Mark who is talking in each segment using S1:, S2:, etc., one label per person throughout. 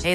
S1: Hey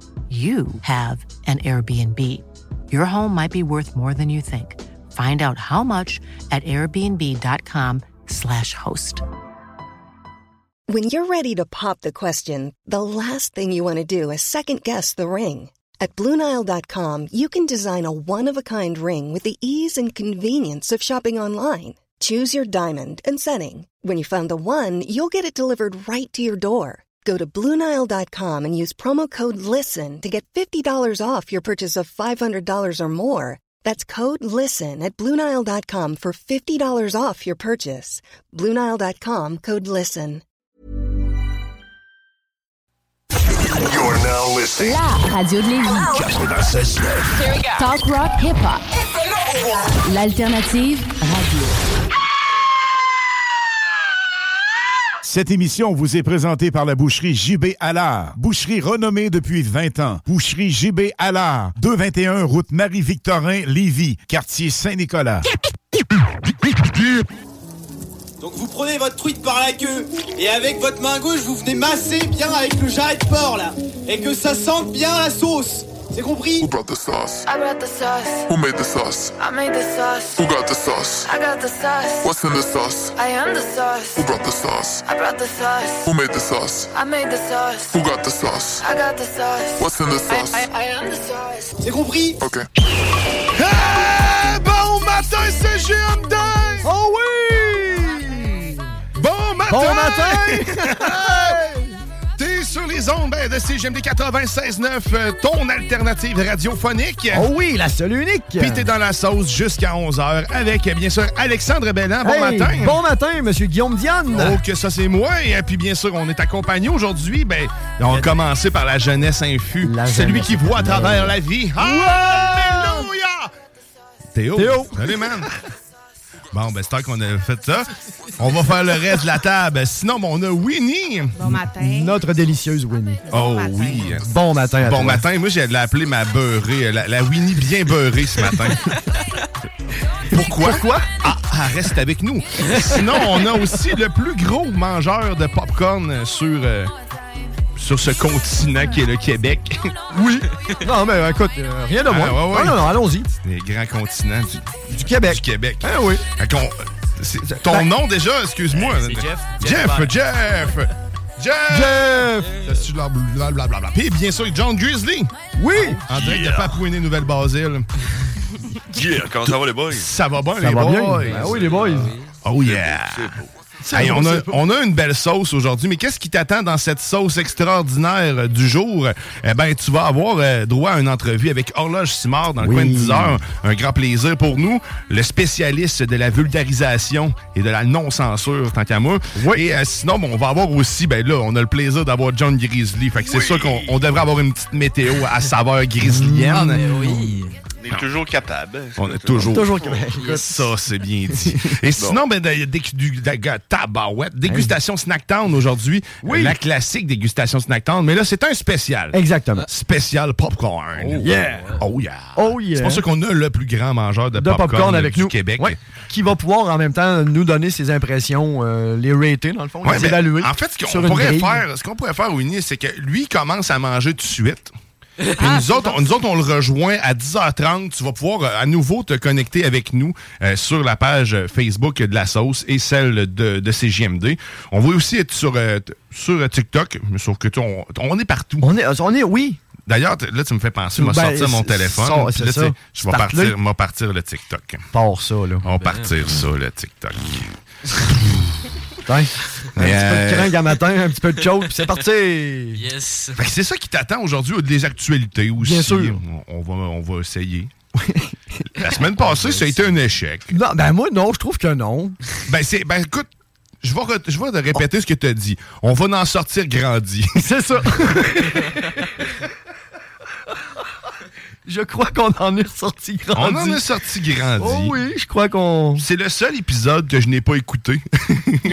S1: you have an Airbnb. Your home might be worth more than you think. Find out how much at airbnb.com/slash host.
S2: When you're ready to pop the question, the last thing you want to do is second guess the ring. At Bluenile.com, you can design a one of a kind ring with the ease and convenience of shopping online. Choose your diamond and setting. When you find the one, you'll get it delivered right to your door. Go to Bluenile.com and use promo code LISTEN to get $50 off your purchase of $500 or more. That's code LISTEN at Bluenile.com for $50 off your purchase. Bluenile.com code LISTEN.
S3: You're now listening.
S4: La radio de Lévis.
S3: 96.9.
S4: Talk rock hip hop. L'alternative radio.
S5: Cette émission vous est présentée par la boucherie JB Allard. Boucherie renommée depuis 20 ans. Boucherie JB Allard. 221 route Marie-Victorin, Lévis, quartier Saint-Nicolas.
S6: Donc vous prenez votre truite par la queue et avec votre main gauche vous venez masser bien avec le jarret de porc là et que ça sente bien la sauce. C'est compris
S3: Who brought the sauce?
S7: I brought the sauce.
S3: Who made the sauce?
S7: I made the sauce.
S3: Who got the sauce?
S7: I got the sauce.
S3: What's in the sauce?
S7: I am the
S3: Who
S7: sauce.
S3: brought the sauce?
S7: I brought the sauce.
S3: Who made the sauce?
S7: I made the sauce.
S3: Who got the sauce?
S7: I got the sauce.
S3: What's in the
S7: I,
S3: sauce?
S7: I, I am the sauce.
S6: C'est compris
S3: Okay.
S5: bon matin, c'est GMD! Oh oui! Bon matin!
S8: Bon matin!
S5: T'es sur les ondes ben, de CGMD 96.9, euh, ton alternative radiophonique.
S8: Oh oui, la seule unique!
S5: Puis t'es dans la sauce jusqu'à 11h avec, bien sûr, Alexandre Bellan. Bon
S8: Hey,
S5: matin!
S8: Bon matin, monsieur Guillaume Diane!
S5: Oh, que ça, c'est moi. Et puis, bien sûr, on est accompagné aujourd'hui. Ben, on va commencer par la jeunesse infus.
S8: La
S5: Celui
S8: jeunesse
S5: qui voit à travers la vie. Ah! Alléluia! Théo.
S8: Théo.
S5: Salut, man. Bon, ben, c'est temps qu'on a fait ça. On va faire le reste de la table. Sinon, ben, on a Winnie.
S9: Bon matin.
S8: Notre délicieuse Winnie.
S5: Oh
S9: matin.
S5: oui.
S8: Bon matin à
S5: Bon
S8: toi.
S5: matin. Moi, j'ai appelé ma beurrée, la, la Winnie bien beurrée ce matin. Pourquoi? Pourquoi? Ah, ah, reste avec nous. Sinon, on a aussi le plus gros mangeur de popcorn sur, euh, sur ce continent qui est le Québec.
S8: Oui. Non, mais écoute, euh, rien de
S5: Ah,
S8: moins.
S5: ouais, ouais.
S8: Non, non, non, allons-y.
S5: Les grands continents du,
S8: Du Québec.
S5: du Québec.
S8: Ah oui. ben-
S5: Fait qu'on- c'est- ton nom déjà, excuse-moi. Jeff. Jeff. Jeff. Jeff.
S8: Jeff!
S5: Blablabla. Puis bien sûr, John Grizzly,
S8: Oui!
S5: en direct de Papouinie, Nouvelle-Basile.
S10: Yeah, comment ça va les boys?
S5: Ça va bien,
S8: Ça
S5: les
S8: va
S5: boys?
S8: bien? Ah oui, les boys.
S5: Oh yeah! Hey, on, a, on a une belle sauce aujourd'hui, mais qu'est-ce qui t'attend dans cette sauce extraordinaire euh, du jour? Eh bien, tu vas avoir euh, droit à une entrevue avec Horloge Simard dans le
S8: Oui.
S5: coin de 10 heures. Un grand plaisir pour nous, le spécialiste de la vulgarisation et de la non-censure, tant qu'à moi. Et euh, sinon, bon, on va avoir aussi, ben là, on a le plaisir d'avoir John Grizzly. Fait que c'est sûr qu'on on devrait avoir une petite météo à
S8: Mm.
S5: saveur grizzlienne.
S10: On est toujours capable.
S5: On est toujours.
S8: Toujours Québec.
S5: Ça, c'est bien dit. Et sinon, ben, dé- dé- du- da- ga- tabarouette. Dégustation Snack Town aujourd'hui.
S8: Hein? Oui.
S5: La classique dégustation Snack Town. Mais là, c'est un spécial.
S8: Exactement.
S5: Spécial popcorn. Oh,
S8: yeah.
S5: Oh yeah.
S8: Oh yeah.
S5: C'est pour ça qu'on a le plus grand mangeur de,
S8: De popcorn, avec
S5: du
S8: nous.
S5: Québec.
S8: Ouais. Qui va pouvoir en même temps nous donner ses impressions, euh, les rater dans le fond,
S5: Ouais,
S8: les
S5: ben,
S8: évaluer.
S5: en fait, ce
S8: sur une
S5: qu'on pourrait
S8: grille.
S5: faire, ce qu'on pourrait faire, Winnie, c'est que lui commence à manger tout de suite. Puis nous, autres, on, nous autres, on le rejoint à 10h30. Tu vas pouvoir euh, à nouveau te connecter avec nous euh, sur la page euh, Facebook de la sauce et celle de, de CJMD. On va aussi être sur, euh, t- sur euh, TikTok, mais sauf que tu- on, on est partout.
S8: On est, euh, on est, oui.
S5: D'ailleurs, t- là, tu me fais penser, je vais
S8: Ben,
S5: sortir mon
S8: c'est-
S5: téléphone.
S8: sort-
S5: puis
S8: c'est
S5: là,
S8: ça.
S5: tu sais, je vais
S8: Start-le.
S5: partir, m'en partir le TikTok.
S8: Part ça, là.
S5: On va partir ça, le TikTok.
S8: Putain. Un petit
S5: euh,
S8: peu de cringue à matin, un petit peu de choke, puis c'est parti!
S9: Yes.
S5: Fait que c'est ça qui t'attend aujourd'hui, euh, des actualités aussi.
S8: Bien sûr.
S5: On, on va, on va essayer. La semaine passée, ça a été un échec.
S8: Non, ben moi, non, je trouve que non.
S5: Ben, c'est, ben écoute, je vais, re- je vais te répéter ce que tu as dit. On va en sortir grandi.
S8: C'est ça. je crois qu'on en est sorti grandi.
S5: On en est sorti grandi.
S8: Oh oui, je crois qu'on.
S5: C'est le seul épisode que je n'ai pas écouté.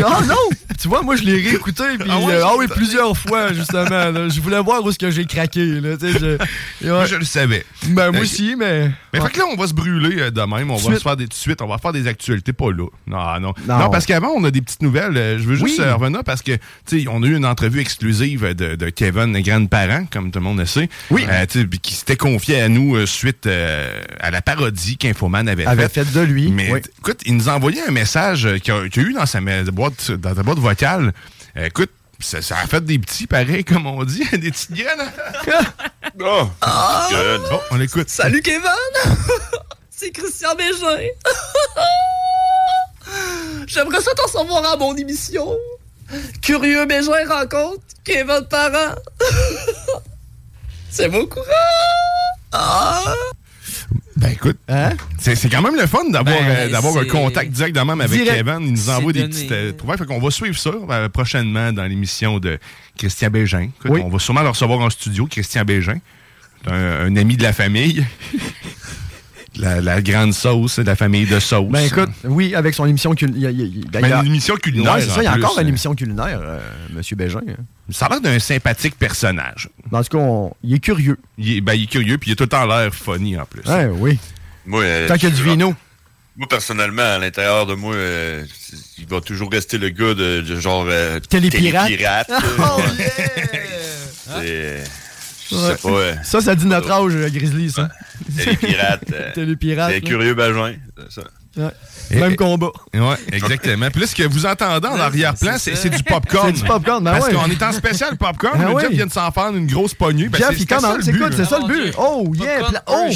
S8: Ah non! Tu vois, moi, je l'ai réécouté, puis
S5: Ah ouais?
S8: euh, ah oui, plusieurs fois, justement. là. Je voulais voir où est-ce que j'ai craqué, là, tu sais, je- Ouais.
S5: Moi, je le savais. Euh,
S8: Ben, moi
S5: Ok.
S8: aussi, mais...
S5: Mais fait que là, on va se brûler euh, de même. On va
S8: Suite.
S5: se faire des tout de suite. On va faire des actualités pas là. Non, non.
S8: Non.
S5: Non, parce qu'avant, on a des petites nouvelles. Euh, Je veux juste
S8: Oui.
S5: euh, revenir parce que, tu sais, on a eu une entrevue exclusive de, de Kevin, les grands-parents, comme tout le monde le sait.
S8: Oui.
S5: Euh, tu sais, puis qui s'était confié à nous euh, suite euh, à la parodie qu'Infoman avait,
S8: Avait
S5: faite.
S8: faite de lui,
S5: Mais
S8: oui.
S5: t- écoute, il nous a envoyé un message euh, qu'il a, qu'il a eu dans sa ma- boîte, dans sa boîte vocale. Euh, écoute, ça, ça a fait des petits pareils, comme on dit, des petites graines.
S8: Ah!
S10: Oh, gueule.
S5: Bon, on l'écoute.
S11: Salut Kevin C'est Christian Bégin J'aimerais ça t'en savoir à mon émission. Curieux Bégin rencontre Kevin Parent. C'est beau courage
S5: Ben écoute,
S8: Hein?
S5: C'est, c'est quand même le fun d'avoir,
S11: Ben,
S5: euh, d'avoir un
S11: c'est-
S5: contact direct de même avec
S8: Direct.
S5: Kevin. Il nous
S11: C'est
S5: envoie des
S11: donné.
S5: petites euh, trouvailles. Fait qu'on va suivre ça euh, prochainement dans l'émission de Christian Bégin. Écoute,
S8: Oui.
S5: On va sûrement le recevoir en studio, Christian Bégin. C'est un, un ami de la famille. la, la grande sauce, de la famille de sauce.
S8: Ben écoute, oui, avec son émission culinaire.
S5: Oh, Ben, une émission culinaire.
S8: c'est ça, il y a
S5: en plus. hein.
S8: encore une émission culinaire, euh, Monsieur Bégin.
S5: Ça a l'air d'un sympathique personnage.
S8: En tout cas, on- il est curieux.
S5: Il est, ben, il est curieux, puis il a tout le temps l'air funny en plus.
S8: Ouais, oui.
S10: Moi, euh,
S8: Tant qu'il y a du
S10: je-
S8: vino.
S10: Moi, personnellement, à l'intérieur de moi, euh, il va toujours rester le gars de, de genre. Euh,
S8: Télépirate.
S10: télépirate, là.
S8: Oh,
S10: Ouais,
S8: yeah!
S10: c'est- euh, Je
S8: Ouais.
S10: sais pas. euh,
S8: Ça, ça dit notre âge, euh, Grizzly, ça.
S10: télépirate. euh,
S8: Télépirate,
S10: C'est
S8: là.
S10: curieux, Benjamin. Ça.
S8: Ouais. Même
S5: Et-
S8: combat.
S5: Ouais, exactement. Puis là, ce que vous entendez en arrière-plan, c'est, c'est du popcorn.
S8: C'est du popcorn, ben
S5: Parce
S8: ouais.
S5: qu'on est en spécial popcorn.
S8: Ben
S5: le
S8: oui.
S5: Jeff vient de s'en faire une grosse pognée. Ben,
S8: Jeff, il
S5: c'était ça,
S8: commande,
S5: le
S8: c'est
S5: but,
S8: quoi,
S5: là.
S8: c'est ça le but. Oh, yeah, pla- oh!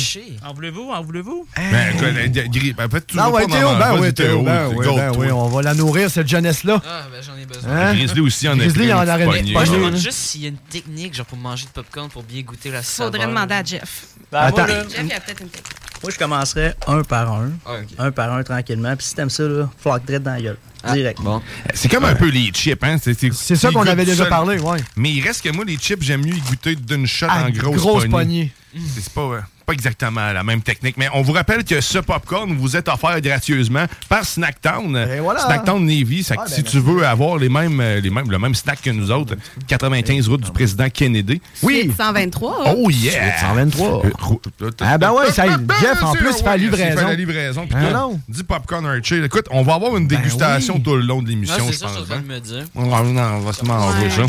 S11: En voulez-vous En voulez-vous
S5: Ben, quoi, la- la- gri- ben, en fait, tu
S8: Ah
S5: veux
S8: ouais,
S5: pas
S8: Théo,
S5: m'en-
S8: ben
S5: vas-y,
S8: ouais, Théo, ben
S5: tu
S8: ouais,
S5: gâtes,
S8: ben
S5: toi.
S8: ouais, on va la nourrir, cette jeunesse-là.
S11: Ah, ben j'en ai besoin.
S8: Hein?
S5: Grizzly aussi en a
S8: Grizzly,
S5: pris
S8: il
S5: une
S8: en aurait
S5: pognée.
S8: pogné,
S5: Ouais.
S8: là.
S11: Juste s'il y a une technique, genre pour manger de popcorn pour bien goûter la saveur.
S12: Faudrait demander à Jeff.
S8: Attends,
S12: Jeff, il a peut-être une tête.
S11: Moi, je commencerais un par un.
S13: Ah,
S11: Un par un tranquillement. Puis si t'aimes ça, là, flock direct dans la gueule. Direct. Bon.
S5: C'est comme un peu les chips, hein. C'est, c'est-
S8: c'est ça
S5: ils
S8: qu'on
S5: goûtent
S8: avait déjà
S5: seul.
S8: parlé, ouais.
S5: Mais il reste que moi, les chips, j'aime mieux y goûter d'une shot
S8: Ah,
S5: en grosse,
S8: grosse
S5: pognée.
S8: poignée.
S5: C'est c'est pas, euh, pas exactement la même technique, mais on vous rappelle que ce popcorn vous est offert gracieusement par Snacktown.
S8: Et voilà.
S5: Snacktown Navy, ça, que
S8: Ah, ben,
S5: si tu veux avoir les mêmes, euh, les mêmes, le même snack que nous autres, 95 route du président Kennedy.
S8: Oui!
S12: 123.
S5: Oh yeah!
S8: 123.
S5: Euh, rou-
S8: Ah, ben ouais, ça aide.
S5: Ben,
S8: Jeff, en
S5: c'est-
S8: plus,
S5: ouais,
S8: il fait la
S5: c'est-
S8: livraison.
S5: fait la livraison. puis
S8: Ah
S5: tout.
S8: non. Ben
S5: Dis popcorn Archer. Écoute, on va avoir une dégustation
S8: oui.
S5: tout le long de l'émission, je pense. hein.
S11: me dire.
S5: On va- on va se manger ça.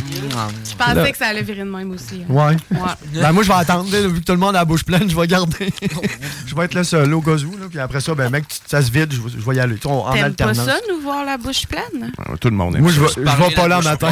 S12: Je pensais
S8: Là.
S12: que ça allait virer de même aussi.
S8: Ouais.
S12: Ouais.
S8: Ben moi, je vais attendre, là, vu que tout le monde a la bouche pleine, je vais garder. je vais être là seul au cas où, là, puis après ça, ben mec, tu- ça se vide, je vais- je vais y aller. Tu sais, En
S12: T'aimes pas
S8: alternance.
S12: ça, nous voir la bouche pleine?
S5: Ah, Tout le monde aime
S8: Moi,
S5: ça.
S8: je vais, je vais pas là matin.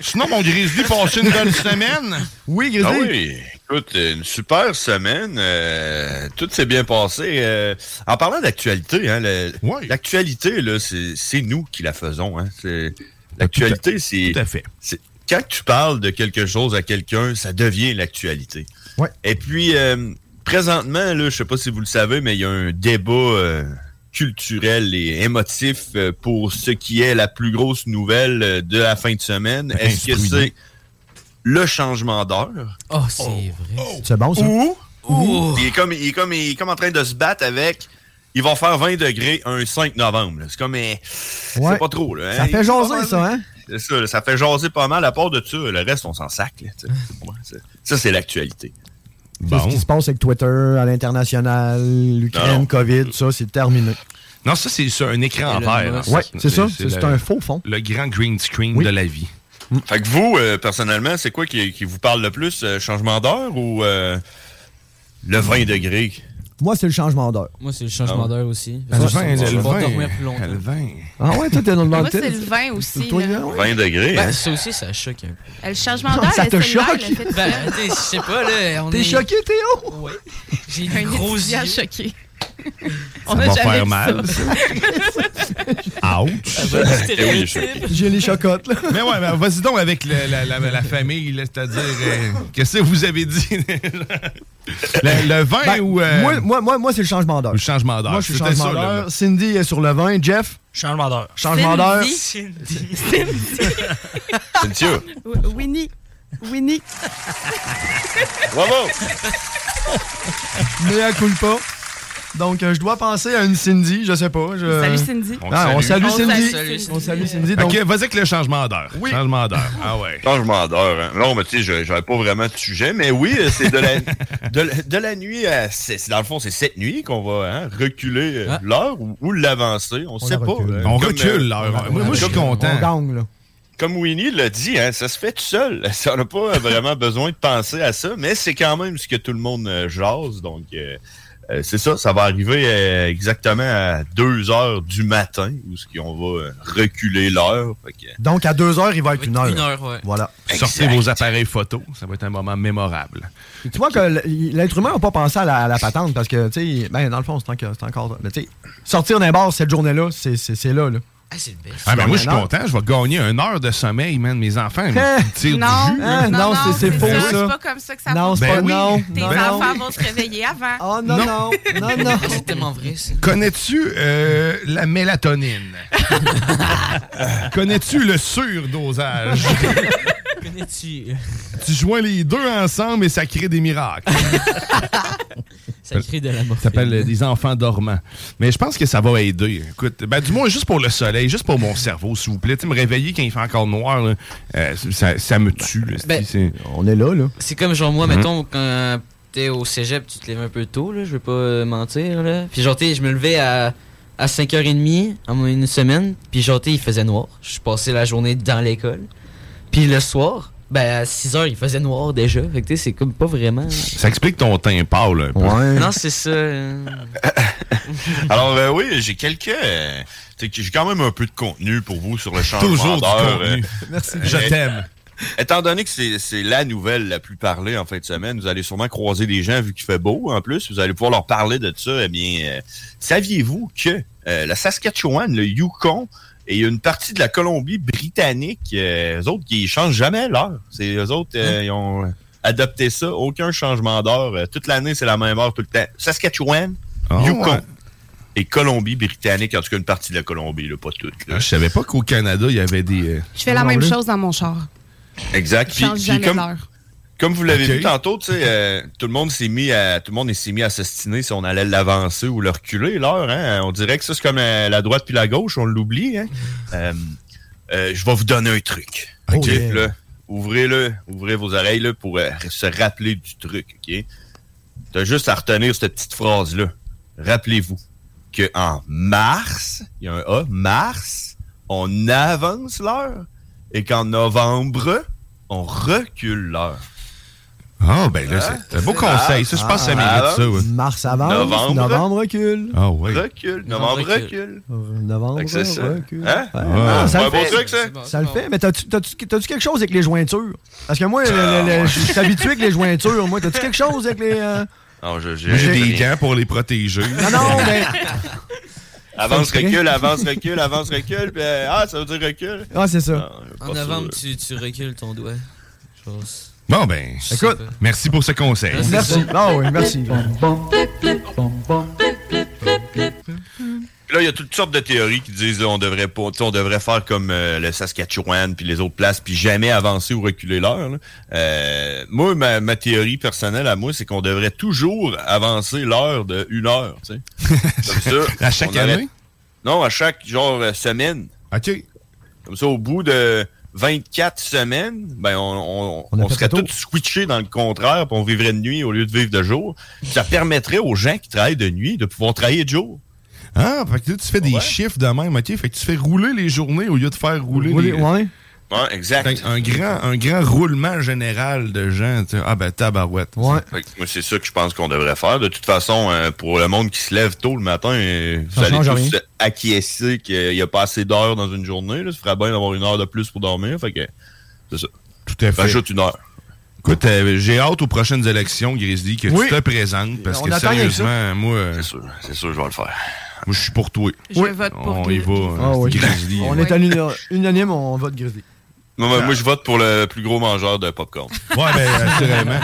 S5: Sinon, mon grizzly, passez une bonne semaine.
S8: Oui, Grizzly.
S10: Ah oui, écoute, une super semaine. euh, tout s'est bien passé. euh, en parlant d'actualité, hein, le-
S5: Ouais.
S10: l'actualité, là, c'est c'est nous qui la faisons. Hein, c'est- l'actualité, c'est
S5: Tout à fait.
S10: c'est- quand tu parles de quelque chose à quelqu'un, ça devient l'actualité.
S8: Ouais.
S10: Et puis, euh, présentement, là, je sais pas si vous le savez, mais il y a un débat euh, culturel et émotif euh, pour ce qui est la plus grosse nouvelle euh, de la fin de semaine. Est-ce que
S5: instruis-nous.
S10: c'est le changement d'heure?
S11: Oh, c'est vrai.
S8: C'est bon, ça.
S10: Ou, ou- Il, est comme, il, est comme, il est comme en train de se battre avec. Ils vont faire 20 degrés un 5 novembre. là. C'est comme. eh,
S8: Ouais.
S10: C'est pas trop. Là,
S8: Ça
S10: hein.
S8: fait
S10: Il-
S8: jaser, ça, hein?
S10: C'est ça, là, ça fait jaser pas mal. À part de ça, le reste, on s'en sac. là, tu sais. Ouais, c'est- ça, c'est l'actualité.
S8: C'est ce
S5: Bon.
S8: qui se passe avec Twitter, à l'international,
S10: Non,
S8: l'Ukraine,
S10: non.
S8: COVID, ça, c'est terminé.
S5: Non, ça, c'est sur un écran
S11: Elon
S5: vert. en
S11: Musk.
S5: fait.
S8: Ouais, c'est ça. C'est
S5: le-
S8: un faux fond.
S5: Le grand green screen
S8: Oui. Mm.
S5: de la vie.
S10: Fait que vous, euh, personnellement, c'est quoi qui, qui vous parle le plus euh, Changement d'heure ou euh, le 20 degrés
S8: Moi, c'est le changement d'heure.
S11: Moi, c'est le changement
S10: Ah.
S11: d'heure aussi.
S5: Ben, Le
S11: Je
S5: vin,
S11: vais
S5: le
S11: pas
S5: vin,
S11: dormir plus longtemps.
S5: le vin.
S8: Ah ouais, toi, t'es dans le
S12: Moi,
S8: mental.
S12: c'est le vin aussi.
S8: Toi,
S12: là.
S8: hein, ouais.
S10: 20 degrés. hein?
S11: Ben, ça aussi, ça choque un peu.
S12: Le changement d'heure,
S8: Ça
S12: le
S8: te
S12: cellulaire,
S8: choque?
S12: le fait de-
S11: Ben, tu sais, je sais pas, là. on
S8: T'es
S11: est-
S8: choqué, Théo?
S11: Ouais. J'ai
S12: Un
S11: des gros
S12: étudiant
S11: yeux.
S12: choqué.
S5: Ça va faire mal.
S8: Ah,
S5: ça.
S8: oh.
S5: Ouch.
S11: Ah,
S10: Eh oui, je-
S8: J'ai les chocottes, là.
S5: Mais ouais, ben, vas-y donc avec le- la, la- la famille, là, c'est-à-dire, euh, qu'est-ce que vous avez dit? le, le vin
S8: Ben,
S5: ou euh,
S8: moi, moi, moi, moi, c'est le changement d'heure.
S5: ou le changement d'heure?
S8: Moi, je suis
S5: C'était
S8: changement
S5: ça, là.
S8: d'heure. Cindy est sur le vin. Jeff,
S11: Changement d'heure.
S8: changement d'heure.
S12: Cindy.
S10: Cynthia,
S12: Winnie. Winnie.
S10: Bravo!
S8: Mais à coule pas. Donc, euh, je dois penser à une Cindy, je sais pas. je-
S12: Salut, Cindy.
S5: On
S8: Ah,
S5: te
S8: on salue
S5: salue.
S12: salue
S8: Cindy.
S12: Cindy.
S8: On salue Cindy.
S5: Ok,
S8: Donc,
S5: vas-y avec le changement d'heure.
S8: Oui.
S5: Changement d'heure. Ah ouais.
S10: Changement d'heure. Hein. Non, mais tu sais, je- j'avais pas vraiment de sujet, mais oui, euh, c'est de la, de, la- de la nuit à. c'est- c'est- dans le fond, c'est cette nuit qu'on va hein, reculer euh,
S13: Ah.
S10: l'heure ou, ou l'avancer. On, sait
S8: la
S10: pas.
S8: recule.
S10: euh,
S5: On
S10: comme,
S5: recule
S10: euh,
S5: l'heure. Moi, moi, je suis
S8: on
S5: content.
S8: gagne, là.
S10: comme Winnie l'a dit, hein, ça se fait tout seul. Ça, on n'a pas vraiment besoin de penser à ça, mais c'est quand même ce que tout le monde euh, jase. Donc, euh, euh, c'est ça, ça va arriver euh, exactement à 2 heures du matin où ce qu'on va euh, reculer l'heure. Fait que-
S8: Donc, à deux heures, il va être une heure.
S13: Une heure, ouais.
S8: Voilà.
S5: Sortez vos appareils photo. Ça va être un moment mémorable.
S8: Puis tu vois que l- l'être humain n'a pas pensé à la, à la patente parce que, tu sais, ben, dans le fond, c'est tant que- c'est encore. Mais tu sais, sortir d'un bar cette journée-là, c'est- c'est c'est là, là.
S13: Ah, c'est le best.
S5: Ah, ben, moi, je suis
S8: Non.
S5: content. Je vais gagner une heure de sommeil, man. Mes enfants, ils me tirent
S12: Non,
S5: du jus.
S8: hein? Non, c'est- c'est faux, ça.
S12: C'est pas comme ça que ça
S8: Non, c'est
S12: fonctionne.
S8: pas
S5: Ben oui.
S8: non.
S12: Tes
S8: non,
S12: enfants
S8: non.
S12: vont se réveiller avant.
S8: Oh non, non, non, non.
S13: Ah, C'est tellement vrai, ça.
S5: Connais-tu euh, la mélatonine? Connais-tu le surdosage?
S13: Connais-tu?
S5: tu joins les deux ensemble et ça crée des miracles.
S11: euh?
S13: Ça crée de la morphine.
S5: Ça s'appelle euh, des enfants dormants. Mais je pense que ça va aider. Écoute, ben, du moins juste pour le soleil, juste pour mon cerveau, s'il vous plaît. Tu sais, me réveiller quand il fait encore noir, là, euh, ça, ça me tue. là.
S13: Ben,
S5: C'est-
S8: On est là, là.
S13: C'est comme genre moi, mettons, quand t'es au cégep, tu te lèves un peu tôt, là, je vais pas euh, mentir, là. Puis genre, t'sais, je me levais à, à 5h30 en une semaine, puis genre, t'sais, il faisait noir. Je passais la journée dans l'école. Puis le soir, ben à 6h, il faisait noir déjà. Fait que t'sais, c'est comme pas vraiment...
S5: ça explique ton teint pâle un peu.
S8: Ouais.
S13: Non, c'est ça. euh,
S10: Alors euh, oui, j'ai quelques, euh, t'sais que j'ai quand même un peu de contenu pour vous sur le changement
S5: Toujours du
S10: d'heure. euh,
S5: contenu.
S8: Merci.
S5: Je
S10: euh,
S5: t'aime.
S10: Étant donné que c'est c'est la nouvelle la plus parlée en fin de semaine, vous allez sûrement croiser des gens vu qu'il fait beau en plus. Vous allez pouvoir leur parler de ça. Eh bien, euh, saviez-vous que euh, la Saskatchewan, le Yukon et une partie de la Colombie-Britannique, euh, eux autres qui changent jamais l'heure. C'est eux autres,
S5: Hein?
S10: euh, ils ont adopté ça. Aucun changement d'heure. Euh, toute l'année, c'est la même heure tout le temps. Saskatchewan,
S5: Ah ouais.
S10: Yukon et Colombie-Britannique. En tout cas, une partie de la Colombie, là, pas toute. là.
S5: Ah, Je savais pas qu'au Canada, il y avait des. euh,
S12: Je fais la même chose dans mon char.
S10: Exact.
S12: Je
S10: Puis-
S12: change
S10: puis
S12: jamais
S10: comme-
S12: l'heure.
S10: Comme vous l'avez
S5: Ok.
S10: vu tantôt, tu sais, euh, tout le monde s'est mis à tout le monde s'est mis à s'ostiner si on allait l'avancer ou le reculer l'heure. Hein? On dirait que ça c'est comme euh, la droite puis la gauche, on l'oublie. Hein? Euh, euh, je vais vous donner un truc.
S8: Oh,
S10: Ok,
S8: yeah.
S10: là, ouvrez-le, ouvrez vos oreilles là, pour euh, se rappeler du truc. Ok, t'as juste à retenir cette petite phrase là. Rappelez-vous que en mars, il y a un A, mars, on avance l'heure et qu'en novembre, on recule l'heure.
S5: Ah, ben là, c'est un beau conseil. Ça, je pense que ça
S10: Ah,
S5: mérite ça. ouais.
S8: Mars avance, novembre,
S10: Novembre.
S8: recule.
S5: Ah, ouais.
S10: Recule, novembre
S13: Novembre recule.
S10: recule.
S8: Novembre
S10: Fait que c'est ça.
S8: recule.
S10: Hein?
S8: Ouais,
S5: Ah,
S8: non,
S10: C'est
S8: ça
S10: un
S8: le
S10: beau
S8: fait.
S10: truc, ça.
S13: c'est bon,
S8: Ça
S13: c'est
S8: le
S13: bon.
S8: fait, mais t'as-tu t'as-tu- t'as-tu quelque chose avec les jointures? Parce que moi, le- le-
S10: Ah,
S8: le- je suis habitué avec les jointures. Moi, t'as-tu quelque chose avec les. euh,
S10: Non, je, je-
S5: J'ai des gants pour les protéger.
S8: Non, non, mais.
S10: Avance,
S8: Ça me
S10: recule, avance, recule, avance, recule. puis, euh, ah, ça veut dire recul.
S8: Ah, c'est ça.
S10: Non, je suis pas
S13: En
S10: sûr.
S13: novembre, tu, tu recules ton doigt. Genre,
S5: Bon, ben,
S13: je sais
S8: Écoute.
S13: pas.
S5: merci pour ce conseil.
S13: Merci.
S8: Merci. Ah oui, merci.
S10: Puis là, il y a toutes sortes de théories qui disent là, on devrait pas, tu sais, on devrait faire comme euh, le Saskatchewan puis les autres places, puis jamais avancer ou reculer l'heure. là. Euh, moi, ma, ma théorie personnelle à moi, c'est qu'on devrait toujours avancer l'heure de une heure. tu sais. Comme ça,
S5: À chaque
S10: on arrête-
S5: année?
S10: Non, à chaque genre euh, semaine.
S5: OK.
S10: Comme ça, au bout de 24 semaines, ben on, on,
S8: On a
S10: on
S8: fait
S10: serait
S8: le tour.
S10: tous switchés dans le contraire, puis on vivrait de nuit au lieu de vivre de jour. Ça permettrait aux gens qui travaillent de nuit de pouvoir travailler de jour.
S5: Ah, fait que là, tu fais des
S10: Ouais.
S5: chiffres de même, OK? Fait que tu fais rouler les journées au lieu de faire rouler,
S8: Roulez-
S5: les...
S8: ouais.
S10: Ouais, exact.
S5: Fait que Ben, un grand, un grand roulement général de gens. tu sais. Ah ben, tabarouette.
S8: Ouais.
S10: Fait que moi, c'est ça que je pense qu'on devrait faire. De toute façon, euh, pour le monde qui se lève tôt le matin, euh, vous
S8: Ça
S10: allez
S8: change
S10: tous
S8: rien.
S10: acquiescer qu'il n'y a pas assez d'heures dans une journée. Là. Ça ferait bien d'avoir une heure de plus pour dormir. Fait que
S5: Tout à fait.
S10: rajoute une heure.
S5: Écoute, euh, j'ai hâte aux prochaines élections, Grizzly, que
S8: Oui.
S5: tu te présentes, parce
S8: On
S5: que
S8: attend rien que ça.
S5: sérieusement, moi, euh,
S10: C'est sûr. C'est sûr, je vais le faire.
S5: moi, je suis pour toi.
S12: Je vote pour
S5: On
S12: lui.
S5: y va, euh,
S8: Ah oui.
S5: Grizzly.
S8: On est à l'uni- unanime, on vote Grizzly.
S10: Moi, moi, moi, je vote pour le plus gros mangeur de popcorn.
S5: Ouais, ben, assurément.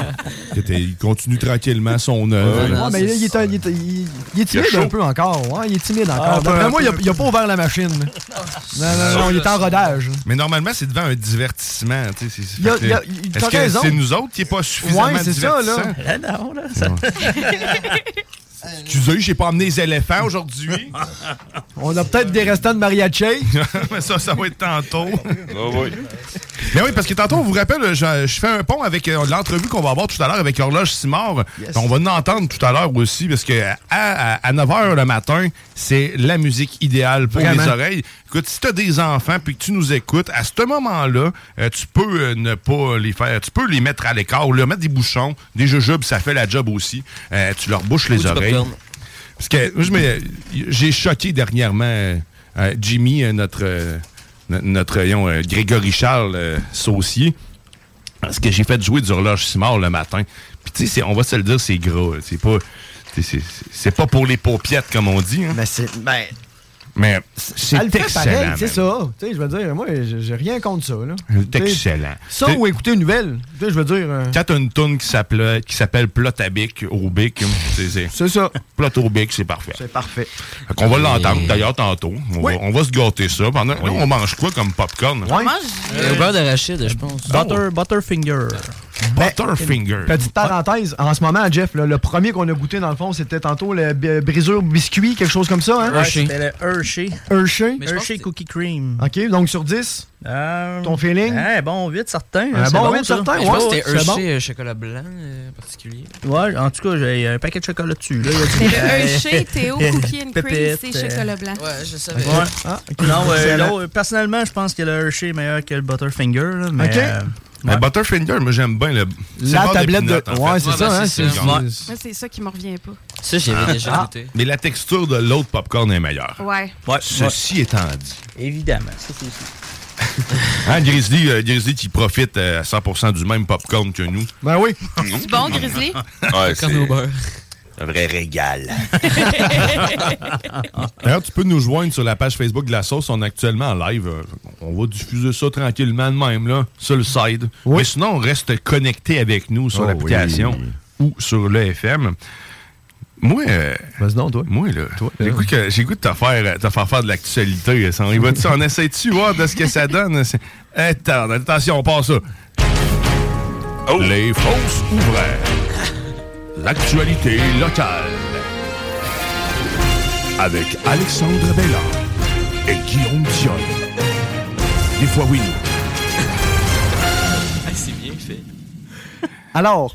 S5: Écoutez, Il continue tranquillement son œuvre.
S8: Ouais, Ah, mais là, il est, un- il est- il- il est timide
S5: Il a
S8: un
S5: chaud.
S8: peu encore. ouais, il est timide encore.
S5: Ah, ben,
S8: D'après moi,
S5: un
S8: il a,
S5: peu.
S8: il a pas ouvert la machine. Non, non, non, il est en rodage.
S5: Mais normalement, c'est devant un divertissement. tu sais, c'est-
S8: Il y a-
S5: fait que-
S8: il y a- il- t'as
S5: Est-ce que
S8: raison.
S5: c'est nous autres qui n'est pas suffisamment
S8: Ouais, c'est ça, là.
S5: divertissant?
S8: Là, Ah non, là, ça-
S5: Excusez, j'ai pas amené les éléphants aujourd'hui.
S8: On a peut-être des restants de mariachi.
S5: Mais ça, ça va être tantôt.
S10: Ah
S5: Mais oui, parce que tantôt, on vous rappelle, je, je fais un pont avec euh, l'entrevue qu'on va avoir tout à l'heure avec Horloge Simard.
S8: Yes.
S5: On va en entendre tout à l'heure aussi, parce que à, 9h le matin, c'est la musique idéale pour
S8: Vraiment.
S5: les oreilles. Écoute, si tu as des enfants puis que tu nous écoutes, à ce moment-là, euh, tu peux euh, ne pas les faire. Tu peux les mettre à l'écart, leur mettre des bouchons, des jujubes, ça fait la job aussi. Euh, tu leur bouches les
S13: du
S5: oreilles.
S13: popcorn.
S5: Parce que moi, je me- j'ai choqué dernièrement euh, euh, Jimmy, euh, notre, euh, no- notre euh, voyons, euh, Grégory Charles euh, Saucier, parce que j'ai fait jouer du horloge Simard le matin. Puis tu sais, c'est- on va se le dire, c'est gros. C'est pas, tu sais, c'est- c'est pas pour les paupiètes, comme on dit. hein.
S8: Mais c'est
S5: c'est
S8: Elle le fait pareil,
S5: excellent.
S8: C'est
S5: man.
S8: ça. Tu sais, je veux dire, moi, j'ai j'ai rien contre ça. Là.
S5: C'est
S8: Tu sais,
S5: excellent.
S8: Ça
S5: T'es-
S8: ou écouter une nouvelle. Tu sais, je veux dire. euh,
S5: Quand t'as une toune qui s'appelait- qui s'appelle Plot à bic, au bic,
S8: c'est ça.
S5: Plot au bic, c'est parfait.
S8: C'est parfait.
S5: On va l'entendre d'ailleurs tantôt. On, va, on va se gâter ça. Pendant, là, on mange quoi comme popcorn?
S8: Ouais.
S13: Euh, Le beurre d'arachide, je pense.
S14: Butter, Butterfinger.
S5: Butterfinger.
S8: Ben, Petite parenthèse, en ce moment, Jeff, là, le premier qu'on a goûté, dans le fond, c'était tantôt le b- brisure biscuit, quelque chose comme ça. Hein?
S14: Ouais, c'était le Hershey.
S8: Hershey.
S14: Mais je pense Hershey que- Cookie Cream.
S8: OK, donc sur 10,
S14: Euh,
S8: ton feeling?
S11: eh,
S14: un bon 8 certain.
S8: Un
S14: c'est
S8: bon 8
S14: ça.
S8: certain,
S13: Je pense que c'était
S14: c'est
S13: Hershey
S14: bon.
S13: euh, chocolat blanc euh, en particulier.
S14: Ouais, en tout cas, j'ai un paquet de chocolat dessus. Là,
S12: Le Hershey, Théo, Cookie and Cream,
S14: Pépite,
S12: c'est
S14: euh,
S12: chocolat blanc.
S13: Ouais, je savais.
S14: Ouais. Non, euh, non, euh, personnellement, je pense que le Hershey est meilleur que le Butterfinger. là, mais,
S8: Ok.
S14: euh,
S5: Mais Butterfinger, moi j'aime bien le. c'est
S8: La
S5: pas des
S8: tablette de-
S5: peanuts, en fait.
S8: ouais, c'est Ouais, ça, ben, hein, c'est c'est- ça.
S5: Ouais.
S12: Moi, c'est ça qui m'en revient pas.
S13: Ça, j'avais déjà
S5: Ah.
S13: goûté.
S5: Mais la texture de l'autre popcorn est meilleure.
S12: Ouais.
S5: Ceci étant dit.
S14: Évidemment, ça c'est aussi.
S5: Hein, Grizzly, euh, Grizzly qui profite euh, à 100% du même popcorn que nous.
S8: Ben oui.
S12: C'est bon, Grizzly?
S10: Ouais,
S13: Comme au beurre.
S10: c'est un vrai régal.
S5: D'ailleurs, tu peux nous joindre sur la page Facebook de la sauce. On est actuellement en live. Euh, On va diffuser ça tranquillement de même, là, sur le side. Mais sinon, on reste connecté avec nous sur
S8: Oh
S5: l'application ou sur le FM. Moi, euh,
S8: Vas-y donc, toi.
S5: moi là, j'ai
S8: là.
S5: goût que- j'ai goût de te faire, te faire faire de l'actualité. ça. On y va-tu? on essaie-tu voir de ce que ça donne? C'est- Attends, attention, on passe ça. Les fausses ouvrères. L'actualité locale. Avec Alexandre Bellard et Guillaume Dion. Des fois oui, nous.
S13: Ah, c'est bien fait.
S8: Alors.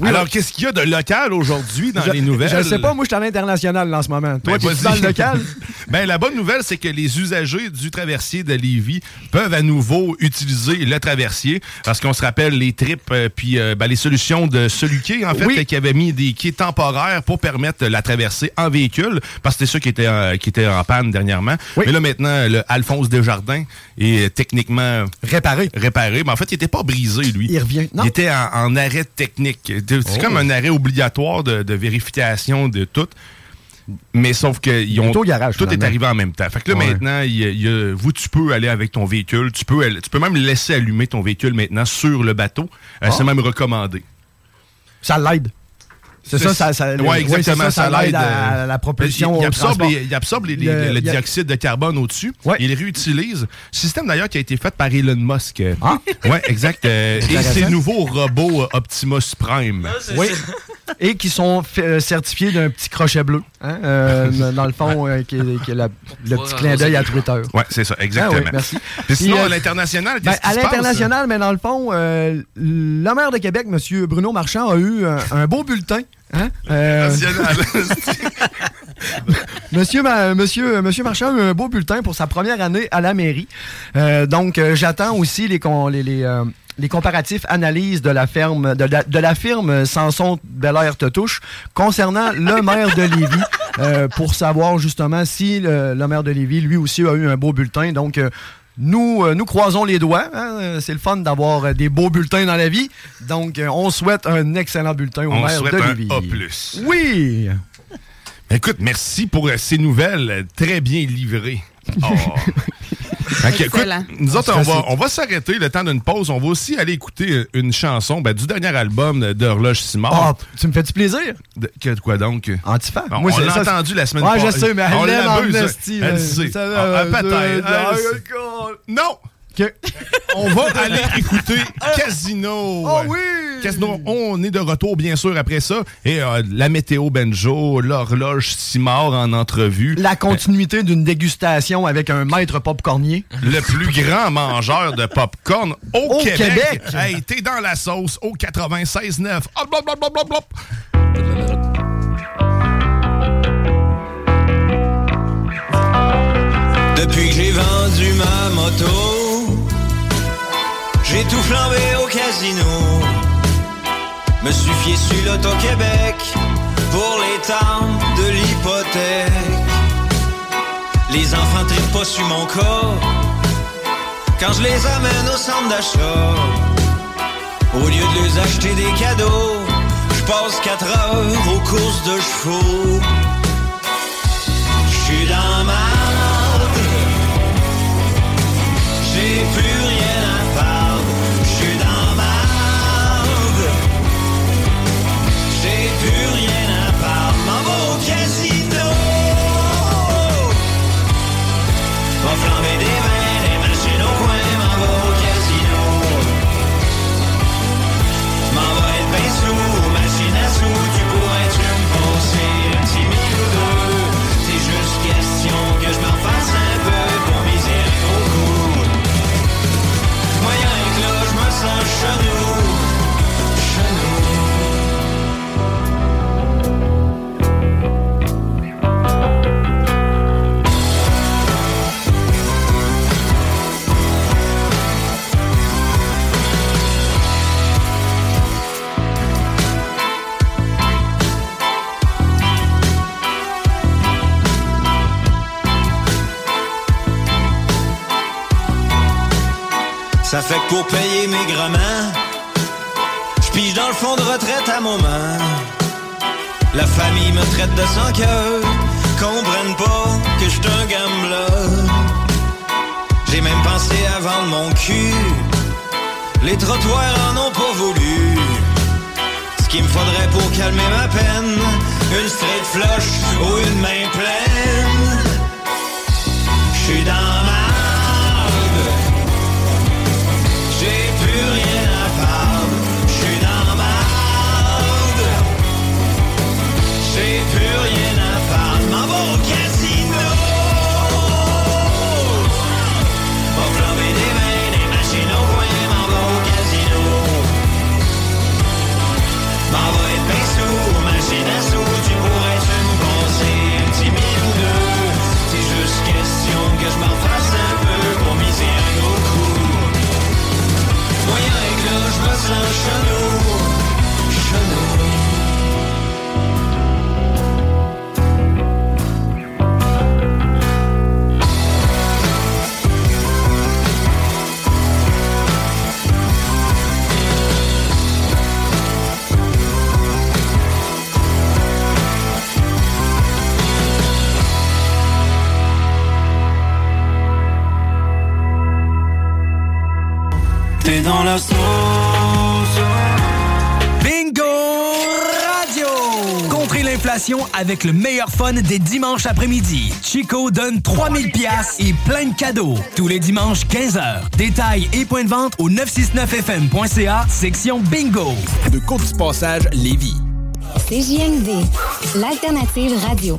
S8: oui,
S5: Alors,
S8: oui.
S5: qu'est-ce qu'il y a de local aujourd'hui dans
S8: je,
S5: les nouvelles?
S8: Je sais pas, moi, je suis à l'international là, en ce moment. Toi, tu
S5: Ben,
S8: es dans
S5: vas-y.
S8: le local?
S5: Ben, la bonne nouvelle, c'est que les usagers du traversier de Lévis peuvent à nouveau utiliser le traversier parce qu'on se rappelle les tripes euh, puis euh, ben, les solutions de Soluquet, en fait,
S8: Oui.
S5: qui avait mis des quais temporaires pour permettre la traversée en véhicule parce que c'était ça qui était, euh, qui était en panne dernièrement.
S8: Oui.
S5: Mais là, maintenant, le Alphonse Desjardins est euh, techniquement
S8: Réparé.
S5: réparé. Mais en fait, il n'était pas brisé, lui.
S8: Il revient. Non.
S5: Il était en, en arrêt technique. C'est
S8: Oh.
S5: comme un arrêt obligatoire de, de vérification de tout. Mais sauf que ils ont,
S8: Tout au garage,
S5: tout est
S8: finalement.
S5: arrivé en même temps. Fait que là,
S8: Ouais.
S5: maintenant, il y a- il y a- vous, tu peux aller avec ton véhicule. Tu peux, aller- tu peux même laisser allumer ton véhicule maintenant sur le bateau. Euh,
S8: Ah.
S5: C'est même recommandé.
S8: Ça l'aide. C'est ça, ça, ça-
S5: Ouais,
S8: oui, c'est
S5: exactement.
S8: ça, ça l'aide à,
S5: euh,
S8: à la propulsion.
S5: Il, il
S8: au
S5: absorbe,
S8: transport.
S5: les- il absorbe les- les-
S8: Le-
S5: le,
S8: il a-
S5: dioxyde de carbone au-dessus.
S8: Ouais.
S5: Il le réutilise. Système d'ailleurs qui a été fait par Elon Musk.
S8: Ah.
S5: Ouais, exact. Euh, et
S8: Intéressant.
S5: ses nouveaux robots euh, Optimus Prime.
S8: Oui. Et qui sont fait- euh, certifiés d'un petit crochet bleu. hein, euh, dans le fond, euh, qui est- qui est la- le petit clin d'œil à Twitter.
S5: Ouais, c'est ça, exactement.
S8: Ah oui, merci.
S5: Puis sinon,
S8: Puis, euh,
S5: à l'international,
S8: Ben,
S5: qu'est-ce
S8: à
S5: qui se passe?
S8: l'international, mais dans le fond, euh, le maire de Québec, M. Bruno Marchand, a eu un, un beau bulletin. Hein? Euh,
S5: National.
S8: Monsieur, Ma- monsieur, euh, monsieur Marchand a eu un beau bulletin pour sa première année à la mairie. Euh, donc, euh, j'attends aussi les, con- les, les, euh, les comparatifs analyses de la ferme de la, de la firme Sanson Belair Tetouche concernant le maire de Lévis euh, pour savoir justement si le, le maire de Lévis, lui aussi, a eu un beau bulletin. Donc, euh, nous, euh, nous croisons les doigts. hein. Euh, C'est le fun d'avoir euh, des beaux bulletins dans la vie. Donc, euh, on souhaite un excellent bulletin au
S5: On
S8: maire
S5: souhaite
S8: de
S5: un
S8: Lévis.
S5: A+. plus.
S8: Oui!
S5: Écoute, merci pour euh, ces nouvelles euh, très bien livrées. Oh. Fait que, écoute,
S12: Excellent.
S5: nous autres,
S12: Ah,
S5: on
S12: ça,
S5: va,
S12: c'est-
S5: on va s'arrêter le temps d'une pause. On va aussi aller écouter une chanson ben, du dernier album d'Horloge Simard.
S8: Ah, tu me fais-tu plaisir?
S5: que, de quoi donc?
S8: Antifa.
S5: Ah, On,
S8: Moi, c'est-
S5: l'a
S8: ça, c'est-
S5: entendu la semaine
S8: Ouais,
S5: passée.
S8: je sais, mais elle
S5: On
S8: l'aime en
S5: l'abuse,
S8: esti,
S5: Elle
S8: là.
S5: sait.
S8: Ça,
S5: Ah,
S8: euh,
S5: peut-être,
S8: euh,
S5: elle
S8: euh,
S5: sait. Non! On va aller écouter Casino.
S8: Oh Ah. oui!
S5: Casino, on est de retour, bien sûr, après ça. Et euh, la météo Benjo, l'horloge Simard en entrevue.
S8: La continuité d'une dégustation avec un maître popcornier.
S5: le plus grand mangeur de popcorn au,
S8: Au
S5: Québec.
S8: Québec.
S5: Hey, t'es dans la sauce au Ah, 96.9. Hop, hop, hop, hop, hop, hop.
S4: Depuis que j'ai vendu ma moto, j'ai tout flambé au casino. Me suis fié sur l'Auto-Québec pour les temps de l'hypothèque. Les enfants tripent pas sur mon corps quand je les amène au centre d'achat. Au lieu de les acheter des cadeaux, je passe 4 heures aux courses de chevaux. Je suis dans ma marde. J'ai plus rien à perdre. Je suis dans ma marde. J'ai plus rien à perdre. M'en va au casino. Va flamber des vins, des machines au coin. M'en va au casino. M'en va être bien sous, machine à sous. Tu pourrais-tu me passer un petit mille ou deux? C'est juste question que je m'en fasse un peu pour miser un gros coup. Moyen que là, je me sens chenou, chenou. Ça fait que pour payer mes gramins, je pige dans le fond de retraite à mon main. La famille me traite de sans cœur, comprennent pas que je suis un gambler. J'ai même pensé à vendre mon cul, les trottoirs en ont pas voulu. Ce qu'il me faudrait pour calmer ma peine, une straight flush ou une main pleine. Je suis dans ma marde. J'ai plus rien à perdre, je suis dans ma marde. J'ai plus rien à perdre, m'en va au casino. Va flamber des vins, des machines au coin, m'en va au casino. M'en va être bien sous, machine à sous, tu pourrais-tu me passer un petit mille ou deux? C'est juste question que je m'en fasse un peu pour miser un gros coup. Moyen avec là, je me sens chenou, chenou. T'es dans la sauce.
S15: Bingo Radio! Contrer l'inflation avec le meilleur fun des dimanches après-midi. Chico donne 3000 pièces et plein de cadeaux tous les dimanches 15h. Détails et points de vente au 969fm.ca section bingo. De courte du passage Lévis.
S16: CJMD, l'alternative radio.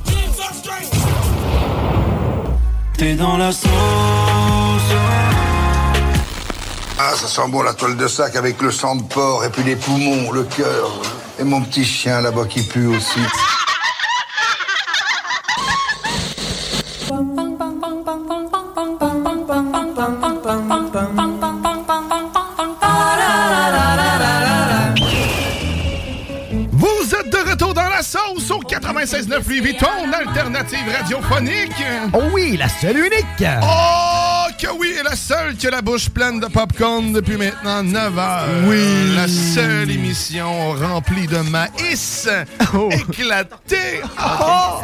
S4: T'es dans la sauce.
S17: Ah, ça sent bon la toile de sac avec le sang de porc et puis les poumons, le cœur. Et mon petit chien là-bas qui pue aussi.
S5: Vous êtes de retour dans la sauce au 96.9 Louis Vuitton, alternative radiophonique.
S8: Oh oui, la seule unique.
S5: Oh, que oui, et la seule qui a la bouche pleine de popcorn depuis maintenant 9 heures.
S8: Oui.
S5: La seule émission remplie
S8: Oh.
S5: de maïs éclaté. Oh.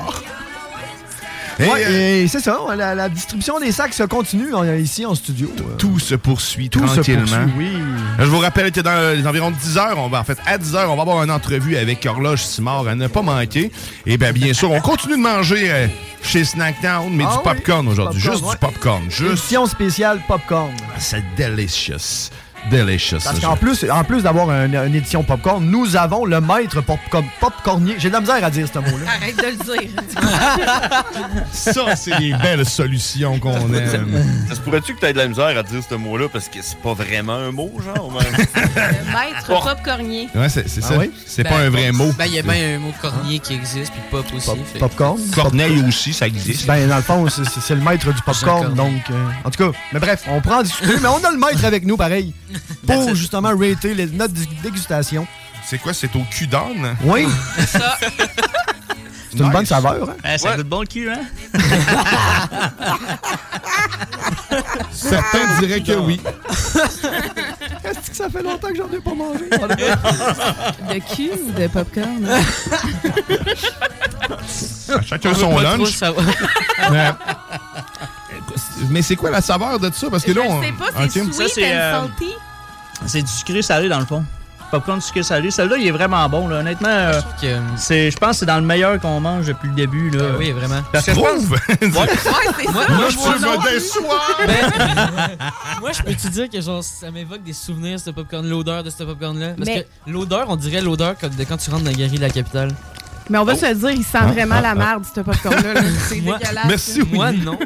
S8: Ouais, et c'est ça, la, la distribution des sacs se continue en- ici en studio. euh.
S5: Tout se poursuit
S8: Tout se
S5: tranquillement.
S8: poursuit, oui.
S5: Je vous rappelle que dans euh, les environs de 10 heures, on va, en fait, à 10 heures, on va avoir une entrevue avec Horloge Simard à ne pas manquer. Et ben, bien, bien sûr, on continue de manger euh, chez Snackdown, mais
S8: Ah
S5: du
S8: oui,
S5: popcorn
S8: du
S5: aujourd'hui.
S8: popcorn,
S5: Juste
S8: ouais.
S5: du popcorn. Juste. Ah,
S8: Édition spéciale popcorn.
S5: C'est delicious. Delicious.
S8: Parce
S5: ça,
S8: qu'en plus, en plus d'avoir un- une édition popcorn, nous avons le maître popcorn, popcornier. J'ai de la misère à dire ce mot-là.
S12: Arrête de le dire.
S5: Ça, c'est des belles solutions qu'on aime.
S10: Ça se pourrait-tu que tu aies de la misère à dire ce mot-là parce que c'est pas vraiment un mot, genre?
S12: Maître Pop Cornier.
S5: Ouais, c'est c'est
S10: Ah
S5: ça.
S10: oui?
S5: C'est
S13: Ben,
S5: pas un vrai mot.
S13: Ben, il y a bien un mot de cornier qui existe, puis Hein? pop aussi. fait que-
S8: Popcorn.
S5: Corneille aussi, ça existe.
S8: Ben, dans le fond, c'est- c'est c'est le maître du popcorn, donc. euh, en tout cas, mais bref, on prend du sucre, mais on a le maître avec nous, pareil, pour justement rater les- notre dé- dégustation.
S5: C'est quoi, c'est au cul d'âne?
S8: Oui,
S12: Ça.
S8: c'est une bonne saveur. hein.
S14: Eh, ça goûte bon le cul, hein?
S5: Certains diraient
S14: Ah,
S5: que oui.
S8: Est-ce que ça fait longtemps que j'en ai pas mangé?
S12: De cul ou de popcorn? hein?
S5: Chacun
S13: On veut
S5: son
S13: pas trop
S5: lunch.
S13: savoir.
S5: Mais, mais c'est quoi la saveur de ça? Parce que là, on. ok.
S14: Ça, c'est, euh, C'est du sucré salé, dans le fond. Popcorn sucré salé. Celui-là, il est vraiment bon, là. Honnêtement, euh, Ben c'est- je pense que c'est dans le meilleur qu'on mange depuis le début, là.
S13: oui, vraiment.
S14: Parce que
S13: Tu
S14: je pense-
S13: trouves?
S14: Ouais.
S13: Moi,
S14: Moi,
S13: je Ben, peux
S14: non
S13: me
S14: plus.
S5: déçois.
S13: Moi, je peux te dire que genre, ça m'évoque des souvenirs, ce popcorn, l'odeur de ce popcorn-là. Parce
S12: Mais-
S13: que l'odeur, on dirait l'odeur comme de quand tu rentres dans la guérille de la capitale.
S12: Mais on va se le dire, il sent
S13: Ah,
S12: vraiment
S13: ah,
S12: la
S13: ah.
S12: merde, ce popcorn-là. là. C'est dégueulasse. là.
S13: Moi, non.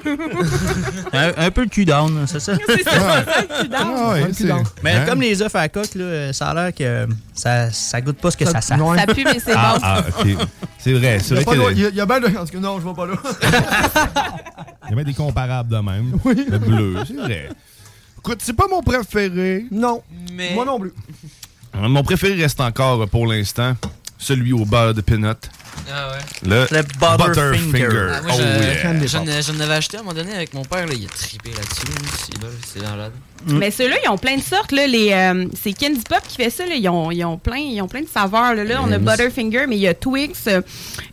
S14: un, un peu de cul down, c'est ça?
S12: C'est ça, c'est ça, le cul d'âne.
S14: Un
S12: Le
S14: cul
S12: cul d'âne.
S14: down. Mais
S12: Hein?
S14: comme les œufs à la coque, là, euh, ça a l'air que ça, ça goûte pas ce que ça,
S8: Ça-
S14: sent.
S8: non.
S12: Ça pue, mais c'est
S5: Ah,
S12: bon.
S5: ah, ok. C'est vrai.
S8: Il
S5: Eh, C'est
S8: y a
S5: vrai
S8: pas
S5: qu'il y a-
S8: loin- il y a- il y a bien de. En tout cas, non, je vois pas là.
S5: Il y avait des comparables de même. Le bleu, c'est vrai. Écoute, c'est pas mon préféré.
S8: Non. Moi non plus.
S5: Euh, Mon préféré reste encore euh, pour l'instant celui au beurre de peanut.
S13: Ah ouais.
S5: Le, Butterfinger.
S13: Ah, moi,
S5: oh,
S13: je-
S5: yeah.
S13: j'en, ai- j'en avais acheté à un moment donné avec mon père, là, il a trippé là-dessus. là, C'est là, c'est malade.
S12: Mais ceux-là, ils ont plein de sortes. Là, les, euh, c'est Candy Pop qui fait ça. Là. Ils, ont, ils ont plein, ils ont plein de saveurs. Là, Là, on a
S13: Mm.
S12: Butterfinger, mais il y a Twix, euh,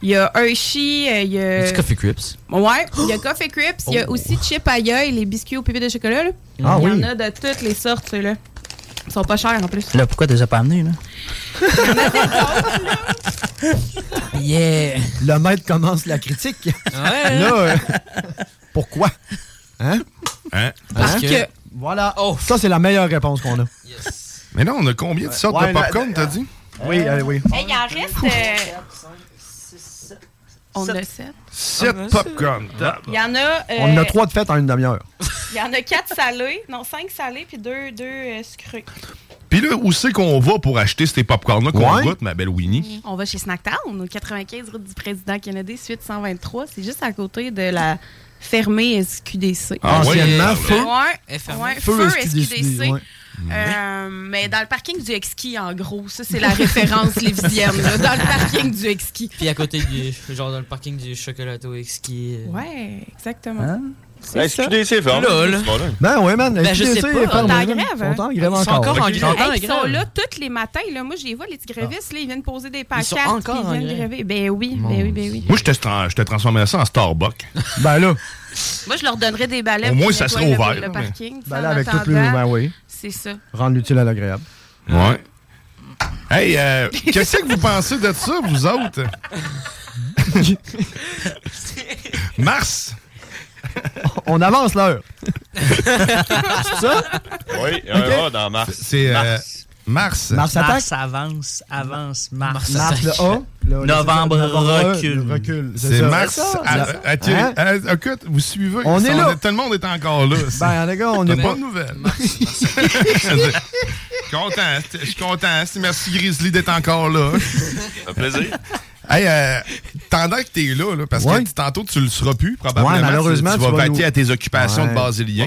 S12: il y a Hershey, euh, il y a...
S13: Du Coffee Crips.
S12: Ouais, il y a Coffee Crips, il y a
S13: Oh.
S12: aussi Chip Aya et les biscuits au pépé de chocolat. là.
S14: Ah
S12: il y
S14: oui.
S12: en a de toutes les sortes, ceux-là. Ils sont pas chers, en plus.
S14: Là, pourquoi tu les as pas amenés, là?
S13: Yeah!
S8: Le maître commence la critique.
S13: Ouais.
S8: Là, euh, pourquoi? Hein?
S5: Hein?
S8: Parce
S5: Hein?
S8: que- Voilà. Ça, c'est la meilleure réponse qu'on a.
S5: Mais là, on a combien de sortes
S8: Ouais,
S5: de
S8: là,
S5: popcorn,
S8: là,
S5: t'as dit?
S8: Oui, euh, oui.
S12: Hey, il en reste... euh, on en a sept. Ah,
S5: Sept
S12: ben,
S5: popcorn.
S12: Il y en a... euh,
S8: On en a trois de fête en une demi-heure.
S12: Il y en a quatre salés. Non, cinq salés, puis deux, deux euh, sucrés.
S5: Puis là, où c'est qu'on va pour acheter ces popcorn-là qu'on
S8: Ouais.
S5: goûte, ma belle Winnie?
S12: On va chez Snacktown, au 95 route du président Kennedy, suite 123. C'est juste à côté de la fermée SQDC.
S5: Ah ouais,
S8: Anciennement,
S5: là.
S8: feu.
S12: Ouais,
S13: Fermée.
S12: ouais,
S8: Feu
S12: feu
S8: SQDC,
S12: SQDC.
S8: ouais.
S12: Euh, mais dans le parking du Exki, en gros, ça c'est la référence lévisienne, là, dans le parking du Exki.
S13: Puis à côté du. Genre dans le parking du chocolato exquis.
S12: Ouais, exactement.
S13: Hein? Ouais,
S12: ça.
S13: SQDC ferme. Lol. C'est pas là.
S8: Ben ouais, man.
S13: Ben, je sais pas.
S8: Ils sont
S13: Ils sont
S8: en
S13: en
S8: grève.
S13: grève,
S8: Ils sont en
S13: hein?
S8: grève
S13: Ils sont
S8: encore.
S13: encore en
S8: Ok.
S13: grève.
S12: Hey, ils sont
S13: grève.
S12: là tous les matins. Là. Moi, je les vois, les petits grévistes. Là, ils viennent poser des
S13: Ah. Ils
S12: paquettes.
S13: sont
S12: puis
S13: encore
S12: ils
S13: en
S12: viennent
S13: grève.
S12: gréver. Ben oui, ben oui, ben oui.
S5: Moi, je te, tra- je te transformerais ça en Starbucks.
S8: Ben là.
S12: Moi, je leur donnerais des balais.
S5: Au
S12: pour
S5: moins, ça
S12: nettoyer
S5: sera
S12: le-
S5: ouvert,
S12: Le
S5: mais-
S12: parking.
S8: Ben
S12: en
S8: là, avec tout le.
S12: attendant.
S8: Ben oui.
S12: C'est ça.
S8: Rendre l'utile à l'agréable.
S5: Ouais. Hey, euh, qu'est-ce que vous pensez de ça, vous autres? Mars!
S8: On avance l'heure.
S14: C'est
S8: ça?
S10: Oui, un
S8: Ok.
S10: A dans Mars.
S5: C'est mars. mars.
S8: Mars attaque?
S14: Mars avance, avance, Mars.
S8: Mars, le A. Hein? le- le-
S14: Novembre,
S8: le- le-
S14: recule.
S8: le recule.
S5: Oh. C'est
S8: ça.
S5: Mars.
S8: Ça,
S5: Ah,
S8: ça.
S5: ah, tu-
S8: Hein?
S5: ah, Écoute, vous suivez.
S8: On est là.
S5: Tout le monde est encore là.
S8: Ben, les gars, on
S5: T'as
S8: est
S5: pas
S8: pas.
S5: de nouvelles. content. Je suis content. Merci Grizzly d'être encore là.
S10: Ça fait plaisir.
S5: Hey, euh, pendant que t'es là, là, parce
S8: Ouais.
S5: que tantôt tu le seras plus, probablement.
S8: Ouais, malheureusement,
S5: Tu,
S8: tu
S5: vas
S8: vas nous-
S5: vaquer à tes occupations
S8: Ouais.
S5: de basilien.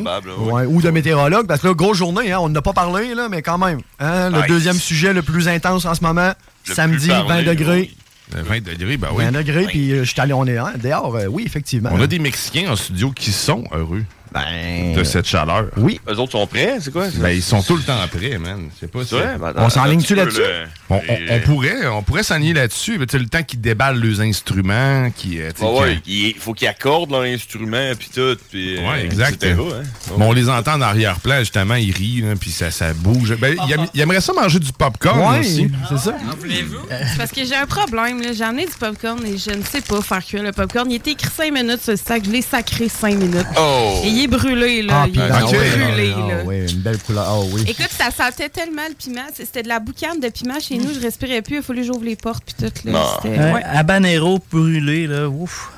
S8: Ouais, ou de météorologue, parce que là, grosse journée, hein, on n'a pas parlé, là, mais quand même. hein, le
S5: Nice.
S8: deuxième sujet le plus intense en ce moment,
S5: Le
S8: samedi,
S5: plus parlé,
S8: 20 degrés.
S5: Euh, 20 degrés, ben oui.
S8: 20 degrés, puis euh, je suis allé, on est hein, dehors, euh, oui, effectivement.
S5: On a des Mexicains en studio qui sont heureux.
S8: Ben.
S5: de cette chaleur.
S8: Oui.
S10: Eux autres sont prêts, c'est quoi? ça?
S5: Ben, ils sont tout le temps prêts, man. C'est pas
S10: C'est vrai,
S5: ça.
S10: ben, attends, On s'enligne-tu attends un petit là-dessus? peu,
S5: On,
S10: là.
S5: on-
S10: Et-
S5: on pourrait, on pourrait s'enligner là-dessus. Mais tu sais, le temps qu'ils déballent leurs instruments, qui. euh, tu sais,
S10: Ah ouais,
S5: qui-
S10: il faut qu'ils accordent leur instrument, puis tout, puis... euh,
S5: Ouais, exact.
S10: etc., hein.
S5: Bon, on les entend en arrière-plan, justement, ils rient, là, puis ça, ça bouge. Ben, il, aime- il aimerait ça manger du popcorn
S8: Ouais,
S5: aussi.
S8: c'est ça.
S12: C'est parce que j'ai un problème. là. J'ai amené du popcorn et je ne sais pas faire cuire le popcorn. Il était écrit 5 minutes sur le sac. Je l'ai sacré 5 minutes.
S5: Oh!
S12: Et il est brûlé, là.
S18: Ah,
S12: il est
S18: puis- ah, ouais,
S12: brûlé,
S18: ah, ouais,
S12: là.
S18: ah, ouais, une belle couleur. Ah oui.
S12: Écoute, ça sentait tellement le piment. C'est- C'était de la boucane de piment chez nous. Je respirais plus. Il a fallu que j'ouvre les portes puis tout. Là. C'était-
S14: Ouais,
S12: ouais.
S14: Habanero brûlé, là, ouf.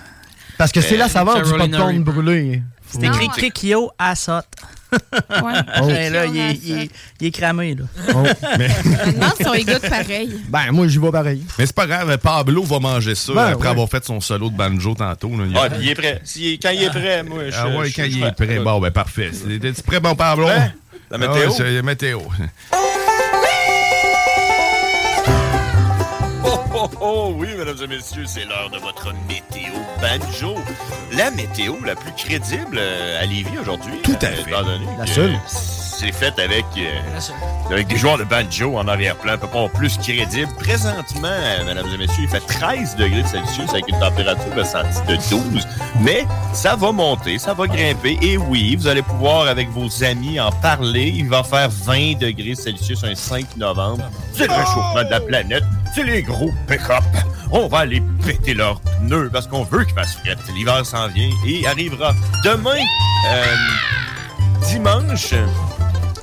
S8: Parce que c'est la saveur du popcorn brûlé.
S14: C'est écrit Cricchio à sotte.
S8: Oh.
S14: Ben là, il est, il est- il est cramé, là.
S8: Oh, mais-
S12: Ils sont égaux de pareil.
S8: Ben, moi, j'y vais pareil.
S5: Mais c'est pas grave, euh, Pablo va manger ça
S8: Ben,
S5: après
S8: ouais.
S5: avoir fait son solo de banjo tantôt. là. Il y a-
S10: Ah, puis il est prêt. S'il est- quand il est prêt, moi, je...
S5: Ah ouais,
S10: je-
S5: quand
S10: je-
S5: il est prêt. Bon, ben parfait. T'es-tu prêt, bon Pablo?
S10: Ben, la
S5: Ah
S10: météo.
S5: ouais, c'est la météo.
S10: Oh, oh, oh, oui, mesdames et messieurs, c'est l'heure de votre météo banjo. La météo la plus crédible euh, à Lévis aujourd'hui. euh, Tout à fait.
S8: La seule.
S10: C'est fait avec, euh, avec des joueurs de banjo en arrière-plan, peut pas plus crédible. Présentement, euh, mesdames et messieurs, il fait 13 degrés Celsius avec une température ressentie de 12. Mais ça va monter, ça va grimper. Et oui, vous allez pouvoir, avec vos amis, en parler. Il va faire 20 degrés Celsius un 5 novembre. C'est le réchauffement de la planète. C'est les gros pick-up. On va aller péter leurs pneus parce qu'on veut qu'il fasse fret. L'hiver s'en vient et arrivera demain. euh, Dimanche,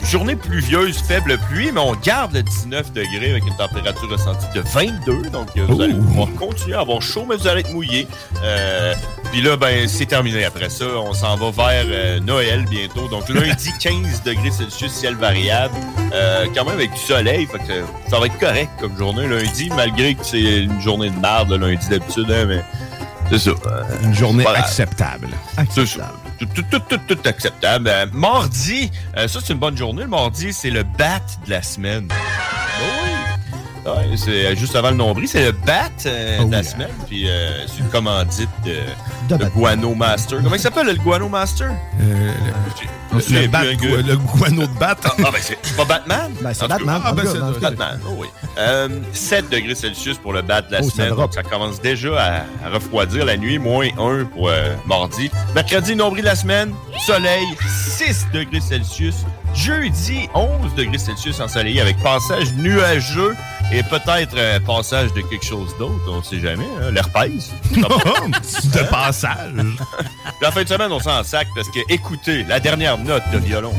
S10: journée pluvieuse, faible pluie, mais on garde le 19 degrés avec une température ressentie de 22. Donc, euh, vous allez
S5: Oh.
S10: pouvoir continuer à avoir chaud, mais vous allez être mouillé. Euh, Puis là, ben, c'est terminé. Après ça, on s'en va vers euh, Noël bientôt. Donc, lundi, 15 degrés Celsius, ciel variable. Euh, quand même avec du soleil, fait que ça va être correct comme journée lundi, malgré que c'est une journée de merde le lundi d'habitude, hein, mais c'est ça. euh,
S5: Une journée
S10: acceptable. C'est ça. Tout, tout, tout, tout, tout acceptable. Euh, mardi, euh, ça c'est une bonne journée. Le mardi, c'est le bat de la semaine.
S5: Oh
S10: Oui. Ouais, c'est euh, juste avant le nombril. C'est le bat euh,
S5: Oh
S10: de la semaine. Puis euh, c'est une commandite de, de Guano Master. Comment il s'appelle le Guano Master?
S5: Euh, le-
S10: Je l'ai
S5: le,
S10: vu,
S5: bat-
S10: un gars.
S5: le guano de batte.
S10: Ah, ben, c'est c'est pas Batman?
S5: Ben, c'est
S10: En tout cas,
S5: Batman,
S10: Ah,
S5: en
S10: ben,
S5: tout cas,
S10: c'est
S5: dans le
S10: Batman. Oh, oui. Euh, 7 degrés Celsius pour le bat de la
S5: Oh, ça
S10: semaine.
S5: drop.
S10: Donc, ça commence déjà à, à refroidir la nuit. Moins 1 pour euh, mardi. Mercredi, nombril de la semaine. Soleil, 6 degrés Celsius. Jeudi, 11 degrés Celsius ensoleillé avec passage nuageux et peut-être euh, passage de quelque chose d'autre. On sait jamais. Hein? L'herpès.
S5: de passage.
S10: La fin de semaine, on s'en sac parce que, écoutez, la dernière note de violon.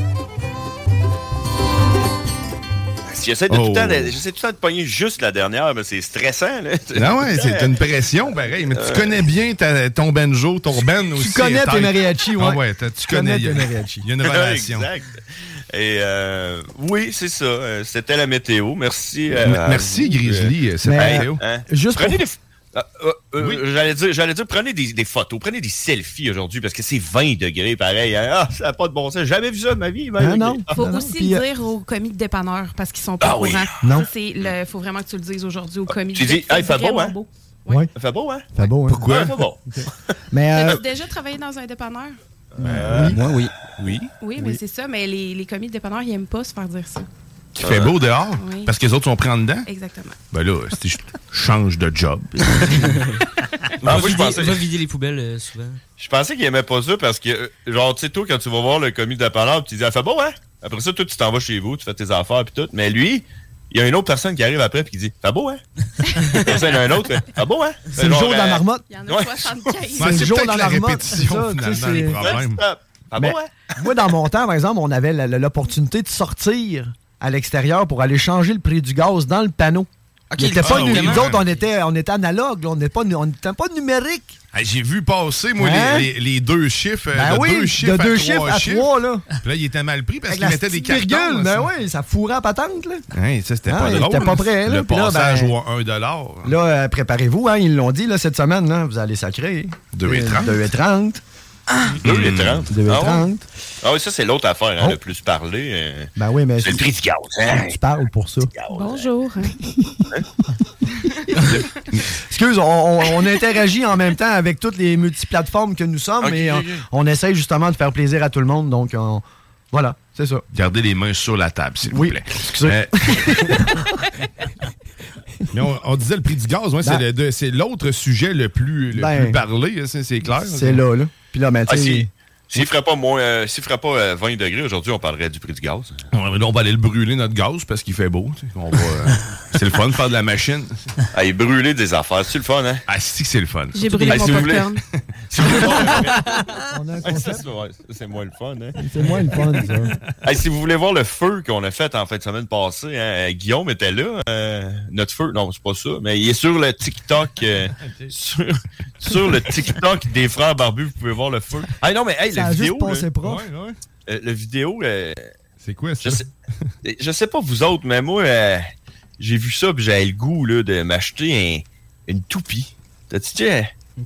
S10: Si J'essaie de, tout
S5: Oh.
S10: le temps de- j'essaie tout le temps de pogner juste la dernière, mais c'est stressant. Là.
S5: Non, Ah ouais, c'est une pression, pareil. Mais tu
S10: Euh.
S5: connais bien ta- ton banjo, ton ben aussi.
S10: connais
S5: hein,
S10: tes
S5: t'as-
S10: mariachis, ouais.
S5: Ah ouais, t'as- tu
S10: Tu
S5: connais.
S10: connais
S5: Il y a-
S10: tes mariachis.
S5: il y a une relation.
S10: exact. Et euh, oui, c'est ça. Euh, C'était la météo. Merci. euh,
S5: M-
S10: à
S5: merci,
S10: vous.
S5: Grizzly,
S10: Euh,
S5: euh, cette météo.
S10: Juste prenez des... Ah, euh, euh, J'allais dire, j'allais dire, prenez des, des photos, prenez des selfies aujourd'hui parce que c'est 20 degrés pareil. hein. Ah, ça n'a pas de bon sens. J'ai Jamais vu ça de ma vie.
S12: Il
S10: vingt degrés.
S12: Faut
S10: Ah.
S12: aussi le dire aux comiques dépanneurs parce qu'ils sont pas
S10: Ah
S12: au
S10: oui.
S12: courant.
S10: Non.
S12: Ça, c'est le- faut vraiment que tu le dises aujourd'hui aux comiques.
S10: Tu dis,
S12: C'est
S10: Ah, il fait beau,
S12: vraiment
S10: hein?
S12: beau.
S8: Ouais.
S10: Ça fait beau, hein?
S8: Fait beau, hein?
S10: Pourquoi? Ouais, fait beau.
S8: Mais. euh,
S12: T'as-tu déjà travaillé dans un dépanneur?
S8: euh,
S5: oui.
S8: Moi, oui.
S5: Oui.
S12: Oui, mais c'est ça. Mais les, les comiques dépanneurs, ils aiment pas se faire dire ça.
S5: Qui fait beau dehors
S12: Oui.
S5: parce que les autres sont pris en dedans.
S12: Exactement.
S5: Ben là, si je change de job.
S10: Ah,
S13: va,
S10: moi, je
S13: vider,
S10: pensais-
S13: va vider les poubelles euh, souvent.
S10: Je pensais qu'il aimait pas ça parce que, euh, genre, tu sais, toi, quand tu vas voir le commis de la parole, tu dis, ah, fait bon, hein? Après ça, toi, tu t'en vas chez vous, tu fais tes affaires, puis tout. Mais lui, il y a une autre personne qui arrive après, puis qui dit, fait beau, hein? Après ça, il y en a un autre, fait, fait beau, hein?
S8: C'est le jour de la marmotte.
S12: Il
S10: y en
S12: a 75.
S8: C'est le jour de la marmotte.
S5: répétition,
S8: c'est ça, tu sais,
S5: finalement, le
S8: c'est-
S5: problème.
S10: Ah
S8: Mais
S10: bon, hein?
S8: Moi, dans mon temps, par exemple, on avait la- la- l'opportunité de sortir à l'extérieur pour aller changer le prix du gaz dans le panneau.
S5: Ok,
S8: Il était
S5: le
S8: pas
S5: panneau,
S8: nu-
S5: oui.
S8: nous autres, on était, on était analogue, là, on n'était pas, nu- on n'était pas numérique.
S5: Ah, J'ai vu passer, moi,
S8: Hein?
S5: les, les- les deux chiffres. euh,
S8: Ben
S5: de
S8: oui,
S5: deux chiffres
S8: de deux
S5: à
S8: chiffres
S5: trois
S8: à
S5: chiffres.
S8: trois, là.
S5: Puis là, il était mal pris parce
S8: Avec
S5: qu'il
S8: la
S5: mettait des
S8: petite
S5: cartons.
S8: virgule,
S5: là,
S8: ben
S5: ça.
S8: oui, ça fourrait à patente, là.
S5: Hein, ça, c'était
S8: Ah,
S5: pas
S8: il
S5: drôle.
S8: était pas prêt, là,
S5: Le
S8: puis là,
S5: passage
S8: ben-
S5: au 1 dollar.
S8: Là, euh, préparez-vous, hein, ils l'ont dit là, cette semaine, hein, vous allez sacrer.
S5: Deux et
S8: Euh,
S5: trente.
S8: deux et trente.
S10: 2 et 30.
S8: 2 et 30.
S10: Ah oui, ça, c'est l'autre affaire, hein,
S8: Oh.
S10: le plus parlé. euh,
S8: Ben oui, mais.
S10: C'est le prix du gaz, hein?
S8: Tu parles pour ça.
S12: Bonjour.
S8: Excuse, on, on- on interagit en même temps avec toutes les multiplateformes que nous sommes,
S5: Ok,
S8: mais
S5: ok,
S8: on,
S5: ok.
S8: on essaye justement de faire plaisir à tout le monde. Donc, on- voilà, c'est ça.
S5: Gardez les mains sur la table, s'il vous plaît. Euh, mais on, on disait le prix du gaz, ouais, c'est
S8: Ben-
S5: le- de- c'est l'autre sujet le plus, le
S8: Ben,
S5: plus parlé, hein, c'est c'est clair.
S8: C'est là, là. Puis là, ben,
S10: Ah,
S8: tu sais,
S10: si- S'il ne ferait pas, moins, euh, s'il ferait pas euh, 20 degrés aujourd'hui, on parlerait du prix du gaz.
S5: Ouais, mais là, on va aller le brûler, notre gaz, parce qu'il fait beau. tu sais. On va, euh, c'est le fun de faire de la machine.
S10: Allez, brûler Ah, des affaires, c'est le fun, hein?
S5: Ah, si, c'est le fun. Ah,
S12: J'ai brûlé
S10: Hey,
S12: mon
S10: si vous voulez-
S12: popcorn.
S10: Ouais, Ah, ça, c'est ouais, ça, c'est moins le fun, hein?
S8: C'est moins le fun, ça.
S10: Hey, si vous voulez voir le feu qu'on a fait en fin de semaine passée, hein, euh, Guillaume était là. euh, notre feu, non, c'est pas ça, mais il est sur le TikTok. euh, sur, sur le TikTok des frères barbus, vous pouvez voir le feu. Ah non, mais hey,
S18: Ça
S10: la
S18: a
S10: vidéo.
S18: juste passé
S10: là,
S18: prof.
S10: euh, le vidéo.
S5: c'est quoi ça?
S10: Je sais, je sais pas vous autres, mais moi, euh, j'ai vu ça puis j'avais le goût là, de m'acheter un- une toupie. T'as-tu déjà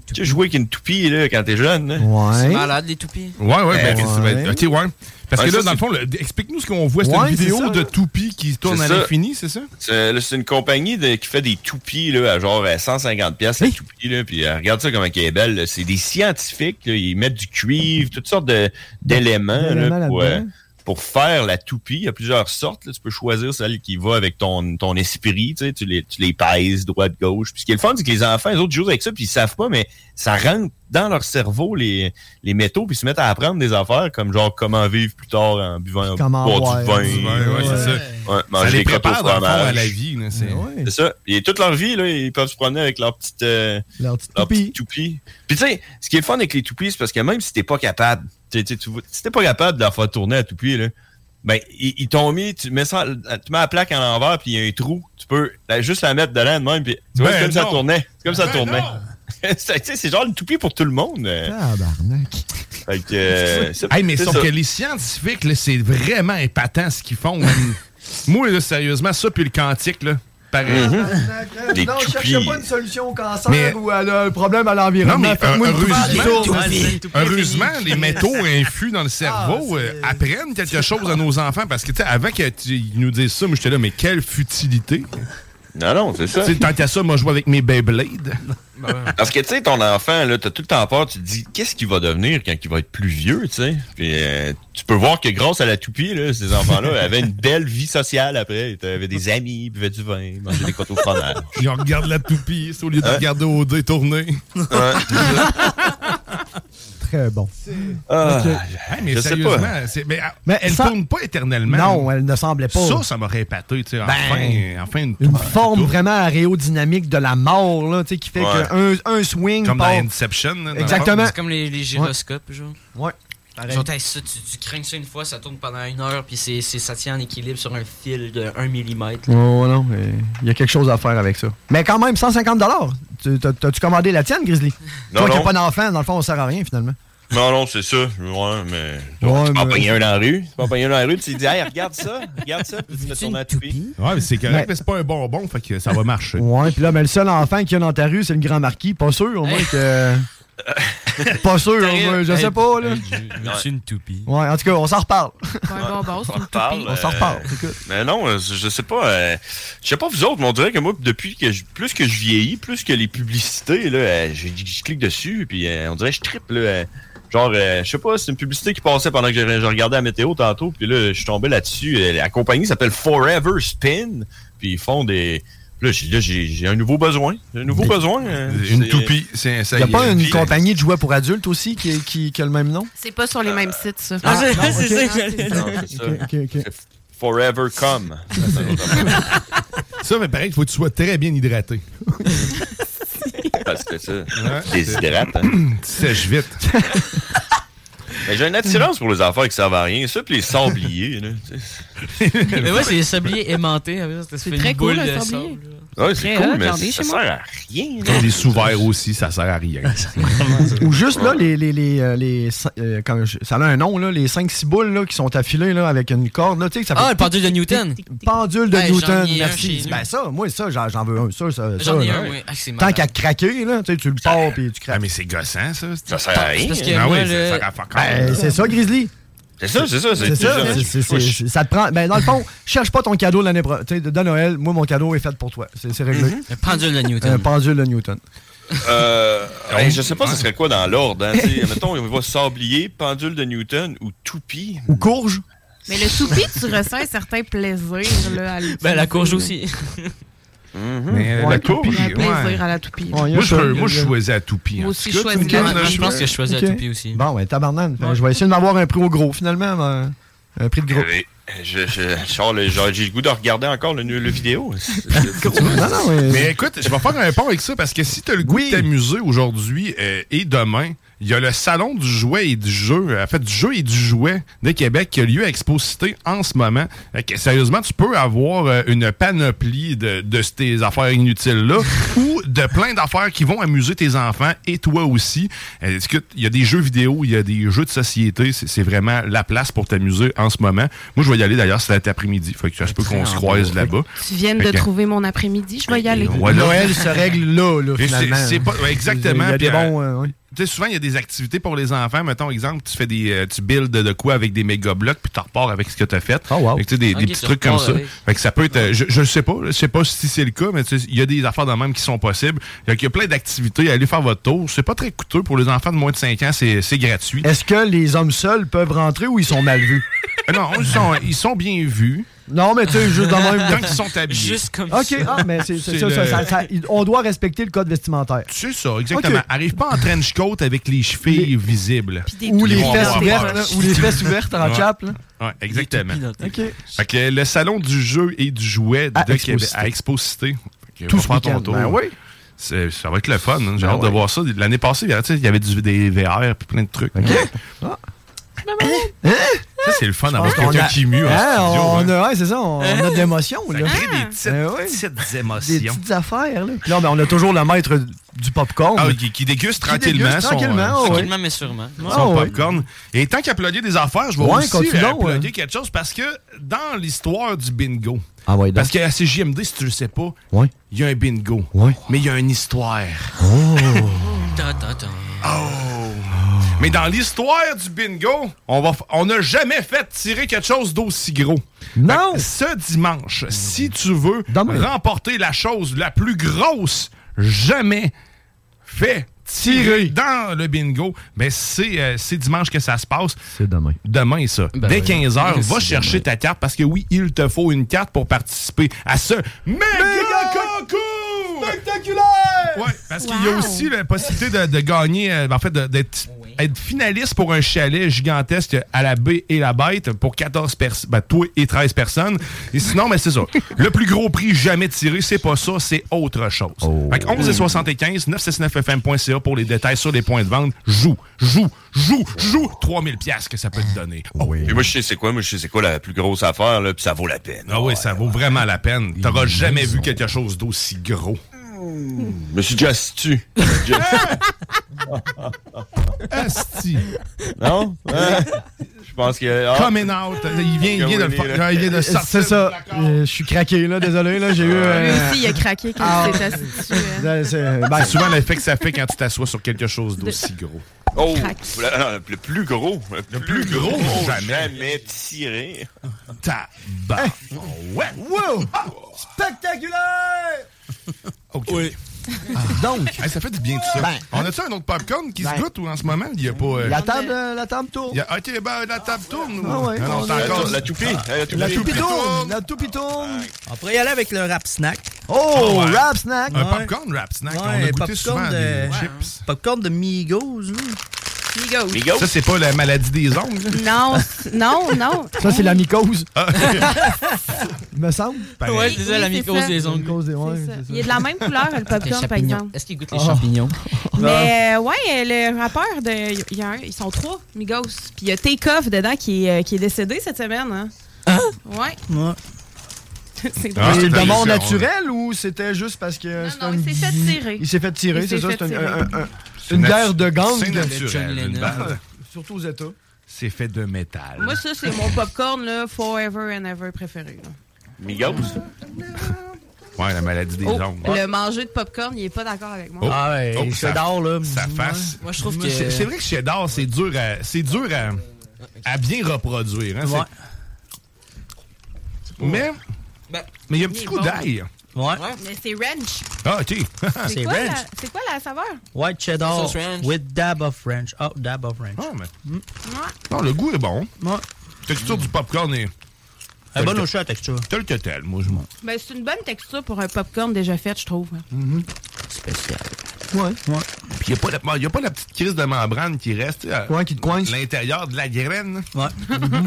S10: déjà joué avec une toupie là, quand t'es jeune? là?
S13: C'est malade, les toupies.
S5: Ouais, ouais, ben, qu'est-ce que tu vas-
S10: Ouais.
S5: ok, ouais. Parce
S10: Ouais,
S5: que là,
S10: ça,
S5: dans le
S10: c'est-
S5: fond, le- explique-nous ce qu'on voit. C'est
S10: Ouais,
S5: une
S10: c'est
S5: vidéo
S10: ça,
S5: de
S10: là.
S5: toupie qui tourne
S10: C'est
S5: à
S10: ça.
S5: l'infini, c'est ça?
S10: C'est là, c'est une compagnie de- qui fait des toupies là, à genre euh, à 150 pièces la toupie là, puis euh, regarde ça comme elle est belle. là. C'est des scientifiques, là, ils mettent du cuivre, toutes sortes de- d'éléments
S18: D'éléments
S10: là, pour,
S18: là-dedans.
S10: euh, pour faire la toupie. Il y a plusieurs sortes. là. Tu peux choisir celle qui va avec ton, ton esprit. Tu, sais, tu les, tu les pèses droite, gauche. Puis ce qui est le fun, c'est que les enfants, les autres ils jouent avec ça, puis ils savent pas, mais ça rentre dans leur cerveau les, les métaux, puis ils se mettent à apprendre des affaires comme genre comment vivre plus tard en buvant
S5: Comment
S10: boire du
S5: boire
S10: vin.
S5: du vin, ouais, c'est ça.
S10: Ouais, manger
S5: ça les
S10: des crottes au
S5: prépare, dans le fond, à
S10: fromage.
S5: la vie. là, c'est-
S10: C'est ça. Et toute leur vie, là, ils peuvent se promener avec leur petite, euh,
S8: leur
S10: petite toupie. Puis tu sais, ce qui est le fun avec les toupies, c'est parce que même si t'es pas capable, tu sais, tu sais, tu vois- si t'es pas capable de leur faire tourner la toupie, là, ben, ils, ils t'ont mis, tu mets, ça, tu mets la plaque à l'envers, puis il y a un trou. Tu peux la- juste la mettre dedans de même, puis tu vois,
S18: Ben
S10: c'est comme ça
S18: non.
S10: tournait. C'est comme ça
S18: Ben
S10: tournait. C'est- tu sais, c'est genre une toupie pour tout le monde. euh. Fait que, euh, c'est-
S5: Hey, mais
S10: c'est
S5: sauf
S10: ça.
S5: que les scientifiques, là, c'est vraiment épatant ce qu'ils font. Moi, là, sérieusement, ça puis le cantique, là, pareil.
S10: Mm-hmm.
S5: Des
S8: non, je cherche
S5: toupies.
S8: pas une solution au cancer
S5: Mais-
S8: ou à le problème à
S5: Non,
S8: l'environnement.
S5: mais
S8: Faites-moi
S5: euh,
S8: une toupie qui tourne.
S5: heureusement, heureusement,
S8: fini.
S5: les métaux hein, infus dans le
S10: Ah,
S5: cerveau euh, apprennent quelque chose à nos enfants. Parce que, tu sais, avant qu'ils nous disent ça, moi, j'étais là, mais quelle futilité.
S10: Non, non, c'est ça.
S5: Tu sais, tant qu'à ça, moi, je joue avec mes Beyblade.
S10: Parce que, tu sais, ton enfant, là, t'as tout le temps peur, tu te dis, qu'est-ce qu'il va devenir quand il va être plus vieux, tu sais? Puis, euh, tu peux voir que grâce à la toupie, là, ces enfants-là avaient une belle vie sociale après. Ils avaient des amis, ils buvaient du vin, ils mangeaient des côtes au fromage.
S5: Puis on regarde la toupie c'est au lieu de regarder au dé tourner.
S8: Très bon.
S5: Ah,
S8: Ok.
S5: hey, mais sérieusement, c'est- mais, ah,
S8: Mais
S5: elle
S8: ça-
S5: tourne pas éternellement.
S8: Non, elle ne semblait pas.
S5: Ça, ça m'aurait épaté, tu sais.
S8: Ben,
S5: enfin, enfin, une,
S8: Une forme vraiment aérodynamique de la mort, là, tu sais, qui fait
S5: Ouais.
S8: qu'un un swing.
S5: Comme dans
S8: part-
S5: Inception. là, dans-
S8: Exactement.
S13: C'est comme les, les gyroscopes, genre.
S8: Ouais.
S13: Genre, t'as ça, tu, tu craignes ça une fois, ça tourne pendant une heure, puis c'est, c'est- ça tient en équilibre sur un fil de 1 mm.
S8: Ouais, ouais, non, mais il y a quelque chose à faire avec ça. Mais quand même, 150 Tu- t'as- T'as-tu commandé la tienne, Grizzly?
S10: Non,
S8: Toi qui n'as
S10: non.
S8: pas d'enfant, dans le fond, on sert à rien, finalement.
S10: Non, non, c'est ça. Ouais, mais. Tu
S8: Ouais,
S10: vas en
S8: mais-
S10: pogner un dans la rue. Tu vas en pogner un dans la rue, tu te dis, hey, regarde ça, regarde ça, puis tu fais tourner la toupie.
S5: Ouais, mais c'est correct,
S8: Mais-
S5: mais c'est pas un bonbon, fait que ça va marcher.
S8: Ouais, puis là, mais le seul enfant qu'il y a dans ta rue, c'est le grand marquis. Pas sûr, au moins que. pas sûr, au moins, je sais pas, là.
S10: C'est une toupie.
S8: Ouais, en tout cas, on s'en reparle.
S12: Un bonbon, c'est
S10: On
S12: une
S10: reparle,
S12: toupie.
S10: euh, Mais non, euh, je sais pas. euh, je sais pas vous autres, mais on dirait que moi, depuis que je, plus que je vieillis, plus que les publicités, là, euh, je, je clique dessus, puis euh, on dirait que je trippe. là, euh, genre, euh, je sais pas, c'est une publicité qui passait pendant que je, je regardais la météo tantôt, puis là, je suis tombé là-dessus. Euh, La compagnie s'appelle Forever Spin, puis ils font des. Là, j'ai- là, j'ai j'ai un nouveau besoin. J'ai Un nouveau besoin. euh,
S5: Une
S10: c'est- euh,
S5: toupie, c'est ça.
S8: Il a
S5: y
S8: pas
S5: est.
S8: une compagnie de jouets pour adultes aussi qui, qui, qui a le même nom?
S12: C'est pas sur les mêmes sites, ça.
S8: Ah, c'est- non, c'est ok. ça
S10: Non, c'est ça.
S8: Ok, ok, ok.
S10: Forever Come.
S5: Ça, mais pareil, il faut que tu sois très bien hydraté.
S10: Parce que ça, tu déshydrates. hein.
S5: tu sèches vite.
S10: Mais Ben, j'ai une attirance pour les affaires qui servent à rien. Ça, puis les sabliers. là, tu sais.
S13: Mais ouais, c'est les sabliers aimantés. avec ça, ça fait
S12: très
S13: une boule
S12: cool, un
S13: de
S12: sablier.
S13: sable, là.
S10: Ouais, c'est
S12: Très
S10: cool,
S12: hot,
S10: mais
S12: regardez
S10: ça
S12: chez
S10: sert
S12: moi.
S10: à rien. là.
S5: Des sous-verts aussi, ça sert à rien.
S8: Ou juste là, les, les, les, euh, les cin- euh, quand je- ça a un nom, là, les 5-6 boules là, qui sont affilées là, avec une corde. Là, tu sais, que ça
S13: Ah,
S8: fait
S13: le pendule de Newton.
S8: Pendule de
S13: Ouais, j'en ai un
S8: Newton,
S13: chez
S8: merci.
S13: nous.
S8: Ben ça, moi, ça, j'en j'en veux un. Ça, ça,
S13: J'en
S8: ça,
S13: ai
S8: là.
S13: un, oui. Ah, c'est
S8: Tant
S13: malade.
S8: qu'à craquer, là, tu sais, tu le pars puis tu craques.
S5: mais c'est gossant, ça. Ça
S10: sert à rien.
S8: C'est parce que
S5: Ah
S8: moi,
S5: oui,
S8: le-
S5: ça sert à fuck all.
S8: Ben, c'est ça, Grizzly.
S10: C'est ça, c'est ça.
S8: C'est ça, c'est- c'est- c'est- c'est- ça te prend. Ben, dans le fond, cherche pas ton cadeau de l'année pro- tu sais, de, de Noël. Moi, mon cadeau est fait pour toi. C'est c'est réglé.
S13: Mhm. Le pendule de Newton.
S8: Un pendule de Newton.
S10: Euh, hey, je sais pas ce serait quoi dans l'ordre. Hein, tu sais. mettons, on va sablier, pendule de Newton ou toupie.
S8: Ou courge.
S12: Mais le toupie, tu ressens un certain plaisir là, à l'utiliser.
S13: Ben, la courge aussi.
S5: Mais, euh,
S13: Ouais,
S5: la toupie,
S12: Il y a un Mhm. plaisir
S5: ouais.
S12: à la toupie.
S8: Ouais, il y a
S5: Moi, je,
S8: ça, il y a-
S5: moi, je
S8: il y a-
S5: choisis à toupie.
S12: Moi
S5: en tout
S12: aussi, je
S5: cas, tu
S12: choisis
S5: me calmes,
S12: à
S5: là,
S13: Ah,
S12: toupie.
S5: suis-
S12: Je pense que je choisis
S13: la
S8: Ok.
S13: toupie aussi.
S8: Bon, ben, tabarnane. Fait que Je vais essayer de m'avoir un prix au gros, finalement. Un, un prix de gros.
S10: Euh, Je, je, Charles, j'ai j'ai le goût de regarder encore le, le vidéo. C'est- c'est-
S5: mais... écoute, je vais faire un pont avec ça parce que si tu as le goût de t'amuser aujourd'hui euh, et demain, il y a le salon du jouet et du jeu, euh, en fait, du jeu et du jouet de Québec qui a lieu à Exposité en ce moment. Fait que, sérieusement, tu peux avoir euh, une panoplie de, de ces affaires inutiles-là ou de plein d'affaires qui vont amuser tes enfants et toi aussi. Euh, écoute, Il y a des jeux vidéo, il y a des jeux de société. C'est c'est vraiment la place pour t'amuser en ce moment. Moi, je vais y aller d'ailleurs cet après-midi. Fait que ça se
S12: Ben,
S5: peut qu'on se croise là-bas.
S12: Tu viens de
S5: Fait que-
S12: trouver mon après-midi, je vais y aller.
S5: Voilà.
S8: Noël se règle là, là,
S5: Mais c'est-
S8: finalement. hein.
S5: c'est pas- ouais, exactement.
S8: Il y a des
S5: Puis, euh,
S8: bons, euh, ouais.
S5: tu sais, souvent, il y a des activités pour les enfants. Mettons, exemple, tu fais des, euh, tu builds de quoi avec des méga blocs, puis tu repars avec ce que tu as fait.
S8: Oh,
S5: Fait que, tu sais, des,
S10: Ok,
S5: des petits
S10: tu
S5: trucs comme
S10: repars
S5: ça.
S10: avec.
S5: Fait que ça peut être, euh, je, je sais pas, je sais pas si c'est le cas, mais tu sais, il y a des affaires de même qui sont possibles. Fait qu'il y a plein d'activités. Allez faire votre tour. C'est pas très coûteux pour les enfants de moins de 5 ans. C'est c'est gratuit.
S8: Est-ce que les hommes seuls peuvent rentrer ou ils sont mal vus?
S5: non, ils sont, ils sont bien vus.
S8: Non, mais tu sais, juste dans le même.
S5: Tant qu'ils sont habillés. Juste comme
S8: OK,
S5: ça.
S8: ah, mais c'est c'est
S5: C'est
S8: ça, ça,
S5: le-
S8: ça- ça- il- On doit respecter le code vestimentaire.
S5: C'est ça, exactement.
S8: Ok.
S5: Arrive pas en trench coat avec les chevilles visibles.
S8: des Ou les
S5: Ils vont
S8: fesses
S5: avoir
S8: ouvertes,
S5: peur.
S8: là, ou les fesses ouvertes en
S5: Ouais.
S8: chape, là.
S5: Ouais, exactement.
S8: OK.
S5: Fait que le salon du jeu et du jouet
S8: À
S5: de
S8: Expo
S5: Québec,
S8: Cité.
S5: à Expo Cité. Fait que
S8: Tout
S5: on va
S8: ce
S5: faire ton
S8: week-end.
S5: tour.
S8: Ben oui.
S5: C'est- Ça va être le fun. hein. J'ai
S8: Ben
S5: hâte de
S8: ouais.
S5: voir ça. L'année passée, tu sais, il y avait du, des VR puis plein de trucs. Ça, c'est le fun d'avoir
S8: Parce Ah. qu'on
S5: quelqu'un
S8: a-
S5: qui mue en
S8: Hein,
S5: studio.
S8: on
S5: hein.
S8: a- ouais, c'est ça, on, on a de l'émotion.
S5: Ça
S8: là.
S5: crée des petites,
S8: Ben oui.
S5: petites
S8: Des
S5: émotions.
S12: Ah!
S8: petites affaires, là. Puis là, ben, on a toujours le maître du popcorn.
S5: Ah, qui, qui déguste tranquillement.
S8: déguste
S5: son, euh,
S8: tranquillement,
S5: son-
S8: ouais.
S13: Tranquillement, mais sûrement.
S5: son
S8: Ah, ouais.
S5: popcorn. Et tant qu'à plugger des affaires, je vais
S8: Ouais,
S5: aussi
S8: continue
S5: euh,
S8: donc, hein.
S5: plugger
S8: ouais.
S5: quelque chose parce que dans l'histoire du bingo,
S8: Ah ouais, donc.
S5: parce qu'à CJMD, si tu le sais pas, il
S8: Ouais.
S5: y a un bingo, mais il y a une histoire.
S8: Oh.
S13: Ta, ta, ta.
S5: Oh. Mais dans l'histoire du bingo, on va, f- on n'a jamais fait tirer quelque chose d'aussi gros.
S8: Non.
S5: Ce dimanche, si tu veux remporter la chose la plus grosse jamais fait tirer dans le bingo, ben c'est euh, c'est dimanche que ça se passe.
S8: C'est demain.
S5: Demain, ça.
S8: Ben
S5: Dès
S8: oui.
S5: 15h, va
S8: C'est
S5: chercher ta carte parce que oui, il te faut une carte pour participer à ce méga concours! Spectaculaire! Ouais, parce qu'il y a aussi la possibilité de, de gagner, euh, en fait, de- d'être être finaliste pour un chalet gigantesque à la baie et la bête pour 14 personnes, toi et 13 personnes. Et sinon, ben, c'est ça. Le plus gros prix jamais tiré, c'est pas ça, c'est autre chose. Fait que 11 et 75, 969fm.ca pour les détails sur les points de vente. Joue, joue, joue, joue 3000 pièces que ça peut te donner. Oh,
S10: Puis moi, je sais c'est quoi, moi, je sais c'est quoi la plus grosse affaire, là, puis ça vaut la peine.
S5: Ah oui, ça vaut vraiment la peine. T'auras jamais vu quelque chose d'aussi gros.
S10: Je me suis déjà assistu.
S5: Ah! Asti.
S10: non? Hein? Je pense que. ah.
S5: Coming out. Il vient, il vient de, le fa- il vient de sortir.
S8: C'est ça. Euh, Je suis craqué, là, désolé, là, j'ai eu. euh,
S12: Lui aussi, il a craqué quand
S8: Ah.
S12: il s'est assis.
S8: euh, c'est- ben,
S5: C'est souvent l'effet que ça fait quand tu t'assois sur quelque chose d'aussi gros.
S10: Oh! Le, non, le plus gros. Le plus,
S5: gros jamais.
S10: jamais. tiré.
S5: Ta barre. Ouais. Wow!
S8: Spectaculaire!
S5: OK. Ah.
S8: Donc.
S5: ça fait du bien tout ça.
S8: Ben.
S5: On a-tu un autre popcorn qui
S8: Ben.
S5: se goûte ou en ce moment, il n'y a pas. euh,
S8: La table, euh, la table tourne.
S5: il y a- OK, ben la table tourne. ou-
S8: Ah ouais.
S5: Non, non,
S8: On a-
S5: t'as encore. Ah.
S10: La toupie. La toupie.
S8: La toupie tourne.
S5: tourne.
S8: La toupie tourne.
S14: On pourrait y aller avec le rap snack.
S8: Oh,
S14: ouais.
S8: rap snack.
S5: Ah Un
S14: Ouais.
S5: popcorn rap snack. on
S14: Ouais,
S5: a goûté
S14: popcorn
S5: souvent à
S14: de-
S5: des
S14: Ouais,
S5: chips.
S14: Popcorn de Migos.
S12: Migos.
S5: Ça, c'est pas la maladie des ongles. là?
S12: Non, c- non, non.
S8: Ça, c'est la mycose.
S5: Ah.
S8: Il me semble.
S5: Pareil.
S13: Ouais, je disais la
S12: oui, c'est
S13: mycose
S12: ça.
S13: des ongles.
S8: Mycose des- ouais, c'est ça.
S12: Il est de la même couleur, le popcorn, par exemple.
S13: Ah, Est-ce qu'il goûte les
S8: Ah.
S13: champignons?
S12: Mais euh, ouais, euh, le rappeur de. il y a un- ils sont trois, Migos. Puis il y a Takeoff dedans qui est, euh, qui est décédé cette semaine. Hein?
S14: Hein?
S12: Ouais.
S14: Ouais.
S5: Ah,
S12: c'est
S8: Mais
S12: drôle.
S8: c'est de mort naturelle ou c'était juste parce que. Non,
S12: il s'est fait tirer.
S8: Il s'est fait tirer,
S12: Il
S8: c'est
S12: s'est
S8: ça.
S12: fait
S8: C'est une,
S12: tirer.
S8: un- un- un- une guerre de gang.
S5: C'est naturel, une balle.
S8: Surtout aux États.
S5: C'est fait de métal.
S12: Moi, ça, c'est mon popcorn, là, forever and ever préféré. là.
S10: Migos?
S5: Ouais, la maladie des
S12: Oh,
S5: ondes.
S12: le manger de popcorn, il est pas d'accord avec moi.
S5: Oh, oh,
S12: c'est
S5: sa- Sa face.
S12: Moi, je trouve que-
S5: C'est c'est vrai que cheddar, c'est dur à, c'est dur à, à bien reproduire. hein, c'est- Mais, mais il y a un petit coup d'ail.
S14: Ouais.
S12: Mais c'est ranch.
S5: Ah, OK.
S12: C'est quoi, la- c'est quoi la saveur?
S14: White cheddar
S12: Sauce ranch.
S14: with dab of French. Oh, dab of French.
S5: Ah, Non, le goût est bon. Texture du popcorn est.
S14: Elle est bonne au
S5: chat, texture. Tel que tel, moi, je m'en.
S12: Ben, c'est une bonne texture pour un popcorn déjà fait, je trouve.
S5: Spécial.
S8: Ouais, ouais.
S5: Puis il n'y a, pas la- y a pas la petite crise de membrane qui reste. euh,
S8: Ouais, qui te coince.
S5: L'intérieur de la graine.
S14: Ouais.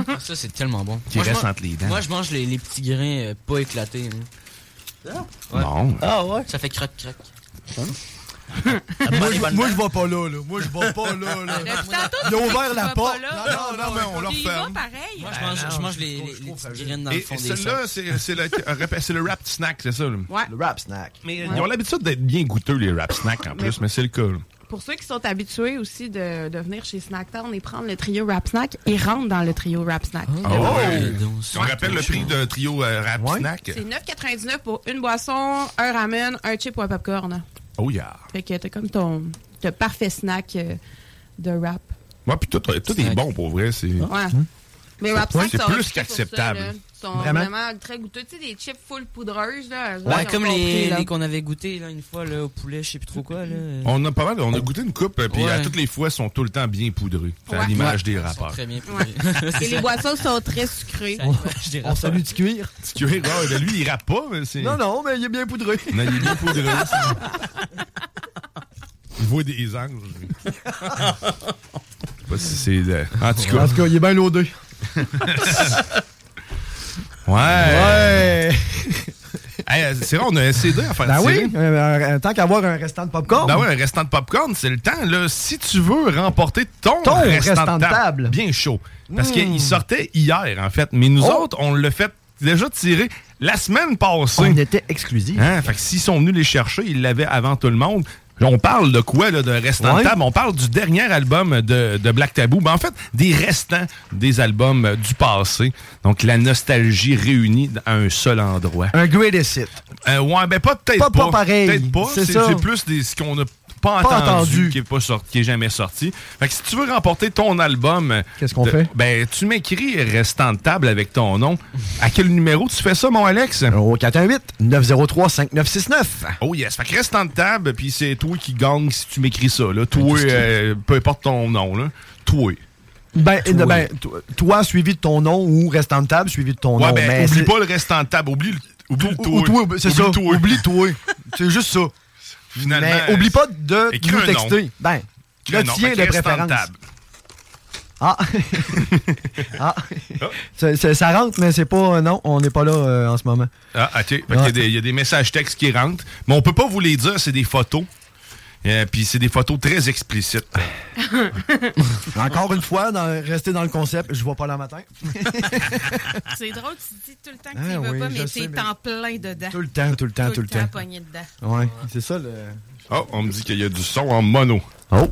S13: Ah, Ça, c'est tellement bon.
S5: Qui
S13: Moi, je
S5: reste
S13: mange-
S5: entre les dents.
S13: Moi, je mange les, les petits grains euh, pas éclatés. hein.
S5: Bon.
S14: Ah ouais?
S13: Ça fait crac crac.
S8: Moi, je- moi, je vais pas là, là. Moi, je vais pas là, là. Ils ont ouvert la porte. Non, non, non, mais on leur ferme. Ah,
S12: pareil.
S13: Moi, je mange, je mange les, les, les petites graines dans
S5: Et,
S13: le fond
S5: et
S13: des
S5: celui-là,
S13: sacs.
S5: c'est c'est le, un rap- c'est le wrap snack, c'est ça? là?
S12: Ouais. Le
S8: wrap snack.
S5: Mais
S12: Ouais.
S5: ils ont l'habitude d'être bien goûteux, les wrap snacks, en plus, mais c'est le cas. là.
S12: Pour ceux qui sont habitués aussi de, de venir chez Snacktown et prendre le trio Rap Snack, ils rentrent dans le trio Rap Snack.
S5: Oh, Ah ouais. On rappelle le prix d'un trio euh, rap snack.
S12: C'est 9,99 pour une boisson, un ramen, un chip ou un popcorn.
S5: Oh yeah.
S12: Fait que t'as comme ton, ton parfait snack euh, de rap.
S5: Ouais, puis tout, euh, tout est bon pour vrai. C'est
S12: Ouais.
S8: Hein?
S12: Mais rap
S5: Ouais,
S12: snack,
S5: c'est
S12: sont
S5: plus
S12: réputés pour
S5: qu'acceptable.
S12: ça, là. Ils sont
S13: Vraiment?
S12: vraiment? très goûteux. Tu sais, des chips full poudreuses. Là,
S13: Ouais,
S12: Ils sont
S13: comme
S12: compris,
S13: les,
S12: là.
S13: les qu'on avait goûté là, une fois là, au poulet, je sais plus trop quoi. Là.
S5: On a pas mal, on a goûté une coupe, euh, puis
S13: Ouais.
S5: à toutes les fois, ils sont tout le temps bien poudreux. C'est à
S13: Ouais.
S5: l'image
S13: Ouais.
S5: des
S13: Ils sont
S5: rappeurs.
S13: très bien
S12: Ouais. Et les boissons sont très sucrées.
S8: On salue du cuir.
S5: Tu vois, ouais, ben lui, il rappe pas, mais c'est.
S8: Non, non, mais il est bien poudré.
S5: Non, il est bien poudreux. c'est- Il voit des anges. lui. Je sais pas si c'est. de- En tout cas.
S8: En tout cas, il est bien loadé.
S5: Ouais.
S8: Ouais.
S5: Hey, euh, c'est vrai, on a un CD à faire
S8: Ben
S5: tirer.
S8: oui, euh, euh, tant qu'avoir un restant de popcorn.
S5: Ben ouais, un restant de popcorn, c'est le temps. Là, si tu veux remporter ton,
S8: Ton restant de table.
S5: bien chaud. Parce
S8: Mm.
S5: qu'il sortait hier, en fait. Mais nous
S8: Oh.
S5: autres, on l'a fait déjà tirer la semaine passée.
S8: On était exclusif.
S5: Hein, Fait que s'ils sont venus les chercher, ils l'avaient avant tout le monde. Là, On parle de quoi, là, de restant
S8: Ouais.
S5: de table? On parle du dernier album de, de Black Tabou. Ben, en fait, des restants des albums euh, du passé. Donc, la nostalgie réunie à un seul endroit.
S8: Un greatest hit.
S5: Euh, ouais, ben pas peut-être
S8: Pas-
S5: pas.
S8: pas pareil.
S5: Peut-être pas.
S8: C'est
S5: C'est
S8: ça.
S5: c'est plus des, ce qu'on n'a pas,
S8: Pas
S5: entendu,
S8: entendu.
S5: qui est pas sorti, qui est jamais sorti. Fait que si tu veux remporter ton album, euh,
S8: qu'est-ce qu'on fait?
S5: Ben tu m'écris restant de table avec ton nom. À quel numéro tu fais ça, mon Alex
S8: Au 418-903-5969.
S5: Oh yes, fait que restant de table, puis c'est toi qui gagne si tu m'écris ça. Là. Toi, euh, peu importe ton nom, là. toi.
S8: Ben,
S5: Toi.
S8: ben, to- toi, suivi de ton nom ou restant de table, suivi de ton
S5: ouais,
S8: nom.
S5: ben
S8: mais
S5: oublie
S8: c'est-
S5: pas le restant de table, oublie, le- oublie le
S8: Ou- ou
S5: toi.
S8: toi, ben, c'est ça.
S5: le toi.
S8: Oublie-toi. c'est juste ça.
S5: Finalement,
S8: mais oublie pas
S5: euh,
S8: de
S5: écris
S8: nous
S5: un nom.
S8: texter. Ben,
S5: Écris un
S8: le
S5: nom.
S8: tien
S5: Fait que
S8: de
S5: restant
S8: préférence.
S5: table.
S8: Ah! ah! Ça, ça- ça rentre, mais c'est pas. Non, on n'est pas là euh, en ce moment.
S5: Ah, OK. Fait qu'il y a des- Il y, a des messages textes qui rentrent. Mais on peut pas vous les dire, c'est des photos. Euh, Puis c'est des photos très explicites.
S8: Encore une fois, dans- rester dans le concept, je vois pas le matin.
S12: C'est drôle, tu dis tout le temps que tu
S8: Ah
S12: y vas
S8: oui,
S12: pas,
S8: je
S12: mais
S8: sais,
S12: t'es
S8: mais-
S12: en plein dedans.
S8: Tout le temps, tout le temps, tout le temps.
S12: pogné dedans.
S8: Ouais, c'est ça le.
S5: Oh, on me dit qu'il y a du son en mono.
S8: Oh.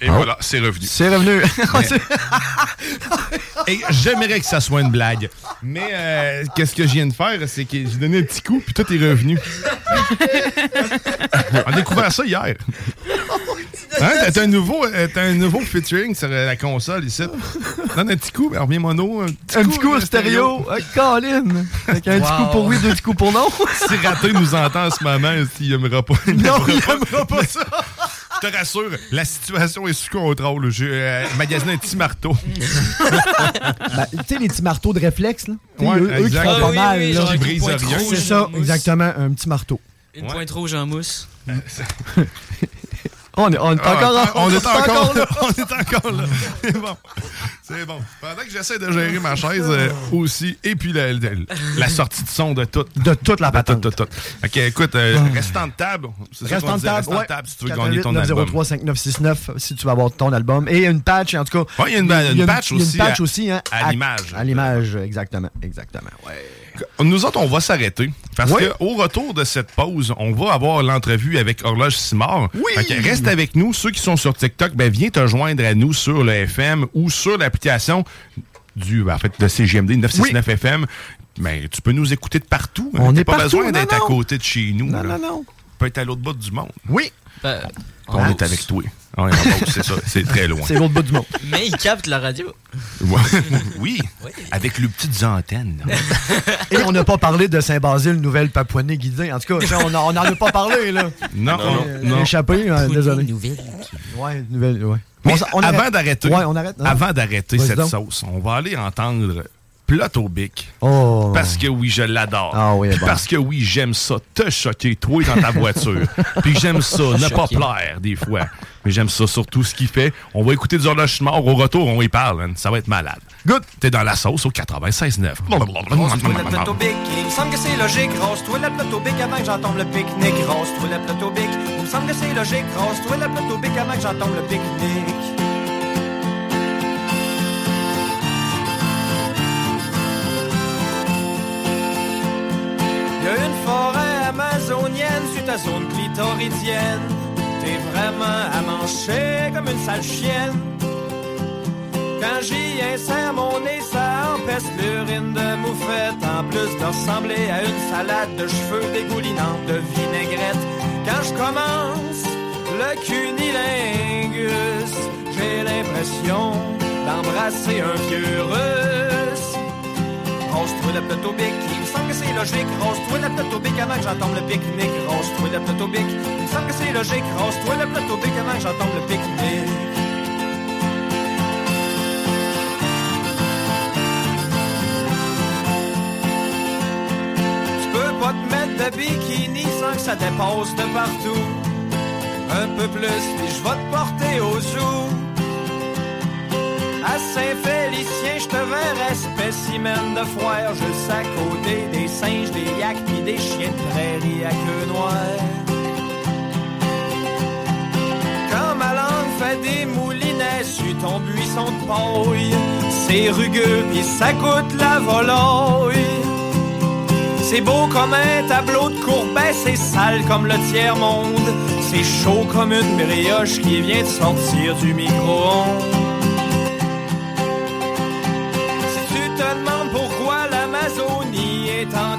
S5: et
S8: Oh.
S5: voilà, c'est revenu.
S8: C'est revenu. Ah,
S5: Et j'aimerais que ça soit une blague. Mais euh, qu'est-ce que je viens de faire, c'est que j'ai donné un petit coup, puis tout est revenu. On a découvert ça hier. Hein, t'as un nouveau, euh, t'as un nouveau featuring sur euh, la console ici. Donne un petit coup, ben, reviens mono. Un petit
S8: Un
S5: coup,
S8: petit coup
S5: euh,
S8: stéréo. Ah, Colin! Fait qu'un petit
S5: Wow.
S8: coup pour oui, deux petits coups pour non.
S5: Si Raté nous entend en ce moment, il aimera pas.
S8: Non, il aimera pas ça.
S5: Je te rassure, la situation est sous contrôle. J'ai euh, magasiné un petit marteau.
S8: Ben, tu sais, les petits marteaux de réflexe, là. Tu sais,
S5: Bah, Ouais,
S8: eux, eux qui font
S5: exact. Ah
S8: pas
S5: oui,
S8: mal.
S5: oui,
S8: là.
S5: genre Qui brisent une pointe rien. rouge,
S8: C'est ça,
S5: une mousse.
S8: exactement, un petit marteau.
S13: Une pointe rouge en mousse.
S8: On est, on est
S5: Ah,
S8: encore,
S5: on est encore là.
S8: On
S5: est encore là. C'est bon. C'est bon. Pendant que j'essaie de gérer ma chaise euh, aussi, et puis la, la- la sortie de son de tout.
S8: De toute la
S5: patente. De tout, tout, tout. Ok, écoute, euh,
S8: Ah.
S5: restant de table. C'est ça
S8: Restant
S5: qu'on
S8: de
S5: disait,
S8: table,
S5: restant de
S8: ouais.
S5: table si tu veux gagner ton album.
S8: 903 5969 si tu vas avoir ton album. Et une patch, en tout cas.
S5: Ouais, il y a une- une patch
S8: il y a
S5: aussi
S8: Une patch
S5: à-
S8: aussi, hein,
S5: à l'image.
S8: À l'image, exactement. Exactement, ouais.
S5: Nous autres, on va s'arrêter. Parce qu'au retour de cette pause, on va avoir l'entrevue avec Horloge Simard.
S18: Oui!
S5: Fait que reste avec nous. Ceux qui sont sur TikTok, ben, viens te joindre à nous sur le FM ou sur l'application du, ben, en fait, de CGMD 969 FM. Mais Ben, tu peux nous écouter de partout. hein.
S8: On
S5: T'as
S8: est
S5: pas
S8: partout.
S5: besoin
S8: Non,
S5: d'être à
S8: non.
S5: côté de chez nous.
S8: Non, non,
S5: là.
S8: non.
S5: Tu peux être à l'autre bout du monde.
S8: Oui.
S5: On est avec toi. Ouais, en Beauce, c'est ça. C'est très loin.
S8: C'est l'autre bout du monde.
S13: Mais il capte la radio.
S5: Ouais. oui. Avec les petites antennes.
S8: Et on n'a pas parlé de Saint-Basile, nouvelle Papouané-Guinée. En tout cas, ça, on n'en a pas parlé, là.
S5: Non, non,
S8: Euh,
S5: non.
S8: Échappé, hein, désolé. Ouais, nouvelle, ouais.
S5: Mais
S8: On s- on
S5: avant
S8: arrête.
S5: d'arrêter,
S8: Ouais, on arrête, non?
S5: avant d'arrêter
S8: Vas-y
S5: cette
S8: donc.
S5: sauce, on va aller entendre Plot au bic.
S8: Oh. Ah
S5: Parce que oui, je l'adore.
S8: oui,
S5: Puis
S8: bon.
S5: Parce que oui, j'aime ça, te choquer, toi, dans ta voiture. Puis j'aime ça, ne pas
S8: Choquer.
S5: plaire, des fois. Mais j'aime ça, surtout ce qu'il fait. On va écouter du horloge mort. Au retour, on y parle. hein. Ça va être malade. Good. T'es dans la sauce au 96.9.
S6: Rose-toi la plateau bic, il me semble que c'est logique. Rose-toi la plateau bic avant que j'entende le pique-nique. Rose-toi la plateau bic, il me semble que c'est logique. Rose-toi la plateau bic avant que j'entende le pique-nique. Il y a une forêt amazonienne sur ta zone clitoridienne. T'es vraiment à manger comme une sale chienne. Quand j'y insère mon nez, ça empeste l'urine de moufette. En plus de ressembler à une salade de cheveux dégoulinante de vinaigrette. Quand je commence le cunilingus, j'ai l'impression d'embrasser un vieux russe. Rose-toi le plateau bic, il me semble que c'est logique. Rose-toi le plateau bic avant que j'entende le pique-nique. Rose-toi le plateau bic, il me semble que c'est logique. Rose-toi le plateau bic avant que j'entende le pique-nique. Tu peux pas te mettre de bikini sans que ça dépasse de partout. Un peu plus, puis je vais te porter au zoo. À Saint-Félicien, je te verrai spécimen de foire, juste à côté des singes, des yaks, puis des chiens de prairie à queue noire. Quand ma langue fait des moulinets sur ton buisson de paille, c'est rugueux, puis ça coûte la volaille. C'est beau comme un tableau de Courbet, c'est sale comme le tiers-monde. C'est chaud comme une brioche qui vient de sortir du micro-ondes. Si tu te demandes pourquoi l'Amazonie est en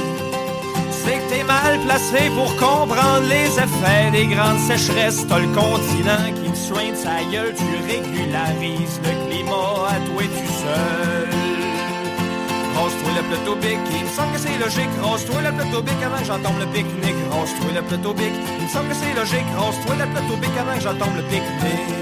S6: C'est que t'es mal placé pour comprendre les effets des grandes sécheresses. T'as le continent qui me soigne sa gueule, tu régularises le climat à toi tout seul. Rose-toi le plateau bic, il me semble que c'est logique. Rose-toi le plateau bic avant que j'entende le pique-nique. Rose-toi le plateau bic, il me semble que c'est logique. Rose-toi le plateau bic avant que j'entende le pique-nique.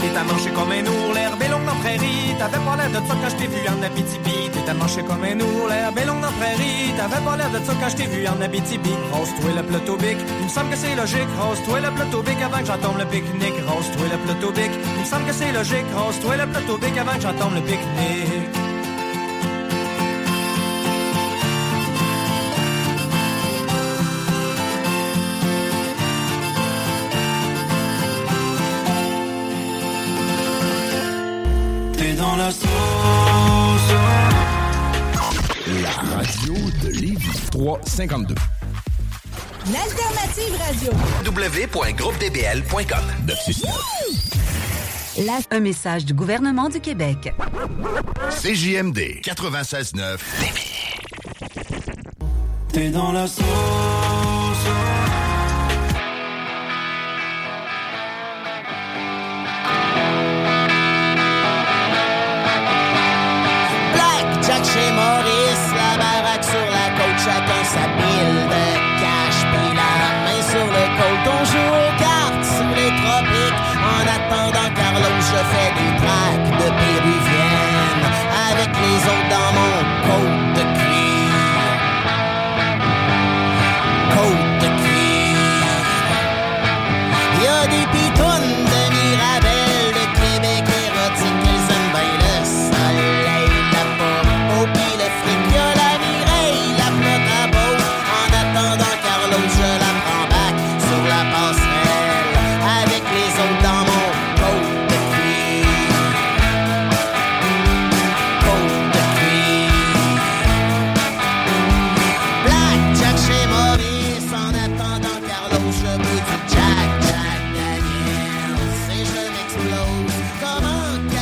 S6: T'es à marcher comme un ours, l'herbe est longue dans la prairie. T'avais pas l'air de ça quand je t'ai vu en Abitibi. T'es à marcher comme un ours, l'herbe est longue dans la prairie. T'avais pas l'air de ça quand je t'ai vu en Abitibi. Rose-toi le plateau bic, il me semble que c'est logique. Rose-toi le plateau bic avant que j'entende le pique-nique. Rose-toi le plateau bic, il me semble que c'est logique. Rose-toi le plateau bic avant que j'entende le pique-nique.
S4: T'es dans la sauce.
S19: La radio de Lévis. 352.
S7: L'alternative radio.
S18: www.groupedbl.com 969.
S19: Un message du gouvernement du Québec.
S18: CJMD 96.9.
S4: T'es dans la sauce.
S20: Black Jack chez Maurice, la baraque sur la côte, chacun sa pile de cash, puis la main sur le côte, on joue aux cartes sur les tropiques. En attendant Carlo, je fais des tracks de péruvienne avec les autres dans mon côte de cuir. Côte de cuir. Il y a des pitounes de Mirabel, de Québec érotique, elles aiment bien le soleil, la peau, au pied le fric, il y a la Mireille, la flotte à beau. En attendant Carlos, je la prends back sur la passerelle, avec les autres dans mon coat de cuir. Coat de cuir. Black Jack chez Maurice, en attendant Carlos, je bois du Jack, Jack Daniels, et je m'explose. Comme en 84,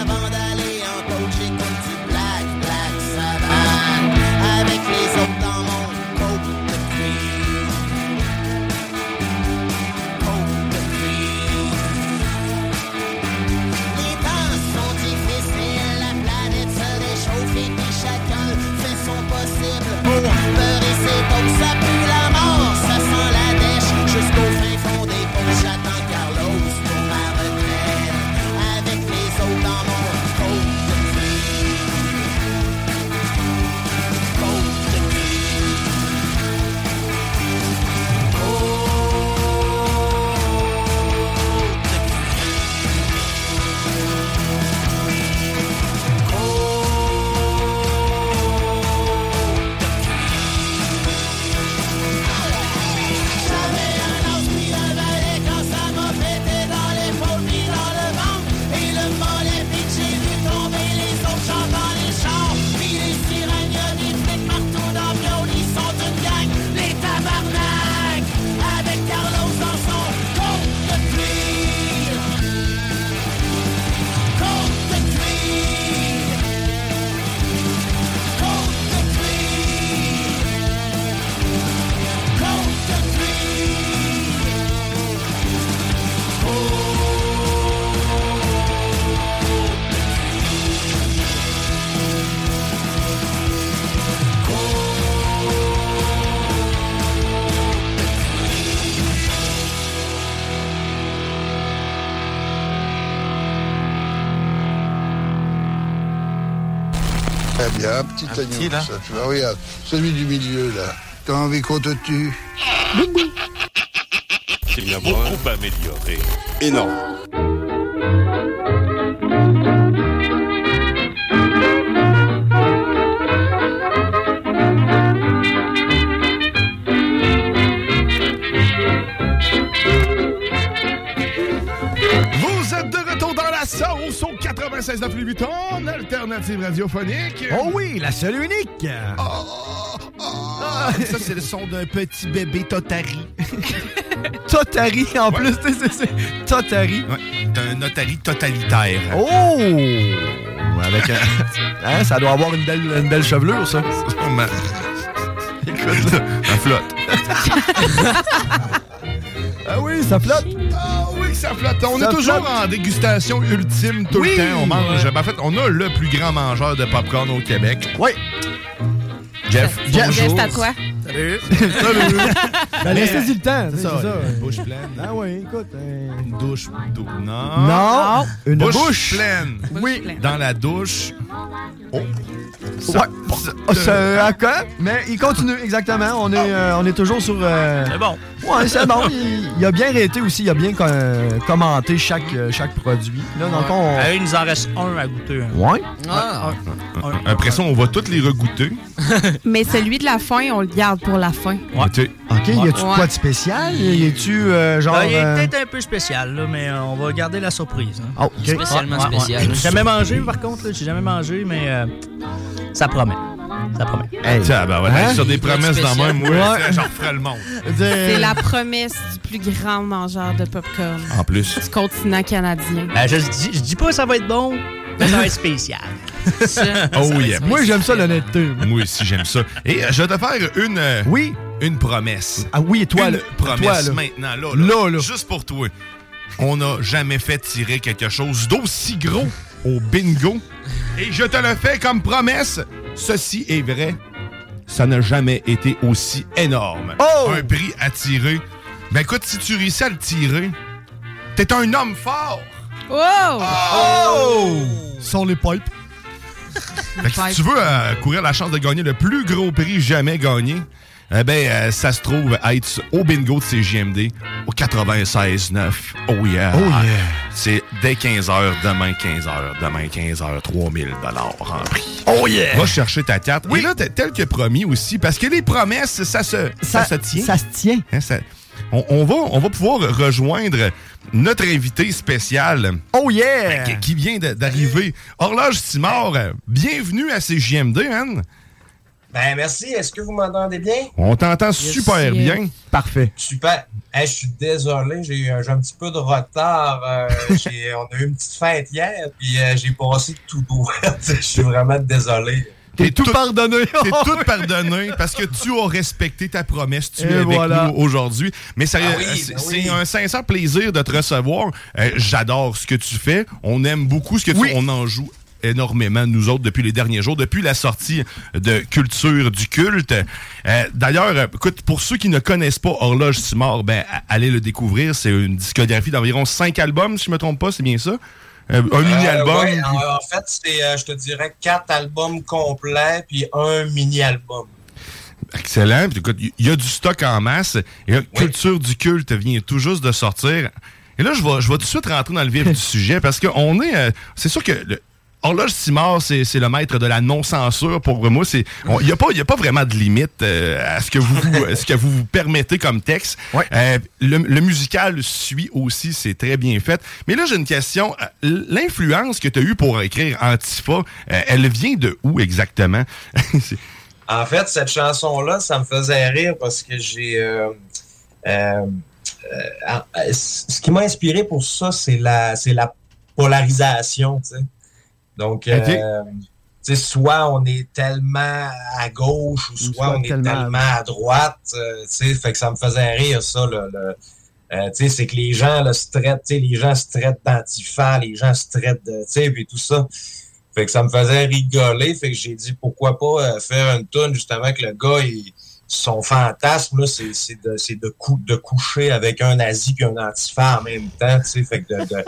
S20: avant d'aller en coach, j'écoute du Black, Black Sabbath, avec les autres dans mon coat de cuir. Coat de cuir. Les temps sont difficiles, la planète se réchauffe et puis chacun fait son possible pour beurrer ses taux. Ça pue la mort, ça sent la dèche jusqu'au fin fond des ponts. J'attends Carlos pour ma retraite avec les autres dans mon coat de cuir. Coat de cuir. Coat de J'avais un os pris dans le balai quand ça m'a pété dans l'épaule puis dans le ventre Et le mollet puis que j'ai vu tomber les autres gens dans les champs Puis les sirènes, y'a des flics partout dans le monde, ils sont une gang Les tabarnak Avec Carlos dans son compte de cuir Compte de cuir Compte de cuir
S17: Très bien, un petit agneau. ça, tu vois, regarde, celui du milieu, là. T'as envie qu'on te tue
S21: Il a beaucoup amélioré. Énorme.
S5: Vous êtes de retour dans la sauce au 96 8 en alternative radiophonique.
S8: Oh oui, la seule unique.
S5: Ah,
S22: Ça, c'est le son d'un petit bébé totari.
S8: Totari, en plus, tu sais, c'est- c'est Totari.
S22: D'un notari totalitaire.
S8: Oh! Avec un... Hein, ça doit avoir une belle, une belle chevelure, ça. Écoute, là.
S5: Ça flotte.
S8: ah oui, ça flotte.
S5: Ah oui, que ça flotte. On
S8: Ça
S5: est toujours
S8: flotte.
S5: en dégustation ultime tout
S8: Oui.
S5: le temps. On mange. ben, en fait, on a le plus grand mangeur de popcorn au Québec.
S8: Oui.
S5: Jeff, bonjour.
S12: à toi.
S22: Salut.
S5: Salut.
S8: Ben, laissez-y le temps.
S22: C'est
S8: tu sais,
S22: ça,
S8: c'est ça.
S22: une bouche pleine.
S8: Ah oui, écoute.
S22: Une
S5: douche d'eau. Non.
S8: Non, une
S5: bouche,
S8: bouche.
S5: pleine.
S8: Oui.
S5: Dans la douche. Oh.
S8: Ouais. Ah, c'est à quoi? Mais il continue, exactement. On est, euh, on est toujours sur. euh,
S14: C'est bon.
S8: Ouais, c'est bon. Il, il a bien raté aussi. Il a bien co- euh, commenté chaque, euh, chaque produit. Là, donc, on.
S14: Ah, il nous en reste un à goûter.
S8: Ouais.
S14: Ah.
S5: Après ça, on va toutes les regoûter.
S12: Mais celui de la fin, on le garde pour la fin.
S5: OK.
S8: OK, y a-tu
S12: Ouais.
S8: quoi de spécial? Y a-tu euh, genre.
S14: Ben, il est
S8: euh,
S14: peut-être un peu spécial, là, mais euh, on va garder la surprise. hein.
S8: Ah, ok. Spécialement spécial.
S14: J'ai jamais mangé, par contre. là, J'ai jamais mangé, mais euh, ça promet. Ça promet.
S5: Tiens, ben voilà,
S14: Hein?
S5: sur des promesses dans
S14: Spécial.
S5: même, moi,
S14: Ouais.
S5: j'en referais le monde.
S12: C'est la promesse du plus grand mangeur de popcorn
S8: Ah,
S5: En plus.
S12: du continent canadien.
S14: Ben, je, dis, je dis pas que ça va être bon, mais ça va être spécial.
S5: Oh yeah.
S14: Moi,
S5: j'aime ça, l'honnêteté. Moi aussi, j'aime ça. Et euh, je vais te faire une... oui? Une promesse. Ah oui,
S8: toi,
S5: Une
S8: là.
S5: promesse
S8: Toi, là.
S5: maintenant, là, là. Juste pour toi. On n'a jamais fait tirer quelque chose d'aussi gros au bingo. Et je te le fais comme promesse. Ceci est vrai. Ça n'a jamais été aussi énorme. Un prix à tirer. Ben écoute, si tu réussis à le tirer, t'es un homme fort.
S12: Oh!
S5: Sans les pipes. Fait que si tu veux euh, courir la chance de gagner le plus gros prix jamais gagné, eh ben, euh, ça se trouve à être au bingo de CGMD au 96.9. Oh yeah!
S22: Oh yeah.
S5: C'est dès 15h, demain 15h, demain 15h, 3000 en prix. Oh yeah! Va chercher ta carte. Oui. Et là, t'es- tel que promis aussi, parce que les promesses, ça se, ça, se tient. Hein, Ça se tient. on, on va, on va pouvoir rejoindre notre invité spécial. Oh yeah! Qui, qui vient de- d'arriver. Horloge Simard, euh, bienvenue à CGMD, Anne.
S23: Ben merci, est-ce que vous m'entendez bien?
S5: On t'entend super bien. euh, Parfait.
S23: Super. Hey, je suis désolé, j'ai eu un, j'ai un petit peu de retard. euh, j'ai- on a eu une petite fête hier, puis euh, j'ai passé tout doux. je suis vraiment désolé.
S5: T'es tout, pardonné. T'es tout pardonné parce que tu as respecté ta promesse. Tu
S23: Et
S5: es avec
S23: voilà.
S5: nous aujourd'hui. Mais ça-
S23: Ah oui,
S5: c'est
S23: ben
S5: c'est un sincère plaisir de te recevoir. Euh, J'adore ce que tu fais. On aime beaucoup ce que tu fais. On en joue énormément, nous autres, depuis les derniers jours, depuis la sortie de Culture du culte. Euh, D'ailleurs, euh, écoute, pour ceux qui ne connaissent pas Horloge Simard, ben, a- allez le découvrir. C'est une discographie d'environ cinq albums, si je me trompe pas, c'est bien ça? Euh, un mini-album.
S23: Euh, ouais, en, en fait, c'est, euh, je te dirais, quatre albums complets, puis un mini-album.
S5: Excellent. Puis, écoute, il y a du stock en masse. Et là, Culture du culte vient tout juste de sortir. Et là, je vais, je vais tout de suite rentrer dans le vif du sujet parce qu'on est. euh, c'est sûr que. le- Horloge Simard, c'est c'est le maître de la non-censure pour moi. c'est- on- Il n'y a, pas- il y a pas vraiment de limite euh, à ce que, vous, à ce que vous vous permettez comme texte. Euh, le, le musical suit aussi, c'est très bien fait. Mais là, j'ai une question. Euh, L'influence que tu as eue pour écrire Antifa, euh, elle vient de où exactement? C'est-
S23: En fait, cette chanson-là, ça me faisait rire parce que j'ai. euh, euh, euh, ah, euh, c- ce qui m'a inspiré pour ça, c'est la, c'est la polarisation, tu sais. Donc, euh,
S2: Ok.
S23: tu sais, soit on est tellement à gauche ou soit, on est tellement, à droite, euh, tu sais. Fait que ça me faisait rire, ça, le. le- euh, tu sais, c'est que les gens là, se traitent, tu sais, les gens se traitent d'antifa, les gens se traitent de, tu sais, puis tout ça. Fait que ça me faisait rigoler. Fait que j'ai dit pourquoi pas euh, faire une tune justement que le gars, il- son fantasme, là, c'est, c'est de, c'est de, cou- de coucher avec un nazi puis un antifa en même temps. tu sais. Fait que de, de,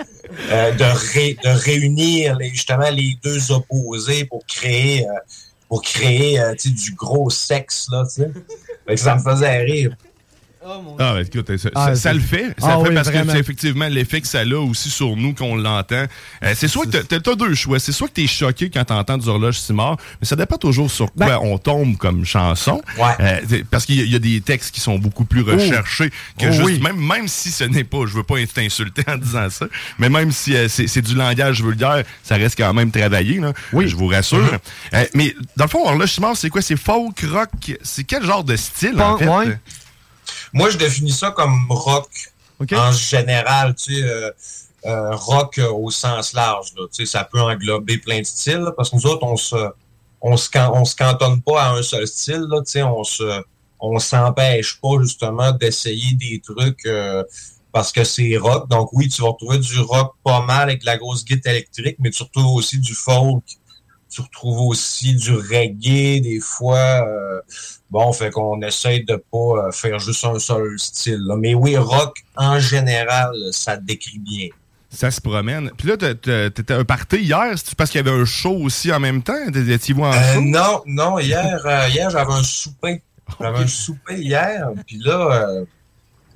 S23: euh, de, ré- de réunir les, justement les deux opposés pour créer, euh, pour créer euh, tu sais, du gros sexe. Là, tu sais. fait que ça me faisait rire.
S5: Ah, ben, écoute, ça,
S23: Ah,
S5: ça- ça
S23: c'est-
S5: le fait. Ça
S23: Ah
S5: le fait
S23: oui,
S5: parce
S23: vraiment.
S5: que c'est effectivement l'effet que ça a aussi sur nous qu'on l'entend. Euh, c'est soit que t'as, t'as deux choix. C'est soit que t'es choqué quand t'entends du horloge Simard, mais ça dépend toujours sur
S23: Ben
S5: quoi on tombe comme chanson. Euh, c'est- parce qu'il y a- il y, a des textes qui sont beaucoup
S23: Oh.
S5: plus recherchés que
S22: Oh
S5: juste,
S22: oui.
S5: même, même si ce n'est pas, je veux pas être insulté en disant ça, mais même si euh, c'est, c'est du langage vulgaire, ça reste quand même travaillé, là. Oui. Je vous rassure.
S23: Mm-hmm.
S5: Euh, mais dans le fond, horloge Simard, c'est quoi? C'est folk, rock? C'est quel genre de style, en fait?
S23: Moi, je définis ça comme rock en général, tu sais, euh, euh, rock euh, au sens large. là. Tu sais, ça peut englober plein de styles, là, parce que nous autres, on se, on se, can- on se cantonne pas à un seul style, là, tu sais, on se, on s'empêche pas justement d'essayer des trucs euh, parce que c'est rock. Donc oui, tu vas retrouver du rock pas mal avec de la grosse guitare électrique, mais tu retrouves aussi du folk, tu retrouves aussi du reggae des fois. euh, bon, fait qu'on essaye de pas euh, faire juste un seul style. là. Mais oui, rock en général, ça décrit bien.
S5: Ça se promène. Puis là, t'as- t'as- t'étais un party hier, c'est parce qu'il y avait un show aussi en même temps? T'étais-tu en
S23: Euh,
S5: show?
S23: non, non, hier, euh, hier j'avais un souper. J'avais un souper hier, puis là, euh,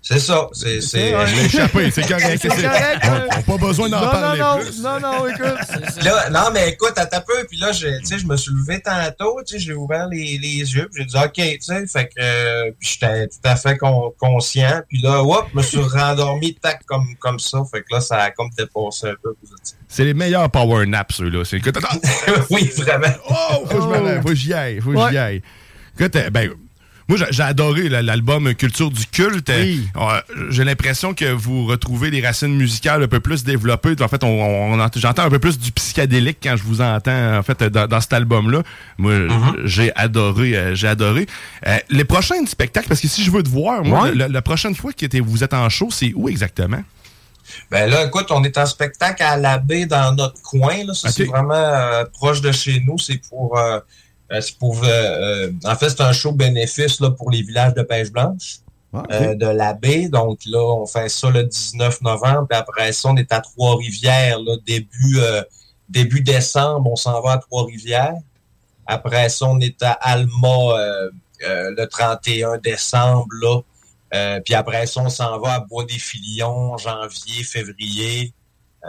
S23: C'est ça. C'est, c'est,
S5: Je l'ai échappé, c'est correct.
S23: C'est correct, euh.
S5: On n'a pas besoin d'en
S23: Non,
S5: parler
S23: non, non.
S5: plus.
S8: Non, non, écoute.
S23: Là, non, mais écoute, attends un peu. Puis là, j'ai- tu sais, je me suis levé tantôt, tu sais, j'ai ouvert les, les yeux, puis j'ai dit OK, tu sais. Fait que euh, puis j'étais tout à fait con- conscient. Puis là, hop, je me suis rendormi, tac, comme, comme ça. Fait que là, ça a comme dépassé un peu.
S5: C'est les meilleurs power naps, ceux-là. C'est que t'attends.
S23: oui, vraiment.
S5: Oh, faut que je me lève, faut que j'y aille, faut que j'y aille. Écoute, euh, ben, moi, j'ai- j'ai adoré la- l'album Culture du culte. Euh, J'ai l'impression que vous retrouvez des racines musicales un peu plus développées. En fait, on, on ent- j'entends un peu plus du psychédélique quand je vous entends en fait dans, dans cet album-là. Moi,
S23: Mm-hmm.
S5: j'ai adoré, euh, j'ai adoré. Euh, les prochains spectacles, parce que si je veux te voir, moi,
S23: Ouais.
S5: la, la prochaine fois que t'es- vous êtes en show, c'est où exactement?
S23: Ben là, écoute, on est en spectacle à la baie dans notre coin. Là. Ça,
S5: Ok.
S23: C'est vraiment euh, proche de chez nous. C'est pour. euh, euh, c'est pour euh, euh, en fait, c'est un show bénéfice là, pour les villages de Pêche Blanche. euh, de la baie. Donc là, on fait ça le 19 novembre. Puis après ça, on est à Trois-Rivières. là, Début, euh, début décembre, on s'en va à Trois-Rivières. Après ça, on est à Alma euh, euh, le 31 décembre. Là. Euh, puis après ça, on s'en va à Bois des Filions, janvier, février.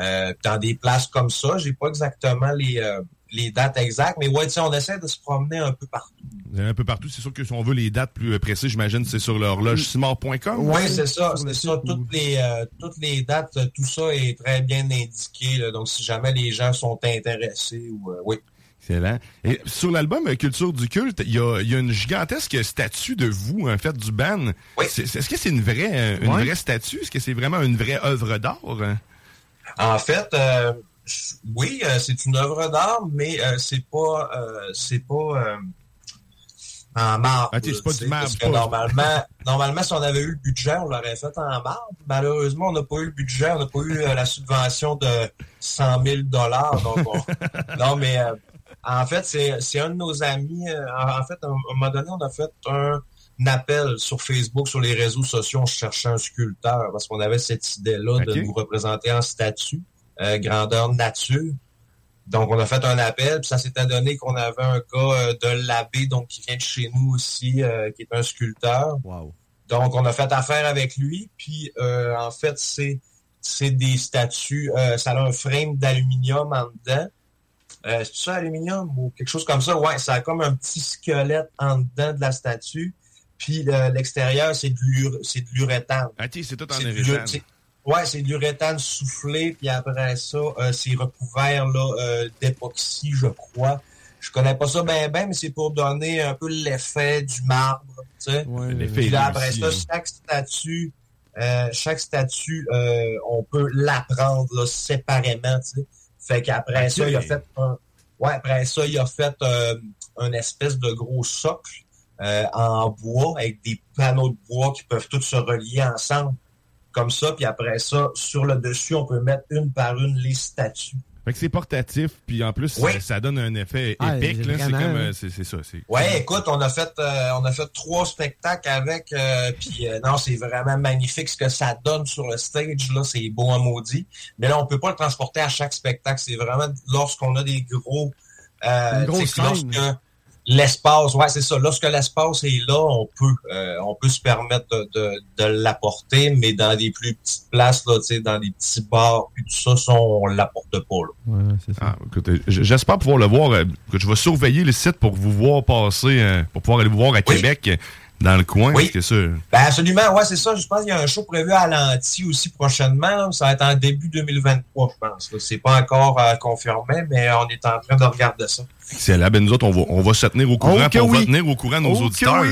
S23: Euh, dans des places comme ça, j'ai pas exactement les, euh, les dates exactes, mais ouais, tu sais, on essaie de se promener un peu partout.
S5: Vous allez un peu partout. C'est sûr que si on veut les dates plus euh, précises, j'imagine c'est sur l'horloge simard.com.
S23: Oui, Mm. c'est ça, c'est ça. Toutes les, euh, toutes les dates, euh, tout ça est très bien indiqué. là. Donc, si jamais les gens sont intéressés ou euh, oui.
S5: Excellent. Et sur l'album euh, Culture du culte, il y a, il y a une gigantesque statue de vous, en fait, du ban. C'est- c'est- Est-ce que c'est une vraie, euh, une
S23: Ouais.
S5: vraie statue? Est-ce que c'est vraiment une vraie œuvre d'art? hein?
S23: En fait, euh, s- oui, euh, c'est une œuvre d'art, mais euh, c'est pas euh, c'est pas euh, en marbre.
S5: Ok,
S23: là, tu
S5: c'est pas du
S23: sais, parce que
S5: marbre, Ah, pas-
S23: normalement, normalement, si on avait eu le budget, on l'aurait fait en marbre. Malheureusement, on n'a pas eu le budget, on n'a pas eu euh, la subvention de 100 000 dollars. Donc, on- non, mais euh, en fait, c'est c'est un de nos amis. euh, en, en fait, à un moment donné, on a fait un appel sur Facebook, sur les réseaux sociaux, on cherchait un sculpteur parce qu'on avait cette idée-là
S5: Ok.
S23: de nous représenter en statue, euh, grandeur nature. Donc, on a fait un appel, puis ça s'était donné qu'on avait un gars euh, de l'abbé, donc qui vient de chez nous aussi, euh, qui est un sculpteur. Donc, on a fait affaire avec lui, puis euh, en fait, c'est c'est des statues, euh, ça a un frame d'aluminium en dedans. Euh, c'est ça, aluminium ou quelque chose comme ça? Ouais, ça a comme un petit squelette en dedans de la statue. Puis euh, l'extérieur, c'est de l'ur- c'est de l'uréthane.
S5: Ah, OK, c'est tout en
S23: de
S5: uréthane.
S23: l'ur- c'est- Ouais, c'est de l'uréthane soufflé, puis après ça, euh, c'est recouvert là, euh, d'époxy, je crois. Je connais pas ça ben ben, mais c'est pour donner un peu l'effet du marbre, tu sais.
S5: l'effet
S23: Puis là,
S5: est
S23: après
S5: réussi,
S23: ça,
S5: hein.
S23: chaque statue, euh, chaque statue, euh, on peut l'apprendre là, séparément, tu sais. Fait qu'après
S5: Ok.
S23: ça, il a fait un... Ouais, après ça, il a fait euh, un espèce de gros socle euh, en bois avec des panneaux de bois qui peuvent tous se relier ensemble comme ça. Puis après ça, sur le dessus, on peut mettre une par une les statues.
S5: Fait que c'est portatif, puis en plus,
S23: Oui.
S5: ça, ça donne un effet
S23: Ah,
S5: épique. là. C'est
S23: vraiment,
S5: comme,
S23: hein.
S5: euh, c'est c'est ça. c'est-
S23: Ouais, écoute, on a fait euh, on a fait trois spectacles avec euh, puis euh, non, c'est vraiment magnifique ce que ça donne sur le stage là, c'est beau à maudit. Mais là, on peut pas le transporter à chaque spectacle, c'est vraiment lorsqu'on a des gros euh,
S8: Une grosse
S23: tu sais,
S8: scène.
S23: lorsque l'espace, ouais, c'est ça, lorsque l'espace est là, on peut euh, on peut se permettre de, de, de l'apporter, mais dans des plus petites places là, tu sais, dans des petits bars puis tout ça, ça on l'apporte pas là.
S5: Ah, écoutez, j- J'espère pouvoir le voir. euh, écoute, Je vais surveiller le site pour vous voir passer, euh, pour pouvoir aller vous voir à Québec, euh, dans le coin. parce que ça-
S23: Ben absolument, ouais, c'est ça. Je pense qu'il y a un show prévu à l'Anti aussi prochainement. là. Ça va être en début 2023, je pense. là. C'est pas encore euh, confirmé, mais on est en train de regarder ça.
S5: Excellent. Ben, nous autres, on va, on va se tenir au courant.
S23: Oh que
S5: puis on va
S23: oui.
S5: tenir au courant nos
S23: Oh que
S5: auditeurs.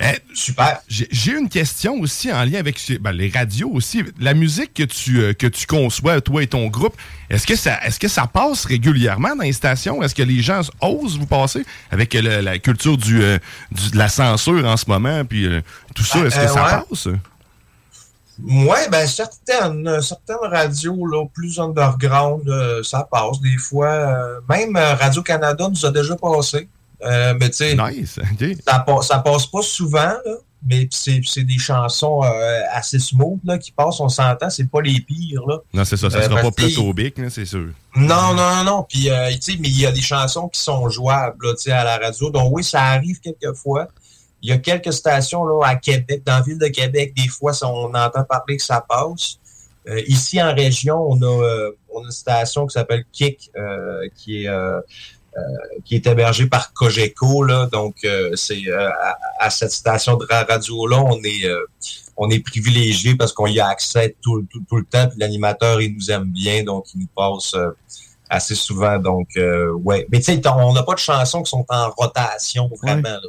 S5: Eh,
S23: oui. Super.
S5: J'ai j'ai une question aussi en lien avec ben, les radios aussi. La musique que tu, euh, que tu conçois, toi et ton groupe, est-ce que, ça, est que ça passe régulièrement dans les stations? Est-ce que les gens osent vous passer avec euh, la, la culture du, euh, du- de la censure en ce moment? Puis euh, tout ça,
S23: Ben,
S5: est-ce que
S23: euh,
S5: ça
S23: ouais.
S5: passe?
S23: Ouais, ben certaines, euh, certaines radios là, plus underground, euh, ça passe des fois. Euh, même euh, Radio-Canada nous a déjà passé. Euh, mais tu sais,
S5: Nice. OK.
S23: ça, pa- ça passe pas souvent, là, mais c'est c'est des chansons euh, assez smooth là, qui passent, on s'entend, c'est pas les pires. Là.
S5: Non, c'est ça. Ça
S23: Euh,
S5: sera pas
S23: parce que-
S5: plutôt big, là, c'est sûr.
S23: Non, non, non, non. Puis, euh, tu sais, mais il y a des chansons qui sont jouables là, tu sais, à la radio. Donc, oui, ça arrive quelquefois. Il y a quelques stations là, à Québec, dans la ville de Québec, des fois, ça, on entend parler que ça passe. Euh, ici, en région, on a, euh, on a une station qui s'appelle Kick, euh, qui est... euh, euh, qui est hébergée par Cogeco, là, donc euh, c'est euh, à, à cette station de ra- radio-là, on est euh, on est privilégié parce qu'on y a accès tout, le- tout- tout le temps, puis l'animateur, il nous aime bien, donc il nous passe euh, assez souvent, donc euh, ouais. Mais tu sais, t'en- on n'a pas de chansons qui sont en rotation, vraiment, là, tu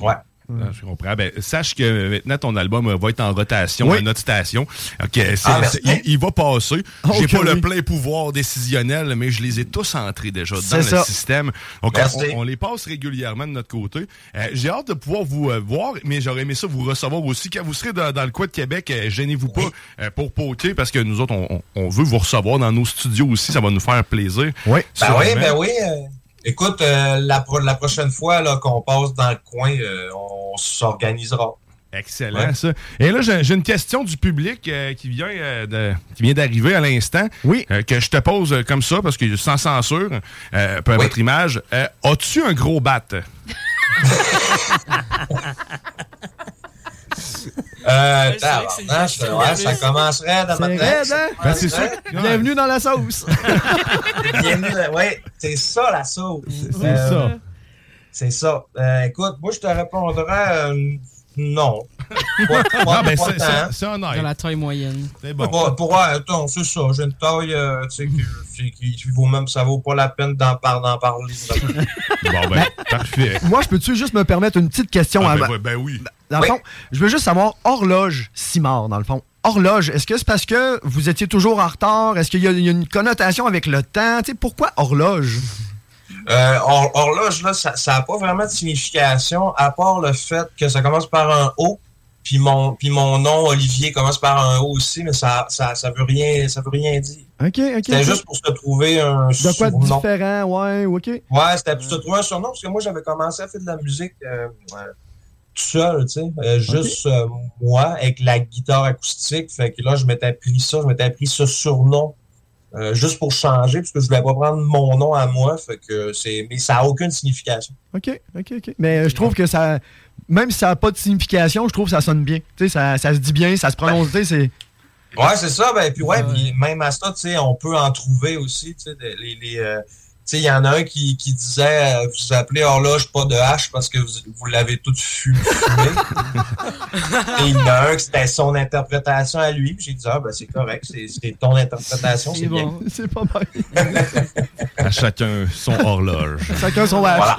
S23: sais. Ouais. Mm.
S5: Ah, je comprends. Ben, sache que euh, maintenant ton album euh, va être en rotation
S23: Oui.
S5: à notre station. Ok, c'est-
S23: Ah, merci.
S5: c'est- il, il va passer. J'ai
S23: Ok,
S5: pas le
S23: oui.
S5: plein pouvoir décisionnel, mais je les ai tous entrés déjà dans
S23: C'est
S5: le
S23: ça.
S5: système. Donc, on-
S23: Merci.
S5: on, on les passe régulièrement de notre côté. Euh, J'ai hâte de pouvoir vous euh, voir, mais j'aurais aimé ça vous recevoir aussi. Quand vous serez dans, dans le coin de Québec, euh, gênez-vous pas euh, pour poker parce que nous autres, on, on- on veut vous recevoir dans nos studios aussi. Ça va nous faire plaisir.
S8: Oui.
S23: Ben oui, ben oui. euh, écoute, euh, la, pro- la prochaine fois là, qu'on passe dans le coin, euh, on s'organisera.
S5: Excellent, ça. Et là, j'ai j'ai une question du public euh, qui vient euh, de- qui vient d'arriver à l'instant.
S8: Oui.
S5: que je te pose euh, comme ça, parce que sans censure, euh, peu à votre image. Euh, As-tu un gros bat?
S23: Euh,
S8: Ouais, c'est vrai que c'est
S23: tabarnache,
S8: juste
S23: ouais,
S8: le
S23: ça
S8: plus.
S23: commencerait dans ma
S8: C'est
S23: tête.
S8: raide, hein? Ben, c'est sûr. Bienvenue dans la sauce.
S23: Bienvenue, euh, ouais, c'est ça la sauce. Euh,
S8: c'est ça.
S23: C'est ça. Euh, écoute, moi je te répondrais euh, non. Pas- pas-
S5: Non, ben,
S23: pas
S5: c'est-
S23: tant.
S12: hein.
S5: c'est- c'est honnête.
S23: Dans la
S13: taille moyenne.
S5: C'est
S23: Bon. Pour, pour- attends, c'est ça. J'ai une taille euh, tu sais, qui, qui- qui- qui vaut même, ça vaut pas la peine d'en par- d'en parler.
S5: bon, ben, parfait.
S8: Moi, je peux-tu juste me permettre une petite question
S5: Ah, ben,
S8: avant?
S5: ouais, ben oui.
S8: Dans le fond, je veux juste savoir, horloge Simard, dans le fond. Horloge, est-ce que c'est parce que vous étiez toujours en retard? Est-ce qu'il y a il y a une connotation avec le temps? Tu sais, pourquoi horloge?
S23: Euh, hor- horloge, là, ça n'a pas vraiment de signification, à part le fait que ça commence par un O, puis mon, puis mon nom, Olivier, commence par un O aussi, mais ça ça, ça veut, rien, ça veut rien dire.
S8: OK, OK.
S23: C'était
S8: ok.
S23: juste pour se trouver un
S8: De quoi de
S23: surnom.
S8: différent, ouais, OK.
S23: Ouais, c'était pour se trouver un surnom, parce que moi, j'avais commencé à faire de la musique euh, euh, tout seul, tu sais, euh, juste euh, moi, avec la guitare acoustique. Fait que là, je m'étais pris ça, je m'étais pris ce surnom euh, juste pour changer, parce que je voulais pas prendre mon nom à moi. Fait que c'est, mais ça a aucune signification.
S8: OK, OK, OK. Mais euh, je trouve que ça. Même si ça n'a pas de signification, je trouve que ça sonne bien. Tu sais, ça, ça se dit bien, ça se prononce, tu sais, c'est.
S23: Ouais, c'est ça. Ben, puis ouais, puis même à ça, tu sais, on peut en trouver aussi, tu sais, des- les. les, euh, tu sais, il y en a un qui, qui disait euh, Vous appelez horloge pas de hache parce que vous, vous l'avez toute fu- fumée. Et il y en a un que c'était son interprétation à lui. Puis J'ai dit Ah, ben c'est correct, c'est c'est ton interprétation, c'est bien.
S8: C'est pas mal.
S5: À chacun son horloge.
S8: Chacun son âge.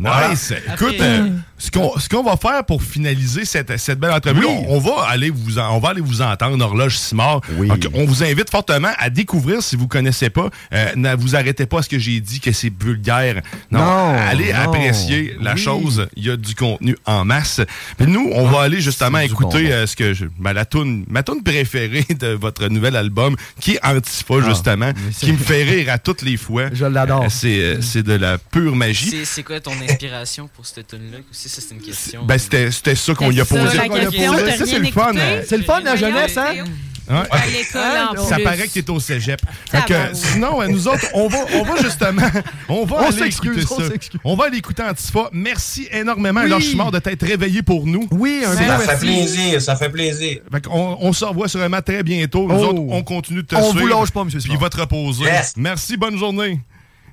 S5: Nice.
S8: Voilà.
S5: Écoute,
S8: Après-
S5: euh, ce qu'on ce qu'on va faire pour finaliser cette, cette belle entrevue, on, on va aller vous en- on va aller vous entendre horloge Simard. Donc, on vous invite fortement à découvrir si vous connaissez pas. Euh, ne vous arrêtez pas à ce que j'ai dit que c'est vulgaire. Non,
S22: Non,
S5: allez
S22: non.
S5: apprécier la
S22: Oui.
S5: chose. Il y a du contenu en masse. Mais nous, on va aller justement
S22: Ah, c'est du
S5: écouter
S22: bonbon.
S5: euh, ce que je- ma la tune ma tune préférée de votre nouvel album qui est Antifa
S22: Ah,
S5: justement,
S22: mais c'est-
S5: qui me fait rire à toutes les fois. Je l'adore. c'est euh, c'est de la pure magie.
S13: C'est c'est quoi ton inspiration pour cette tune là aussi ça c'est une question.
S5: Ben, c'était c'était ça qu'on lui a posé.
S13: la
S5: Qu'on lui a
S13: question,
S5: posé.
S13: t'as
S5: Ça, c'est
S13: rien
S5: le fun.
S13: écouté?
S5: hein.
S8: C'est le fun, la jeunesse, Ah, hein?
S5: Hein?
S8: À l'école, en
S5: ça
S8: plus.
S5: paraît que t'es au cégep.
S8: Ça
S5: Fait que,
S8: va, oui.
S5: sinon, euh, nous autres, on va, on va justement. On va
S8: On
S5: aller
S8: s'excuse,
S5: écouter
S8: on
S5: ça. On va aller écouter Antifa. Merci énormément,
S23: Oui.
S5: alors, je suis mort de t'être réveillé pour nous.
S8: Oui,
S23: Ça fait plaisir, ça fait plaisir.
S5: on, on se revoit sûrement très bientôt. Nous
S23: Oh.
S5: autres, on continue de te
S23: On
S5: suivre.
S23: vous lâche pas,
S5: monsieur Puis il va te reposer.
S23: Yes.
S5: Merci, bonne journée.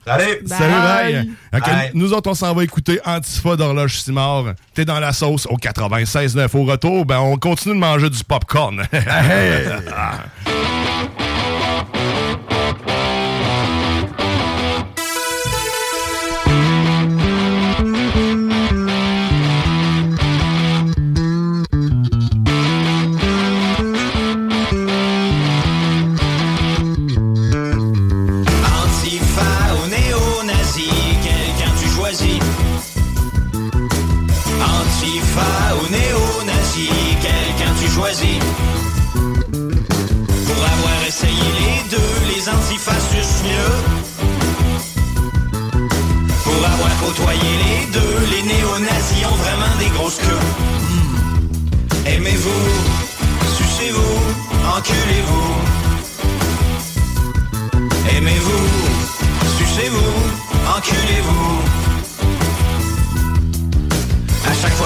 S23: Salut.
S5: Salut,
S23: Bye.
S5: bye. Fait que
S23: Bye.
S5: Nous autres, on s'en va écouter Antifa d'Horloge Simard. T'es dans la sauce au 96.9. Au retour, ben, on continue de manger du popcorn.
S4: Antifa ou néo-nazi, quelqu'un tu choisis. Antifa ou néo-nazi, quelqu'un tu choisis. Pour avoir essayé les deux, les antifas sucent mieux. Pour avoir côtoyé les deux, les néo-nazis ont vraiment des grosses queues. Hmm. Aimez-vous, sucez-vous, enculez-vous. Aimez-vous, sucez-vous, enculez-vous. À chaque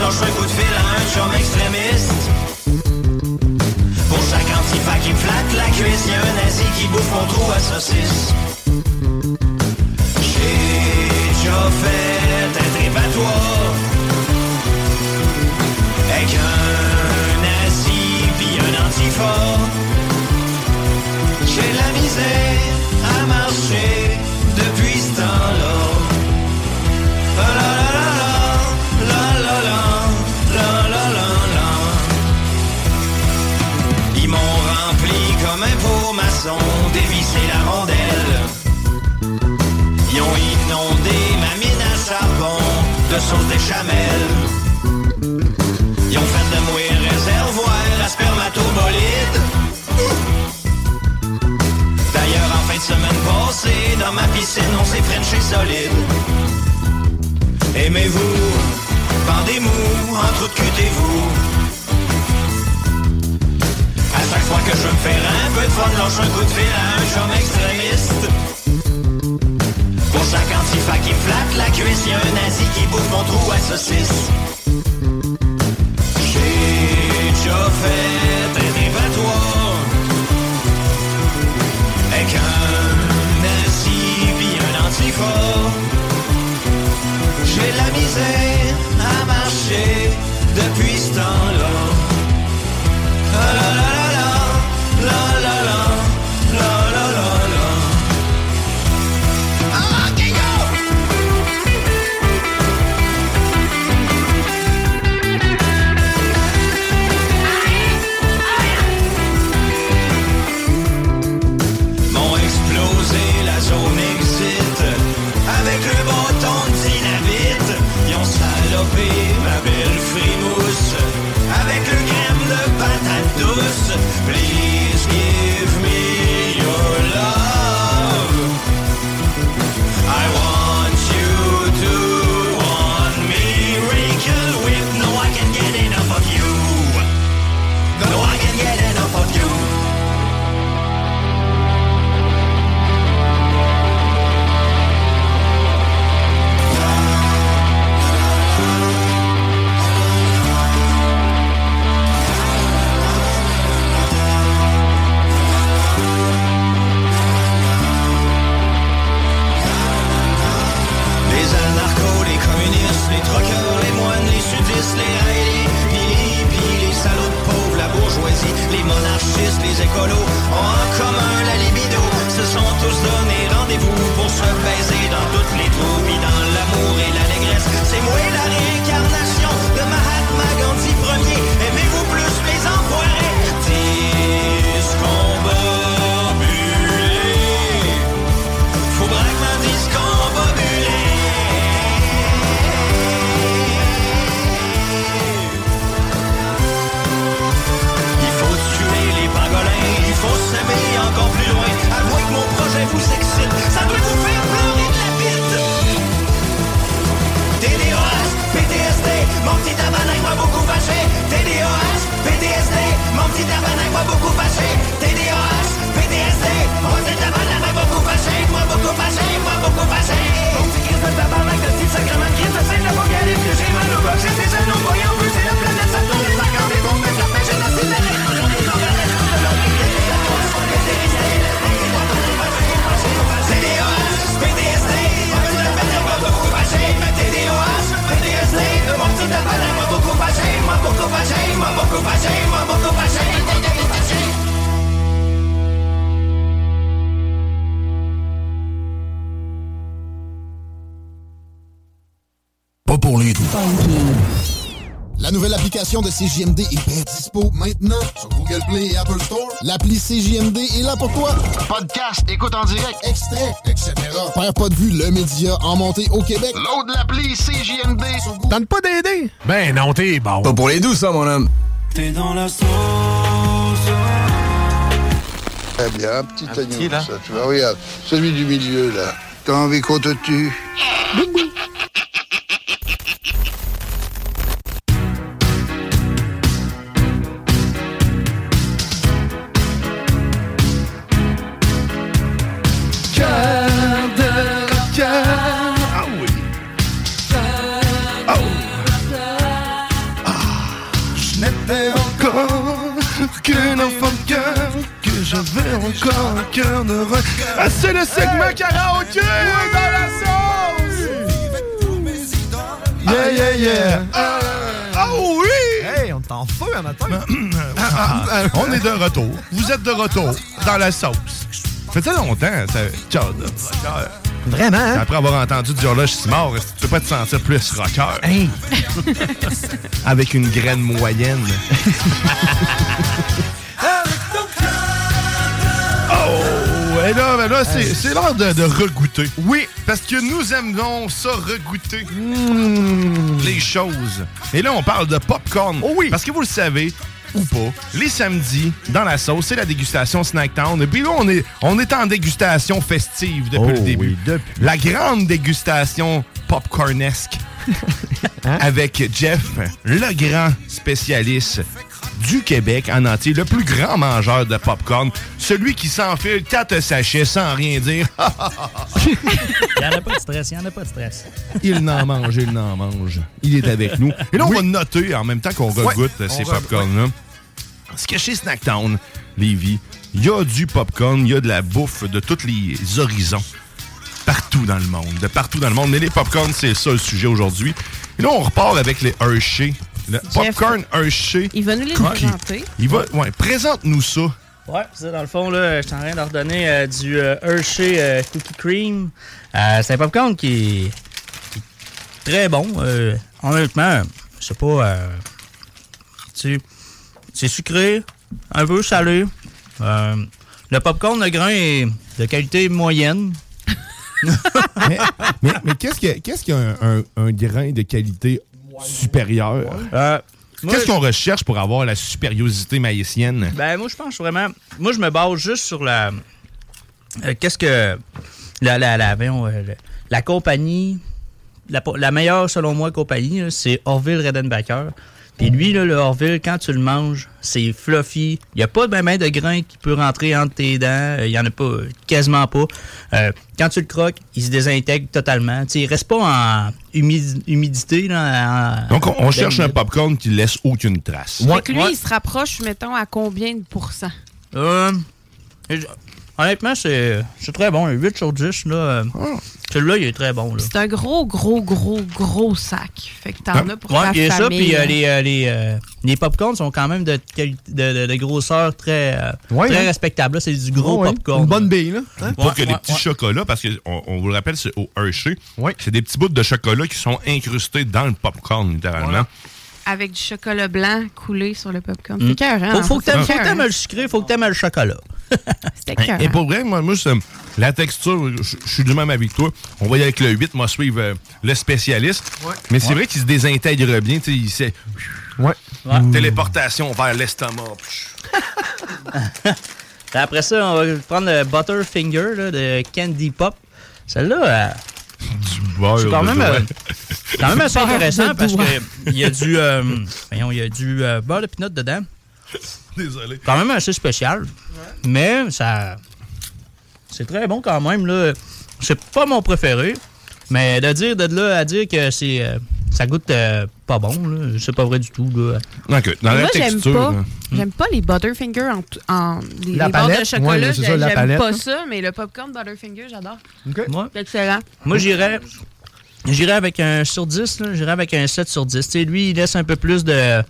S4: lance un coup de fil à un chum extrémiste. Pour chaque antifa qui me flatte la cuisse, y'a un nazi qui bouffe mon trou à saucisse. J'ai déjà fait un trip à toi. Avec un nazi pis un antifa. J'ai de la misère à marcher depuis ce temps-là. La la la la la la la la la la. Ils m'ont rempli comme un pot maçon, dévissé la rondelle. Ils ont inondé ma mine à charbon de sauce d'échamel. Ils ont fait de moi un réservoir à spermatobolide. D'ailleurs, en fin de semaine passée, dans ma piscine, on s'est frenché solide. Aimez-vous, pendez-vous, entrecutez-vous. À chaque fois que je me fais un peu de fun, lance un coup de fil à un chum extrémiste. Pour chaque antifa qui me flatte la cuisse, y'a un nazi qui bouffe mon trou à saucisse. J'ai déjà fait un débattoir avec un nazi pis un antifa. J'ai de la misère à marcher depuis ce temps-là. La la la la la, la la la, la la la la. Ah, okay, go! M'ont explosé la zone exit avec le bâton de dynamite. Ils ont salopé ma belle frimousse avec le crème de patate douce. Please give me your love. I want you to want me. Wrinkle whip, no I can get enough of you. No I can get enough of you. Les anarchos, les communistes, les troqueurs, les moines, les sudistes, les raies, les hippies, puis les salauds de pauvres, la bourgeoisie, les monarchistes, les écolos ont en commun la libido. Se sont tous donné rendez-vous pour se baiser dans toutes les troupes, puis dans l'amour et l'allégresse. C'est moi la réincarnation de Mahatma Gandhi premier. Aimez-vous plus les enfoirés? Dis combat bulé. Faut braquement dire ce qu'on va buller. Il faut tuer les pangolins, il faut s'aimer encore plus loin. Avouez que mon projet vous excite, ça doit vous faire pleurer de la bite. TDOH, PTSD, mon petit tabarnak m'a beaucoup fâché. TDOH, PTSD, mon petit tabarnak m'a beaucoup fâché. TDOH, PTSD, mon petit tabarnak m'a beaucoup fâché. Moi beaucoup fâché, moi beaucoup fâché. Mon petit Christ de tabarnak, le style sacrement Christ, le style d'apocalypse, que j'ai mal au bloc, j'ai ces jeunes, on voyait en plus, c'est la planète, ça tourne, les vacances, les bombes, les affaires, j'ai la sidérée.
S2: Pas pour les doux. La nouvelle application de CJMD est bien dispo maintenant sur Google Play et Apple Store. L'appli CJMD est là pour toi. Podcast, écoute en direct, extrait, etc. Père pas de vue, le média en montée au Québec. Load l'appli CJMD sur Google. Tente pas d'aider?
S3: Ben non, t'es bon.
S2: Pas pour les doux, ça, mon homme.
S4: T'es dans la sauce.
S17: Eh bien, un petit agneau, ça, tu vois, regarde, celui du milieu, là. T'as envie qu'on te tue
S3: Cœur de
S5: Ah
S3: rocker. Ah oui. Oh.
S22: qu'un enfant de cœur, que j'avais encore un cœur de requin. Ah, c'est le segment karaoké dans la sauce! Yeah, yeah, yeah! oh oui!
S8: Hey, on t'en feu un matin!
S5: Ah, ah, on est de retour. Vous êtes de retour dans la sauce. Ça faisait longtemps, ça. Ciao, de rocker.
S8: Vraiment, hein?
S5: Après avoir entendu du horloge Simard, est-ce que tu peux pas te sentir plus rocker. Avec une graine moyenne. Oh! Et là, ben là, c'est, c'est l'heure de, de regoûter. Oui, parce que nous aimons ça regoûter les choses. Et là, on parle de popcorn. Mmh. Oh oui! Parce que vous le savez, ou pas, les samedis, dans la sauce, c'est la dégustation Snack Town. Et puis là, on est, on est en dégustation festive depuis le début. La grande dégustation popcornesque.
S10: Hein?
S5: Avec Jeff, le grand spécialiste du Québec en entier, le plus grand mangeur de popcorn, celui qui s'enfile quatre sachets sans rien dire.
S14: Il n'y en a pas de stress, il n'y en a pas de stress.
S5: il n'en mange, il n'en
S4: hein.
S5: mange. Il est avec nous. Et là, on va noter en même temps qu'on regoute
S10: Ouais,
S5: ces
S10: on re-
S5: popcorns-là. Parce que chez Snacktown, Lévis, il y a du popcorn, il y a de la bouffe de tous les horizons. Partout dans le monde, de partout dans le monde. Mais les popcorns, c'est ça le sujet aujourd'hui. Et là, on repart avec les Hershey. Le popcorn Hershey.
S12: Il va nous les
S5: Cookie.
S12: présenter.
S5: Il va, ouais, présente-nous ça.
S14: Ouais, pis ça, dans le fond, là, je suis en train d'ordonner euh, du euh, Hershey euh, Cookie Cream. Euh, c'est un popcorn qui, qui est très bon. Euh, honnêtement, je sais pas. euh, tu sais, c'est sucré, un peu salé. Euh, le popcorn de grain est de qualité moyenne.
S5: Mais, mais qu'est-ce qu'il y a- qu'est-ce qu'il y a un, un- un grain de qualité supérieure? Euh, qu'est-ce qu'on recherche pour avoir la supériorité maïsienne?
S14: Ben, moi, je pense vraiment. Moi, je me base juste sur la. euh, Qu'est-ce que. La, la, la, voyons, euh, le- la compagnie. La, po- la meilleure, selon moi, compagnie, là, c'est Orville Redenbacher. Puis lui, là, le Orville, quand tu le manges, c'est fluffy. Il n'y a pas de main de grain qui peut rentrer entre tes dents. Il n'y en a pas, euh, quasiment pas. Euh, quand tu le croques, il se désintègre totalement. Tu sais, il reste pas en humidi- humidité. là, en- ben,
S5: Donc, on, on
S14: en-
S5: cherche un popcorn qui laisse aucune trace.
S12: Fait que lui, il se rapproche, mettons, à combien de pourcents?
S14: Euh, et j- honnêtement, c'est c'est très bon. Un 8 sur 10. Là, euh,
S8: Ah.
S14: Celui-là, il est très bon. Là.
S12: C'est un gros, gros, gros, gros sac. Fait que t'en as pour
S14: Hein? Ouais,
S12: ta
S14: puis il y a ça, puis
S12: famille. hein.
S14: euh, les, euh, les, euh, les popcorns sont quand même de, quali- de, de- de grosseur très, euh,
S8: Ouais,
S14: très
S8: hein.
S14: respectable. là. C'est du gros
S8: Ouais, ouais.
S14: popcorn.
S8: Une bonne bille, là. hein?
S5: Pas que des petits chocolats, parce qu'on on vous le rappelle, c'est au Hershey. C'est des petits bouts de chocolat qui sont incrustés dans le popcorn, littéralement.
S12: Avec du chocolat blanc coulé sur le popcorn.
S5: Mm.
S12: C'est cœur, hein?
S14: Hmm. Faut, faut que t'aimes faut que
S12: Écœurant.
S14: t'aimes Ben, le sucré, faut que t'aimes le chocolat.
S12: C'était
S5: Et-
S12: cœur.
S5: Et,
S14: hein?
S5: pour vrai, moi, moi, c'est- la texture, je je suis du même avec toi. On va y aller avec le 8, moi, suivre euh, le spécialiste. Mais c'est
S10: Ouais.
S5: vrai qu'il se désintègre bien, tu sais, il sait.
S14: Ouais.
S5: Téléportation vers l'estomac.
S14: Puis Après ça, on va prendre le Butterfinger là, de Candy Pop. Celle-là, euh, C'est quand même, euh, quand même assez
S6: Beurre de
S14: intéressant parce
S6: doigt.
S14: qu'il y a du, euh, voyons, il y a du euh, beurre de pinot dedans.
S5: Désolé.
S14: Quand même assez spécial. Mais ça. C'est très bon quand même. là. C'est pas mon préféré. Mais de dire de là à dire que c'est. euh, ça goûte euh, pas bon, là, c'est pas vrai du tout. Là.
S5: OK. Dans
S12: Mais
S5: la
S12: moi, j'aime
S5: texture.
S12: pas,
S5: là.
S12: j'aime pas les Butterfinger en, t- en les,
S14: Hmm. La
S12: les barres de
S14: palette,
S12: chocolat.
S14: ouais, mais c'est ça,
S12: j'aime
S14: la palette,
S12: pas
S14: hein.
S12: ça, mais le popcorn Butterfinger, j'adore.
S14: Ouais.
S12: C'est excellent.
S14: Moi, j'irais. J'irais avec un sur 10, là. j'irais avec un 7 sur 10. Tu sais, lui, il laisse un peu plus de,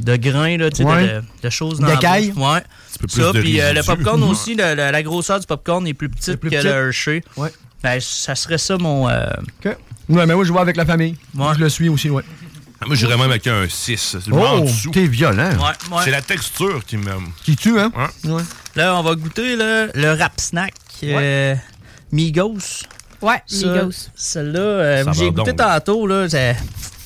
S14: de grains, là, tu sais, de-
S8: Ouais.
S14: de, de choses dans
S8: D'écailles.
S14: la bouche. Ouais.
S8: Petit peu plus
S14: Ça,
S8: de
S14: puis euh, le
S8: résidus.
S14: popcorn
S8: Ouais.
S14: aussi, le- le- la grosseur du popcorn est plus petite que
S8: petite.
S14: le Hershey. Ben, ça serait ça mon... euh,
S8: OK. Ouais, mais moi, je vois avec la famille. Moi, je le suis aussi, ouais.
S5: Ah, Moi, j'irais même avec un 6. Je mets en
S8: Oh,
S5: dessous.
S8: t'es violent.
S14: Ouais, ouais.
S5: C'est la texture qui me.
S8: Qui tue, hein? Ouais.
S14: Là, on va goûter le, le rap snack euh, Migos.
S12: Ouais,
S14: Ça,
S12: Migos.
S14: Celle-là, euh,
S12: Ça
S14: j'ai
S12: va
S14: goûté
S12: donc,
S14: tantôt. Là, c'est-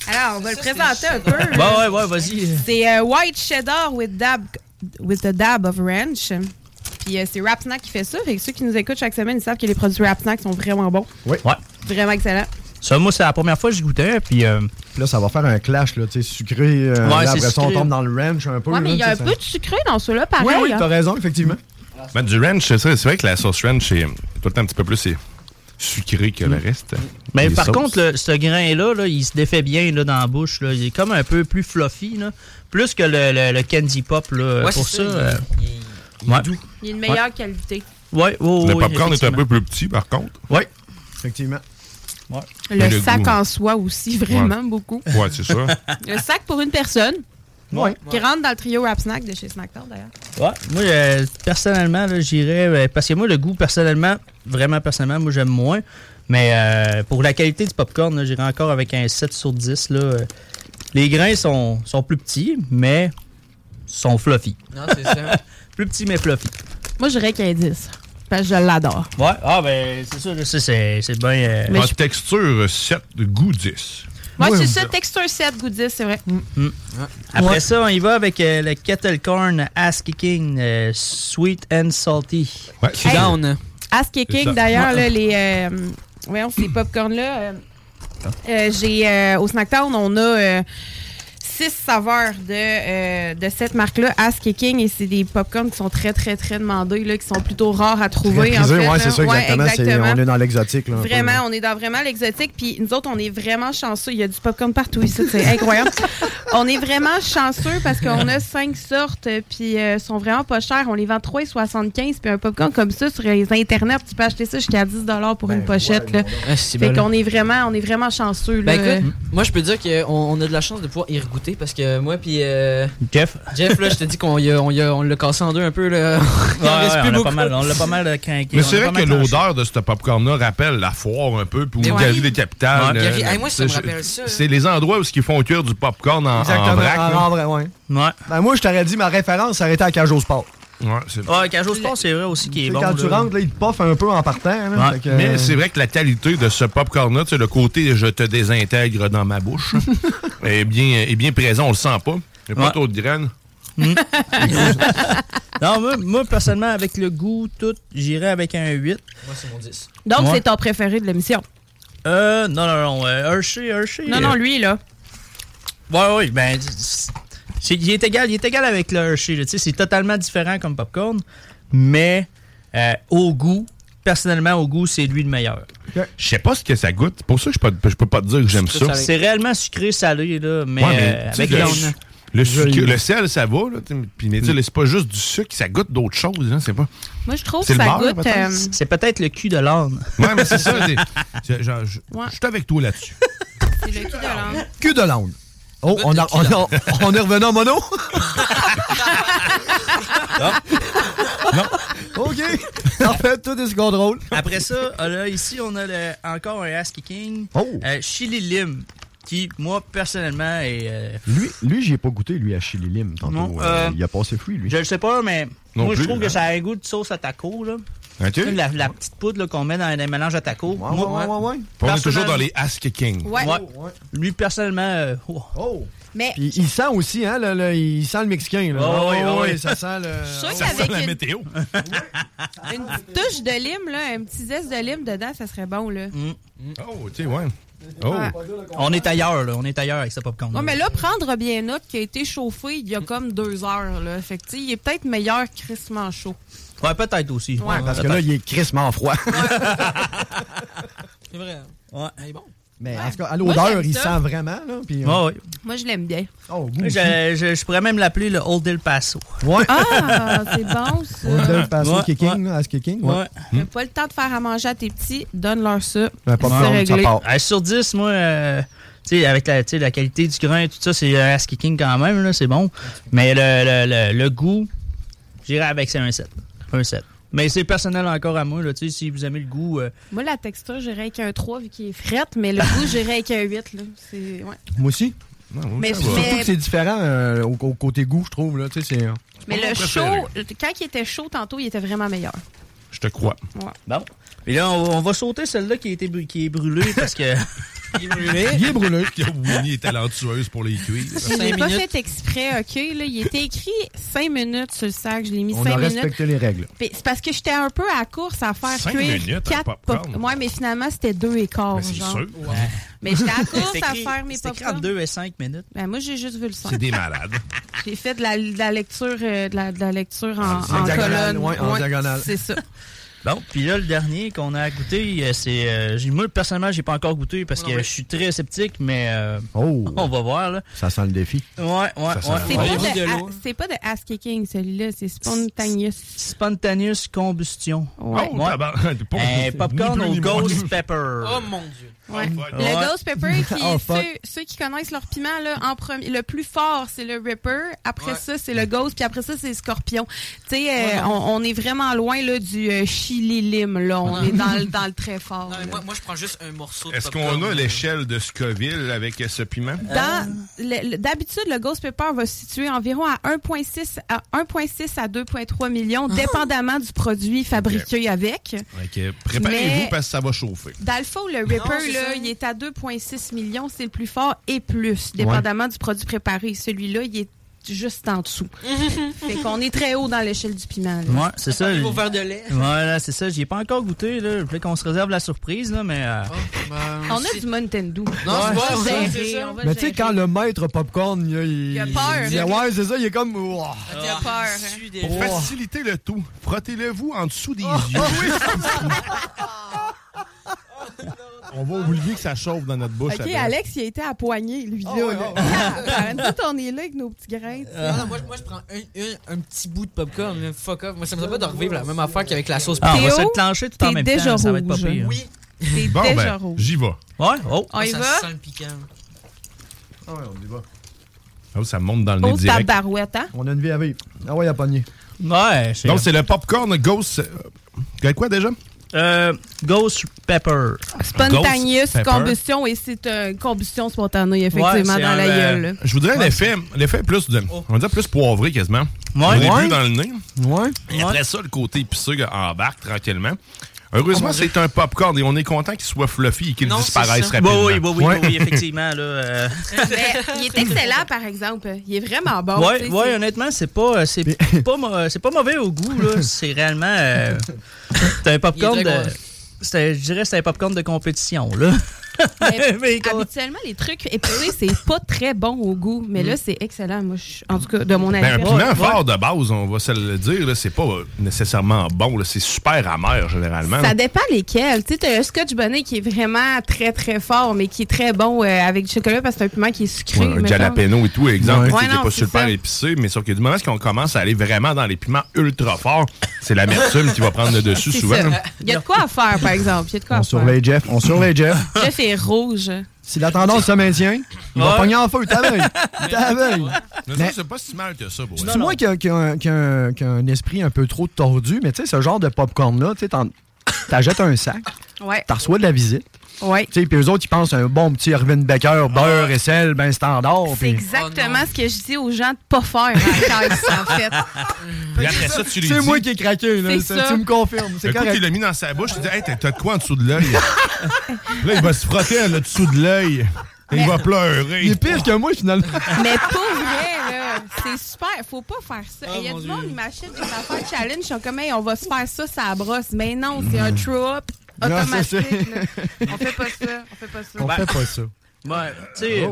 S12: Alors, on va le présenter un peu.
S14: Ouais, ouais, ouais, vas-y.
S12: C'est euh, White Cheddar with, dab, with a dab of ranch. Puis euh, c'est Rap Snack qui fait ça. Fait que ceux qui nous écoutent chaque semaine, ils savent que les produits Rap Snack sont vraiment bons.
S8: Oui.
S14: Ouais.
S12: Vraiment excellents.
S14: Ça, moi, c'est la première fois que j'y goûtais. Puis, euh,
S8: là, ça va faire un clash, là, tu sais, sucré. euh,
S14: Ouais,
S8: là,
S14: c'est
S8: après ça, on
S14: sucré.
S8: tombe dans le ranch un peu.
S12: Ouais, mais
S8: là,
S12: il y a un
S8: tu sais,
S12: peu
S8: ça-
S12: de sucré dans ceux-là, pareil.
S8: Oui, oui,
S12: hein.
S8: t'as raison, effectivement.
S5: Ben, du ranch, c'est ça. C'est vrai que la sauce ranch, c'est tout le temps un petit peu plus c'est sucré que le reste.
S14: Mm. Mais
S5: Les
S14: par
S5: sauces.
S14: contre, le- ce grain-là, là, il se défait bien là, dans la bouche. là. Il est comme un peu plus fluffy, là. plus que le, le- le candy pop là,
S13: Ouais,
S14: pour
S13: c'est ça, il-
S14: ça. euh, ouais.
S12: Il y a une meilleure qualité.
S14: Ouais, oh,
S5: le
S14: oui,
S5: popcorn est un
S14: effectivement.
S5: peu plus petit, par contre.
S14: Oui.
S8: Effectivement.
S12: Le, sac en soi aussi,
S5: Ouais.
S12: vraiment beaucoup.
S5: Ouais, c'est ça.
S12: Le sac pour une personne.
S14: Ouais.
S12: Qui rentre dans le trio Rap Snack de chez Snacktown, d'ailleurs.
S14: Ouais, moi, euh, personnellement, là, j'irais. euh, parce que moi, le goût, personnellement, vraiment personnellement, moi, j'aime moins. Mais euh, pour la qualité du popcorn, là, j'irais encore avec un 7 sur 10. Là, Euh, les grains sont, sont plus petits, mais sont fluffy.
S13: Non, c'est ça.
S14: plus petits, mais fluffy.
S12: Moi, j'irais qu'il y ait 10. Parce que je l'adore.
S14: Ouais, ah, ben, c'est ça, là, c'est- c'est c'est bien. euh,
S5: En texture, 7, goût 10.
S12: Moi,
S14: Ouais,
S12: c'est
S14: on-
S12: ça, texture 7, goût 10, c'est vrai.
S14: Mm. Après ça, on y va avec euh, le kettle corn ass kicking euh, sweet and salty.
S5: Ouais,
S13: c'est Hey. down.
S12: Ask et
S14: C'est ça.
S12: King, d'ailleurs,
S8: Ah.
S14: Ouais.
S12: là, les. Euh, voyons, ces popcorns-là. euh, euh, j'ai. euh, au Snacktown, on a. euh, six saveurs de, euh, de cette marque-là, Ask et King, et c'est des popcorns qui sont très, très, très demandés, là, qui sont plutôt rares à trouver. en
S8: Prisé,
S12: fait,
S8: ouais,
S12: là.
S8: c'est ça,
S12: Ouais,
S8: exactement. C'est-
S12: exactement.
S8: on est dans l'exotique. là, un peu, là.
S12: Vraiment, on est dans vraiment l'exotique. Puis nous autres, on est vraiment chanceux. Il y a du popcorn partout ici, c'est incroyable. on est vraiment chanceux parce qu'on a cinq sortes, euh, puis euh, sont vraiment pas chers. On les vend 3,75. Puis un popcorn comme ça sur les internets, tu peux acheter ça jusqu'à 10 pour une pochette. là.
S13: Ah, c'est
S12: fait
S13: bon.
S12: qu'on est vraiment, on est vraiment chanceux.
S13: Ben
S12: là.
S13: écoute, moi je peux dire qu'on on a de la chance de pouvoir y regoûter parce que moi puis euh,
S14: Jeff.
S13: Jeff là je te dis qu'on y a- on y a- on l'a cassé en deux un peu là. Il en
S14: Ouais,
S13: reste
S14: ouais,
S13: plus
S14: on l'a
S13: beaucoup.
S14: pas mal, on l'a pas mal craqué.
S5: Mais c'est vrai que l'odeur de ce popcorn-là rappelle la foire un peu, puis
S13: Mais
S5: ou
S13: oui.
S5: Gary des Capitales.
S13: Ouais,
S5: euh,
S13: Gary- hey, moi, ça me
S5: c'est-
S13: rappelle ça, hein.
S5: C'est les endroits où ils font cuire du popcorn en, en
S8: Exactement.
S5: vrac.
S8: en-
S14: Ah.
S5: là.
S8: Ah, en vrai, ouais. Ben, moi, je t'aurais dit ma référence s'arrêtait à Cage au Sport.
S5: Ouais, c'est vrai.
S14: Ouais, Ah, Cajou Sport, c'est vrai aussi qu'il est
S8: Tu sais,
S14: bon.
S8: quand tu
S14: là.
S8: rentres, là, il te poffe un peu en partant. là, fait que, euh,
S5: Mais c'est vrai que la qualité de ce popcorn-là, tu sais, le côté je te désintègre dans ma bouche, est, bien, est bien présent, on le sent pas. Il n'y a pas
S14: Ouais.
S5: trop de graines.
S14: Hmm. Non, moi, moi, personnellement, avec le goût, tout, j'irais avec un 8.
S13: Moi c'est mon 10.
S12: Donc,
S14: Ouais.
S12: c'est ton préféré de l'émission.
S14: Euh, non, non, non. Euh, Hershey, Hershey.
S12: Non, non, lui, là.
S14: Ouais, ouais, ben. c'est- c'est- Il est égal, il est égal avec le Hershey, là, tu sais. C'est totalement différent comme popcorn, mais euh, au goût, personnellement, au goût, c'est lui le meilleur.
S5: Je sais pas ce que ça goûte. C'est pour ça que je peux, pas- je peux pas te dire que j'aime ça.
S14: C'est réellement sucré-salé, là, mais,
S5: Ouais, mais
S14: euh,
S5: tu sais,
S14: avec
S5: le,
S14: la-
S5: su- le sucre-
S14: Joli.
S5: le sel, ça va, là, tu sais, puis, mais tu
S8: Mm.
S5: sais, c'est pas juste du sucre, ça goûte d'autres choses. hein, c'est pas...
S12: Moi, je trouve
S5: C'est
S12: que
S5: le
S12: ça
S5: beurre,
S12: goûte.
S5: peut-être?
S12: euh,
S14: C'est peut-être le cul de l'âne.
S5: Ouais, mais c'est ça. c'est- c'est- genre, Je
S12: Ouais.
S5: je suis avec toi là-dessus.
S8: Cul de l'âne. Oh, on, a- on, a- on est revenu en mono? OK. En fait, tout est sous contrôle.
S14: Après ça, ah là, ici, on a le- encore un Ass Kicking.
S8: Oh.
S14: Euh, Chili Lime, qui, moi, personnellement, est. euh,
S11: Lui, lui j'y ai pas goûté, lui, à Chili Lime. Tantôt,
S14: Non,
S11: euh,
S14: euh,
S11: il a passé fruit, lui.
S14: Je le sais pas, mais
S11: Non
S14: moi, je
S11: plus,
S14: trouve
S11: hein.
S14: que ça a un goût de sauce à taco, là.
S5: Ok.
S14: Tu sais, La, la petite poudre là, qu'on met dans les mélanges à taco.
S5: ouais, ouais,
S8: ouais. Oh,
S5: On est toujours dans les ass kicking.
S12: Ouais.
S14: Lui, personnellement. euh, oh.
S12: Mais
S8: Puis il sent aussi, hein, le, le- il sent le Mexicain. Là. Oh,
S14: Ouais, ouais, ouais, ouais.
S8: ça sent le...
S12: Je suis sûr qu'avec une-
S5: météo.
S12: une petite touche de lime, là, un petit zeste de lime dedans, ça serait bon. Là.
S5: Oh, tu sais, ouais. Oh.
S12: Ouais.
S14: On est ailleurs, là. On est ailleurs avec ce popcorn.
S12: Ouais, mais là, prendre bien note qui a été chauffé il y a comme deux heures. Là. Fait que, tu sais, il est peut-être meilleur crissement chaud.
S14: Ouais, peut-être aussi.
S12: Ouais,
S8: parce que là, il est crissement froid.
S13: C'est vrai.
S14: Ouais,
S13: il est bon.
S8: Mais en tout cas, à
S12: Moi,
S8: l'odeur,
S12: j'aime
S8: il
S12: ça.
S8: sent vraiment. Là, puis, euh,
S14: Ouais, ouais.
S12: Moi, je l'aime bien.
S8: Oh,
S14: Je, je- je pourrais même l'appeler le Old El Paso.
S8: Ouais.
S12: Ah, c'est bon, ça.
S8: On donne pas
S14: Ouais,
S8: à kicking, là, à ce kicking. Ouais.
S12: T'as pas le temps de faire à manger à tes petits, donne-leur ça.
S8: Ben, pas
S12: c'est
S8: mal, ça
S12: réglé.
S8: part.
S14: Euh, sur 10, moi, euh, tu sais, avec la, tu sais, la qualité du grain et tout ça, c'est euh, un ass kicking quand même, là, c'est bon. Mais le, le- le- le goût, j'irai avec c'est un 7. Un 7. Mais c'est personnel encore à moi, là, tu sais, si vous aimez le goût. euh,
S12: Moi, la texture, j'irais avec un 3 vu qu'il est frette, mais le goût, j'irais avec un 8. Là. C'est... Ouais.
S8: Moi aussi.
S12: Mais-
S8: Surtout
S12: mais-
S8: que c'est différent euh, au, au côté goût, je trouve. Là, tu sais, c'est...
S12: Mais
S8: Mon
S12: le
S8: préféré.
S12: chaud, quand il était chaud tantôt, il était vraiment meilleur.
S5: Je te crois.
S12: Ouais.
S14: Bon. Et là, on, on va sauter celle-là qui, a été brû- qui est brûlée parce que. il est brûlé.
S5: Il est brûlé. oh, Winnie est talentueuse pour les cuisses.
S12: Je l'ai pas fait exprès, OK? Là, il était écrit 5 minutes sur le sac. Je l'ai mis
S8: On
S12: 5
S8: a
S12: minutes.
S8: respecté les règles.
S12: Puis C'est parce que j'étais un peu à la course à faire
S8: Cinq
S12: cuire
S8: minutes, hein, un
S12: 4
S8: popcorn.
S12: popcorn. Ouais, mais finalement, c'était 2 et quart.
S8: Ben, c'est
S12: genre.
S8: sûr.
S14: Ouais.
S12: Mais j'étais à la course
S14: C'est
S12: à
S14: écrit-
S12: faire mes
S14: c'est écrit
S12: popcorn.
S14: entre 2 et 5 minutes.
S12: Ben, moi, j'ai juste vu le 5.
S5: C'est des malades.
S12: J'ai fait de la, de la lecture, euh, de la, de la lecture en,
S8: En
S12: en
S8: diagonale,
S12: colonne.
S8: ouais, en diagonale.
S12: C'est ça.
S14: Bon, puis là, le dernier qu'on a goûté, euh, c'est. euh, j'ai- moi, personnellement, j'ai pas encore goûté parce que je suis très sceptique, mais euh, on va voir. Là.
S11: Oh. Ça sent le défi.
S14: Ouais, ouais, ouais.
S11: sent le
S12: C'est pas, de, ah,
S14: hein?
S12: c'est pas de Ass Kicking, celui-là, c'est Spontaneous.
S14: Spontaneous Combustion.
S12: Ouais.
S14: Ouais. Euh, popcorn
S12: Ah, Ni plus,
S14: au
S12: ni moins.
S14: Ghost Pepper.
S13: Oh mon dieu.
S12: Ouais.
S14: fuck.
S12: le
S14: Ouais.
S12: Ghost Pepper, qui
S14: Oh, fuck.
S12: ceux, ceux qui connaissent leur piment, là, en premier, le plus fort, c'est le Ripper. Après
S13: Ouais.
S12: ça, c'est le Ghost. Puis après ça, c'est le Scorpion. Tu sais, euh,
S13: Ouais.
S12: on, on est vraiment loin là, du euh, chili lime. Là. On
S13: Ouais.
S12: est dans, le- dans le très fort. là.
S13: Moi, moi, je prends juste un morceau de
S5: Est-ce
S13: popcorn.
S5: qu'on a l'échelle de Scoville avec euh, ce piment?
S12: Dans- le- le- D'habitude, le Ghost Pepper va se situer environ à 1,6 à 1,6 à 2,3 millions,
S13: Ah.
S12: dépendamment du produit fabriqué avec.
S5: Ok, Préparez-vous
S12: Mais-
S5: parce que ça va chauffer.
S12: Dans le fond, le
S13: Non, c'est
S12: Ripper,
S13: ça.
S12: là, il est à 2,6 millions, c'est le plus fort et plus, dépendamment du produit préparé. Celui-là, il est juste en dessous. fait qu'on est très haut dans l'échelle du piment. là.
S14: Ouais, c'est ça.
S12: Au verre de lait.
S14: Voilà, c'est ça. J'y ai pas encore goûté. Là. Je voulais qu'on se réserve la surprise, là, mais. euh,
S12: Oh, On a du Mountain Dew.
S14: c'est
S12: on va
S14: ça,
S12: le
S14: c'est
S12: gérer,
S14: ça.
S12: on va le
S8: Mais tu sais,
S12: gérer.
S8: quand le maître popcorn, il,
S12: Il a peur.
S8: il- ouais, c'est ça, il est comme. ouah.
S14: Ah,
S12: Il a peur. hein.
S14: hein?
S5: Pour
S8: Oh.
S5: faciliter le tout, frottez-le-vous en dessous
S12: Ah.
S5: des yeux. On va oublier que ça chauffe dans notre bouche.
S12: Ok,
S5: après.
S12: Alex, il a été à poignée, lui. là, là. Ah, nous autres, on est là avec nos petits grains. tu sais.
S13: Non, non, moi, je- moi, je prends un, un- un petit bout de popcorn. là. Fuck off. Moi, ça me semble pas de revivre la même affaire qu'avec la sauce
S14: Ah, on va
S13: Théo,
S14: se clencher tout en
S13: t'es
S14: même
S13: déjà
S14: temps. Ça va être pas
S13: rouge.
S14: pire.
S13: Oui.
S12: T'es
S5: Bon,
S13: déjà
S5: ben,
S13: rouge.
S5: j'y vais.
S14: Ouais, oh.
S13: Ah,
S12: On y
S13: ça
S12: va?
S13: sent le piquant.
S11: Ah ouais, on y va.
S5: Ah oui, ça monte dans le nez
S12: Oh,
S5: direct.
S12: tabarouette, hein?
S8: On a une vie à vivre. Ah ouais, il a pogné.
S14: Ouais,
S5: Donc, c'est le popcorn Ghost. euh, euh, Quoi déjà?
S14: Euh, Ghost Pepper.
S12: Spontaneous
S5: Ghost Pepper.
S12: combustion, et c'est une combustion spontanée, effectivement,
S14: Ouais, c'est
S12: dans
S14: un,
S12: la
S14: euh, Oh.
S12: gueule. là.
S5: Je voudrais l'effet, l'effet plus de. On va dire plus poivré quasiment.
S14: Ouais.
S5: Au début,
S14: Ouais.
S5: dans le nez.
S8: Ouais.
S5: Et après ça, le côté épicé embarque tranquillement. Heureusement, c'est un popcorn et on est content qu'il soit fluffy et qu'il
S14: Non,
S5: disparaisse
S14: c'est ça.
S5: rapidement.
S14: Oui, oui, oui, oui, oui, effectivement, là. euh,
S12: Mais il est excellent, par exemple. Il est vraiment bon. tu
S14: ouais,
S12: sais,
S14: ouais,
S12: Ah c'est-
S14: honnêtement, c'est pas, euh, c'est pas, mo- c'est pas mauvais au goût là. C'est réellement, euh, c'est un popcorn
S12: Il est
S14: de,
S12: très gros.
S14: c'est- je dirais, que c'est un popcorn de compétition là.
S12: Mais habituellement, les trucs épicés, c'est pas très bon au goût. Mais là, c'est excellent. Moi, je- en tout cas, de mon avis.
S5: Mm. Ben, un piment fort de base, on va se le dire, là, c'est pas euh, nécessairement bon. là. C'est super amer généralement.
S12: Ça
S5: là.
S12: dépend lesquels. Tu sais, t'as le scotch bonnet qui est vraiment très, très fort, mais qui est très bon euh, avec du chocolat parce que c'est un piment qui est sucré.
S5: Ouais, un
S12: mettons.
S5: jalapeno et tout, exemple,
S12: Ouais.
S5: qui
S12: Ouais,
S5: n'était
S12: non,
S5: pas
S12: c'est
S5: super
S12: ça.
S5: épicé, mais sauf que du moment qu'on commence à aller vraiment dans les piments ultra forts, c'est l'amertume qui va prendre le dessus
S12: C'est
S5: souvent.
S12: ça.
S5: là.
S12: Il y a de quoi à faire, par exemple. Il y a de quoi à
S8: On
S12: faire.
S8: surveille Jeff, on surveille Jeff.
S12: Jeff est rouge.
S8: Si la tendance se maintient, il va
S5: Ouais.
S8: pogner en feu, t'as veille. T'as veille.
S5: Mais ça, c'est pas si mal que ça. pour vrai.
S8: C'est moi qui a, qui a un, qui a un- qui a un esprit un peu trop tordu, mais tu sais, ce genre de popcorn-là, tu sais, t'en- t'achètes un sac,
S12: Ouais.
S8: t'en reçois de la visite.
S12: Ouais. Ah.
S8: Tu sais, puis eux autres, ils pensent à un bon petit Irvin Becker, beurre et sel, ben standard.
S12: C'est
S8: puis-
S12: exactement ce que je dis aux gens de pas faire quand ils sont faits.
S5: Puis après ça, tu lui
S8: C'est
S5: dis-
S8: moi qui ai craqué, là.
S12: C'est
S8: Ça,
S12: ça.
S8: Tu me confirmes, c'est
S5: Le coup
S8: correct.
S5: qu'il l'a mis dans sa bouche, il dit Hey, t'as- t'as de quoi en dessous de l'œil Là, il va se frotter le dessous de l'œil. Et Il va pleurer.
S8: Il est pire que moi, finalement.
S12: Mais pour vrai, là, c'est super. Faut pas faire ça. Il y a du monde qui m'achète des affaires challenge. Ils sont comme, hey, on va se faire ça, ça brosse. Mais non, c'est un throw-up
S8: Non,
S12: Ah, automatique.
S8: c'est ça.
S12: là. on fait pas ça. On fait pas
S5: Ben,
S12: ça.
S8: On fait pas ça. Oh.
S14: Ouais, tu sais,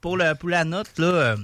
S14: pour la pour la note là, euh,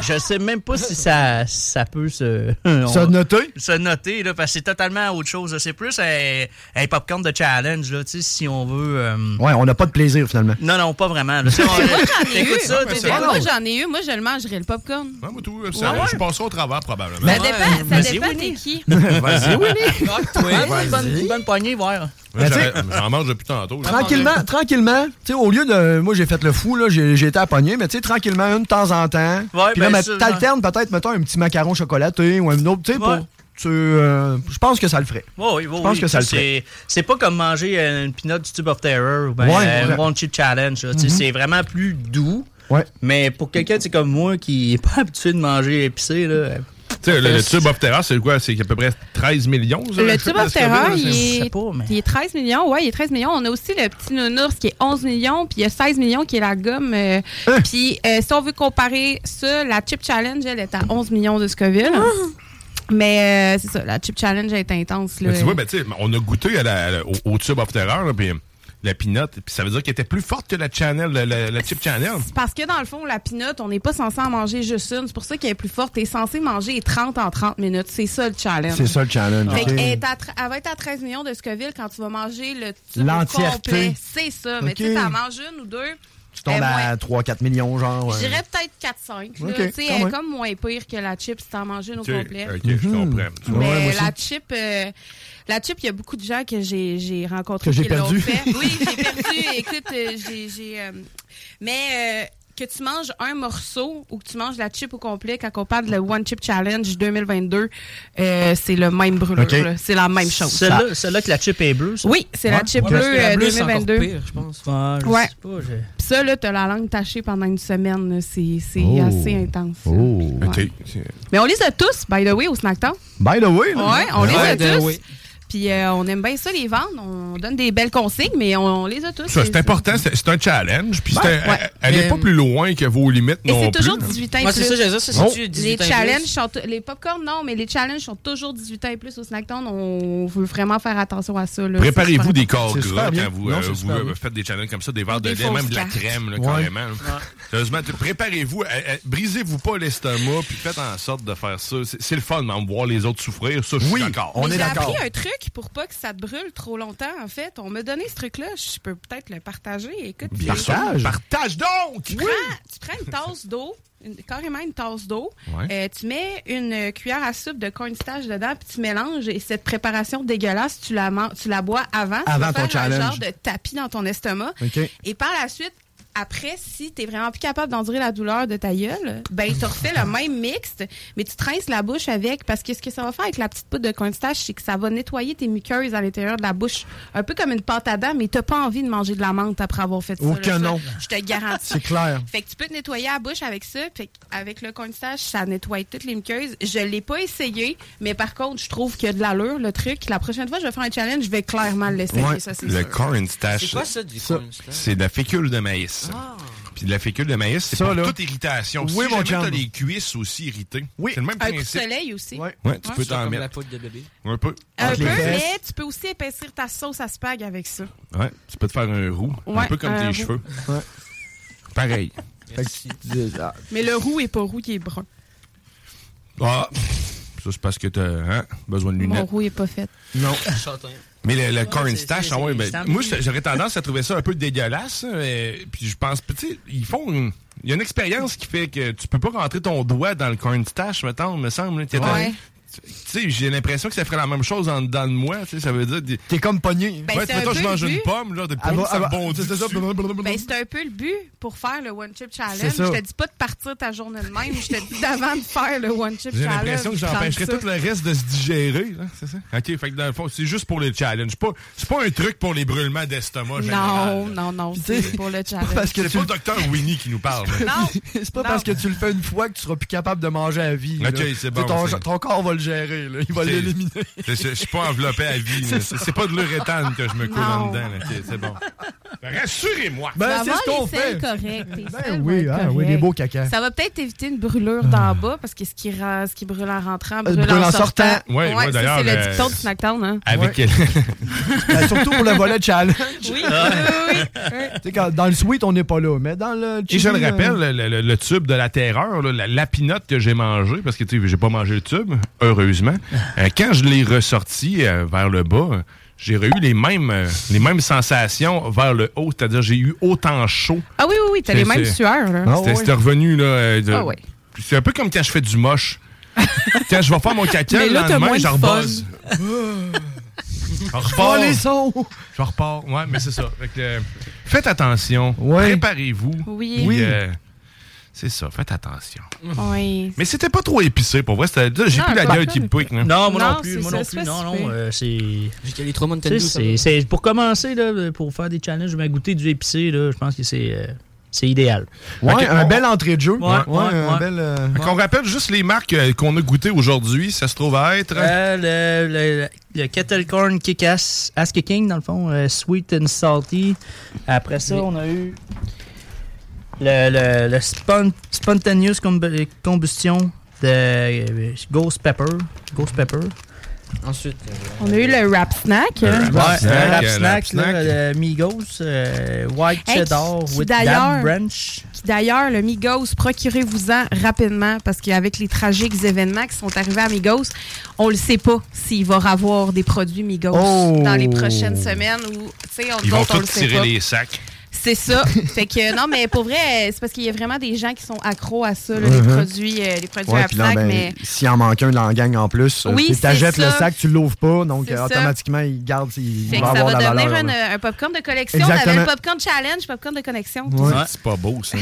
S14: je sais même pas si ça ça peut se
S8: Ça
S14: on-
S8: noté?
S14: se noter là, parce que c'est totalement autre chose. là. C'est plus un, un popcorn de challenge là, tu sais, si on veut. euh,
S8: Ouais, on n'a pas de plaisir, finalement.
S14: Non, non, pas vraiment. là. Si on-
S12: J'en ai eu.
S14: T'écoutes ça,
S12: Mais
S14: t'es-
S12: Moi, j'en ai eu. Moi, je le mangerais, le popcorn.
S5: moi, tout, Ça, Je passerai au travers, Ah, probablement.
S12: Ça Ben, dépend, ça
S14: Vas-y,
S12: dépend t'es qui.
S5: Vas-y,
S14: Willy.
S5: Ouais,
S14: Bonne-
S5: vas-y.
S14: bonne- Bonne poignée, voir.
S5: Moi, j'aurais- J'en mange depuis tantôt. là.
S8: Tranquillement, tranquillement. Tu sais, au lieu de. Moi, j'ai fait le fou, là, j'ai j'ai été à pogner, mais tu sais, tranquillement, une de temps en temps. Puis
S14: ben,
S8: là, mais
S14: ça,
S8: t'alternes peut-être, mettons, un petit macaron chocolaté ou un autre, tu sais,
S14: Ouais.
S8: pour. tu, euh, Je pense que ça le ferait.
S14: Ouais, ouais, ouais,
S8: Je pense
S14: oui.
S8: que ça le
S14: C'est-
S8: ferait.
S14: C'est pas comme manger euh, une peanut du Tube of Terror ou ben,
S8: Ouais,
S14: euh,
S8: ouais.
S14: un Raunchy Challenge. là. Tu sais,
S8: Mhm.
S14: C'est vraiment plus doux.
S8: Ouais.
S14: Mais pour quelqu'un tu sais, comme moi qui est pas habitué de manger épicé, là. euh,
S5: Tu sais, le, le tube of terror, c'est quoi? C'est à peu près 13 millions? ça,
S12: Le
S5: je
S12: tube
S5: sais pas,
S12: of
S5: ce qu'il y avait,
S12: terror,
S5: là, c'est-
S12: il est, il est 13 millions. Ouais, il est 13 millions. On a aussi le petit nounours qui est 11 millions, puis il y a 16 millions qui est la gomme. euh,
S5: Hein?
S12: Puis euh, si on veut comparer ça, la Chip Challenge, elle est à 11 millions de Scoville. Mais euh,
S5: Ben,
S12: c'est ça, la Chip Challenge elle est intense. Là.
S5: Mais tu vois, ben, tu sais, on a goûté à la- à la- au, au tube of terror, là, puis La pinotte. Puis ça veut dire qu'elle était plus forte que la channel, la, la- la chip channel.
S12: C'est Parce que dans le fond, la pinotte, on n'est pas censé en manger juste une. C'est pour ça qu'elle est plus forte. T'es censé manger 30 en 30 minutes. C'est ça le challenge.
S5: C'est ça, le challenge,
S12: Fait
S5: ok.
S12: qu'elle est à tra- elle va être à 13 millions de Scoville quand tu vas manger le tube
S8: L'entièreté.
S12: complet. C'est ça. Mais
S8: Ok.
S12: tu sais, t'en manges une ou deux.
S8: Tu tombes
S12: elle est
S8: à 3-4 millions, genre. euh,
S12: moins-
S8: ouais.
S12: Je dirais peut-être 4-5. là.
S8: Ok,
S12: Tu
S8: quand
S12: sais, elle est
S8: même.
S12: comme moins pire que la chip si t'en manges une au
S5: Ok,
S12: complet.
S5: ok, je
S8: Mhm.
S5: comprends.
S12: Mais
S5: Ouais, moi
S12: la
S5: aussi.
S12: chip, euh, la chip, il y a beaucoup de gens que j'ai j'ai rencontrés
S5: Que j'ai
S12: qui l'ont
S5: perdu.
S12: fait. Oui, j'ai perdu. Écoute, euh, j'ai j'ai, euh, mais euh, que tu manges un morceau ou que tu manges la chip au complet, quand on parle de le One Chip Challenge 2022, euh, c'est le même brûlure.
S14: Ok.
S12: là. C'est la même chose.
S14: Celle-là, celle-là que la chip est bleue, ça?
S12: Oui, c'est la chip
S14: parce que
S12: bleue,
S14: la
S12: euh,
S14: c'est encore
S12: 2022.
S14: pire, je pense. Ouais, je
S12: Ouais.
S14: sais pas, j'ai-
S12: Pis ça, là, t'as la langue tachée pendant une semaine. là. C'est c'est
S14: Oh.
S12: assez intense.
S5: Oh.
S12: OK. Mais on les a tous, by the way, au Snack Town.
S8: By the way, là.
S12: Ouais, on les a
S8: By the
S12: tous.
S8: way.
S12: Puis euh, on aime bien ça les vendre. On donne des belles consignes, mais on, on les a tous.
S5: Ça, c'est important, c'est c'est un challenge. Puis c'est un-
S12: Ben, ouais.
S5: elle- elle n'est
S12: Mais-
S5: pas plus loin que vos limites
S12: Et
S5: non
S12: c'est
S5: plus. Oh.
S12: toujours 18 ans et
S13: Moi,
S12: plus.
S13: c'est ça, j'ai ça, c'est
S5: Non.
S13: tu- 18
S12: les
S13: ans et
S12: challenges
S13: plus.
S12: sont t- les popcorn non, mais les challenges sont toujours 18 ans et plus au Snacktown. On veut vraiment faire attention à ça. là. Hum, C'est
S5: Préparez-vous
S12: super
S5: des
S12: important.
S5: corps gras quand vous,
S22: Non,
S5: euh,
S22: c'est
S5: vous,
S22: super
S5: euh,
S22: bien.
S5: faites des challenges comme ça, des verres de
S22: Des
S5: lait, même
S22: fausses
S5: de la
S22: cartes.
S5: crème, là,
S22: Ouais.
S5: carrément. là. Sérieusement, tu- préparez-vous, euh, euh, brisez-vous pas l'estomac, puis faites en sorte de faire ça. C'est c'est le fun, mais voir les autres souffrir, ça, je suis d'accord.
S12: Mais J'ai appris un truc pour pas que ça te brûle trop longtemps, en fait. On m'a donné ce truc-là. Je peux peut-être le partager. Écoute,
S5: Bien
S12: c'est-
S5: sûr. Partage donc!
S12: Tu, prends, tu prends une tasse d'eau, une- carrément une tasse d'eau.
S5: Ouais.
S12: Euh, tu mets une euh, cuillère à soupe de cornstarch dedans, puis tu mélanges. Et cette préparation dégueulasse, tu la, man- tu la bois avant.
S8: Avant
S12: tu vas
S8: ton
S12: faire un
S8: challenge.
S12: genre de tapis dans ton estomac.
S8: OK.
S12: Et par la suite, après, si t'es vraiment plus capable d'endurer la douleur de ta gueule, ben t'as refait le même mixte, mais tu trinces la bouche avec parce que ce que ça va faire avec la petite poudre de cornstarch, c'est que ça va nettoyer tes muqueuses à l'intérieur de la bouche, un peu comme une pâte à dents, mais t'as pas envie de manger de la menthe après avoir fait ça.
S8: Oh
S12: là,
S8: que
S12: ça,
S8: non.
S12: Je te garantis.
S8: C'est clair.
S12: Fait que tu peux te nettoyer la bouche avec ça, fait avec le cornstarch, ça nettoie toutes les muqueuses. Je l'ai pas essayé, mais par contre, je trouve qu'il y a de l'allure le truc. La prochaine fois, je vais faire un challenge, je vais clairement l'essayer.
S5: Ouais,
S12: Ça, c'est
S5: le
S12: sûr.
S5: corn stash.
S12: C'est quoi ça, du corn stash?
S5: C'est de la fécule de maïs.
S13: Ah.
S5: Puis de la fécule de maïs, c'est
S22: Ça,
S5: pour
S22: là.
S5: toute irritation.
S22: Oui,
S5: si jamais
S22: mon chum.
S5: t'as les cuisses aussi irritées, c'est le même
S12: Un coup de
S5: principe.
S12: soleil aussi.
S5: Ouais, tu peux
S13: ça,
S5: t'en
S13: comme
S5: mettre.
S13: la poudre de bébé.
S5: Un peu.
S12: Un
S5: Entre
S12: peu,
S5: les fesses.
S12: mais tu peux aussi épaissir ta sauce à spag avec ça.
S5: Ouais, tu peux te faire un roux.
S12: Ouais,
S5: un peu comme
S12: un
S5: tes
S12: roux.
S5: cheveux. Pareil.
S22: ah,
S12: Mais le roux est pas roux, il est brun.
S5: Ah, ça c'est parce que t'as hein, besoin de
S12: Mon
S5: lunettes.
S12: roux est pas fait.
S5: Non.
S13: Châtain.
S5: Mais le, le
S13: Ouais,
S5: corn
S13: c'est-
S5: stash,
S13: c'est-
S5: ah ouais,
S13: c'est-
S5: ben,
S13: c'est-
S5: moi j'a- j'aurais tendance à trouver ça un peu dégueulasse. euh, puis je pense, tu sais, ils font une- Il y a une expérience qui fait que tu peux pas rentrer ton doigt dans le corn stash, mettons, me semble. là, t'es dans-
S12: Ouais.
S5: Tu sais, j'ai l'impression que ça ferait la même chose en dedans de moi. Tu sais, ça veut dire.
S8: T'es comme pogné.
S12: Ben,
S5: ouais,
S12: c'est
S5: tu sais,
S12: un
S5: toi, je
S12: peu
S5: mange
S12: le
S5: une
S12: but.
S5: pomme, là, de
S8: Elle
S5: pomme,
S8: va-
S5: ça
S8: elle va-
S5: bondit. dessus.
S12: Ben, c'est un peu le but pour faire le One Chip
S5: C'est
S12: Challenge.
S5: ça.
S12: Je te dis pas de partir ta journée de même, je te dis d'avant de faire le One Chip Challenge.
S5: J'ai l'impression que j'empêcherais
S12: prends
S5: tout
S12: ça.
S5: le reste de se digérer, là, c'est ça? OK, fait que dans le fond, c'est juste pour les challenges. Pas- C'est pas un truc pour les brûlements d'estomac général.
S12: Non, non, non, c'est pour le challenge.
S5: C'est pas le docteur Winnie qui nous parle.
S12: Non.
S8: c'est pas
S12: Non.
S8: parce que tu le fais une fois que tu seras plus capable de manger à vie. là.
S5: Ok, c'est bon,
S8: Ton,
S5: c'est-
S8: ton corps va le gérer. là. Il va
S5: C'est-
S8: l'éliminer.
S5: c'est- Je suis pas enveloppé à vie. là.
S8: C'est
S5: C'est
S8: ça.
S5: c'est pas de l'urétane que je me coule
S8: Non.
S5: en dedans. là. OK, c'est bon. Rassurez-moi.
S12: Ben, c'est ce qu'on fait. Correct, tes
S5: Ben
S12: selles vont
S8: oui,
S12: être
S8: ah, oui, des beaux cacas.
S12: Ça va peut-être éviter une brûlure d'en bas parce que ce qui, ra- ce qui brûle en rentrant brûle,
S8: brûle
S12: en,
S8: en
S12: sortant.
S8: sortant. Ouais, ouais,
S12: ça,
S8: d'ailleurs,
S12: c'est le
S8: le-
S12: dicton du Snacktown. Hein?
S5: Avec
S8: Ben, surtout pour le volet challenge. Oui,
S12: oui,
S8: dans le sweet, on n'est pas là, mais dans le
S5: Et
S8: chili,
S5: je le
S8: euh,
S5: rappelle, le, le- le tube de la terreur, là, la, la pinotte que j'ai mangée, parce que tu sais, j'ai pas mangé le tube, heureusement.
S12: Ah.
S5: Euh, quand je l'ai ressorti euh, vers le bas, euh, j'ai eu les mêmes, euh, les mêmes sensations vers le haut, c'est-à-dire j'ai eu autant chaud.
S12: Ah oui, oui, oui, t'as les
S5: C'est-
S12: mêmes
S5: c'est- Ah,
S12: sueurs. Là.
S5: C'était c'était revenu là. euh, de-
S12: Ah ouais.
S5: C'est un peu comme quand je fais du moche. quand je vais faire mon caca,
S12: Mais
S5: le
S12: là, t'as
S5: lendemain,
S12: moins de
S5: je
S12: fun.
S5: rebuzz. Je repars.
S8: Oh, les sons!
S5: Je repars. Ouais, mais c'est ça. Fait que, euh, faites attention. Préparez-vous.
S12: Oui.
S5: Puis,
S12: Oui.
S5: euh, c'est ça. Faites attention.
S12: Oui.
S5: Mais c'était pas trop épicé pour vrai. c'était- J'ai
S12: Non,
S5: plus la
S12: pas
S5: gueule
S12: ça,
S5: qui me
S12: mais-
S5: pique. là.
S14: Non, moi non,
S12: Non,
S14: plus,
S12: c'est
S14: moi
S12: ça,
S14: non
S12: c'est
S14: plus,
S12: pas
S14: non,
S12: si
S14: non,
S12: pire.
S14: euh, c'est... J'ai
S13: les trois Mountain
S14: c'est,
S13: Dew,
S14: c'est,
S13: ça va.
S14: c'est- Pour commencer, là, pour faire des challenges, je vais goûter du épicé, là, je pense que c'est, euh, c'est idéal.
S8: Ouais,
S14: Fait que-
S8: un bel entrée de jeu.
S14: Ouais, ouais,
S8: un
S14: ouais.
S8: bel. euh,
S5: Fait qu'on rappelle juste les marques euh, qu'on a goûtées aujourd'hui. Ça se trouve à être.
S14: Euh, le, le, le kettle corn kick ass, ass kicking, dans le fond, euh, sweet and salty. Après ça, on a eu le, le, le spon- spontaneous comb- combustion de euh, ghost pepper. Ghost pepper.
S13: Ensuite. euh,
S12: On a eu le rap snack.
S14: Ouais,
S12: hein.
S13: snack,
S14: rap snack,
S13: euh,
S14: snack,
S13: rap
S14: là, euh, Migos, euh, White
S12: Hey,
S14: Cheddar,
S12: qui
S14: with that
S12: d'ailleurs-
S14: branch.
S12: Qui D'ailleurs, le Migos, procurez-vous-en rapidement parce qu'avec les tragiques événements qui sont arrivés à Migos, on le sait pas s'il va y avoir des produits Migos
S5: Oh!
S12: dans les prochaines semaines ou, tu sais, on,
S5: Ils vont
S12: d'autres, on
S5: tous
S12: le sait pas.
S5: tirer les sacs.
S12: C'est ça. fait que non, mais pour vrai, euh, c'est parce qu'il y a vraiment des gens qui sont accros à ça, là, les
S8: Mhm.
S12: produits, euh, les produits
S8: Ouais,
S12: à
S8: puis là,
S12: Fnac,
S8: ben,
S12: mais
S8: S'il en manque un dans la gang en plus,
S12: Oui,
S8: tu
S12: c'est
S8: t'achètes
S12: ça.
S8: le sac, tu l'ouvres pas, donc
S12: C'est
S8: euh,
S12: ça.
S8: automatiquement, il garde, il
S12: fait que
S8: va
S12: ça
S8: avoir
S12: va
S8: la
S12: devenir
S8: valeur.
S12: une,
S8: là.
S12: euh, un popcorn de collection. On avait
S14: Exactement.
S12: le popcorn challenge, popcorn de connexion. tout
S14: Ouais.
S12: ça.
S5: C'est pas beau, ça.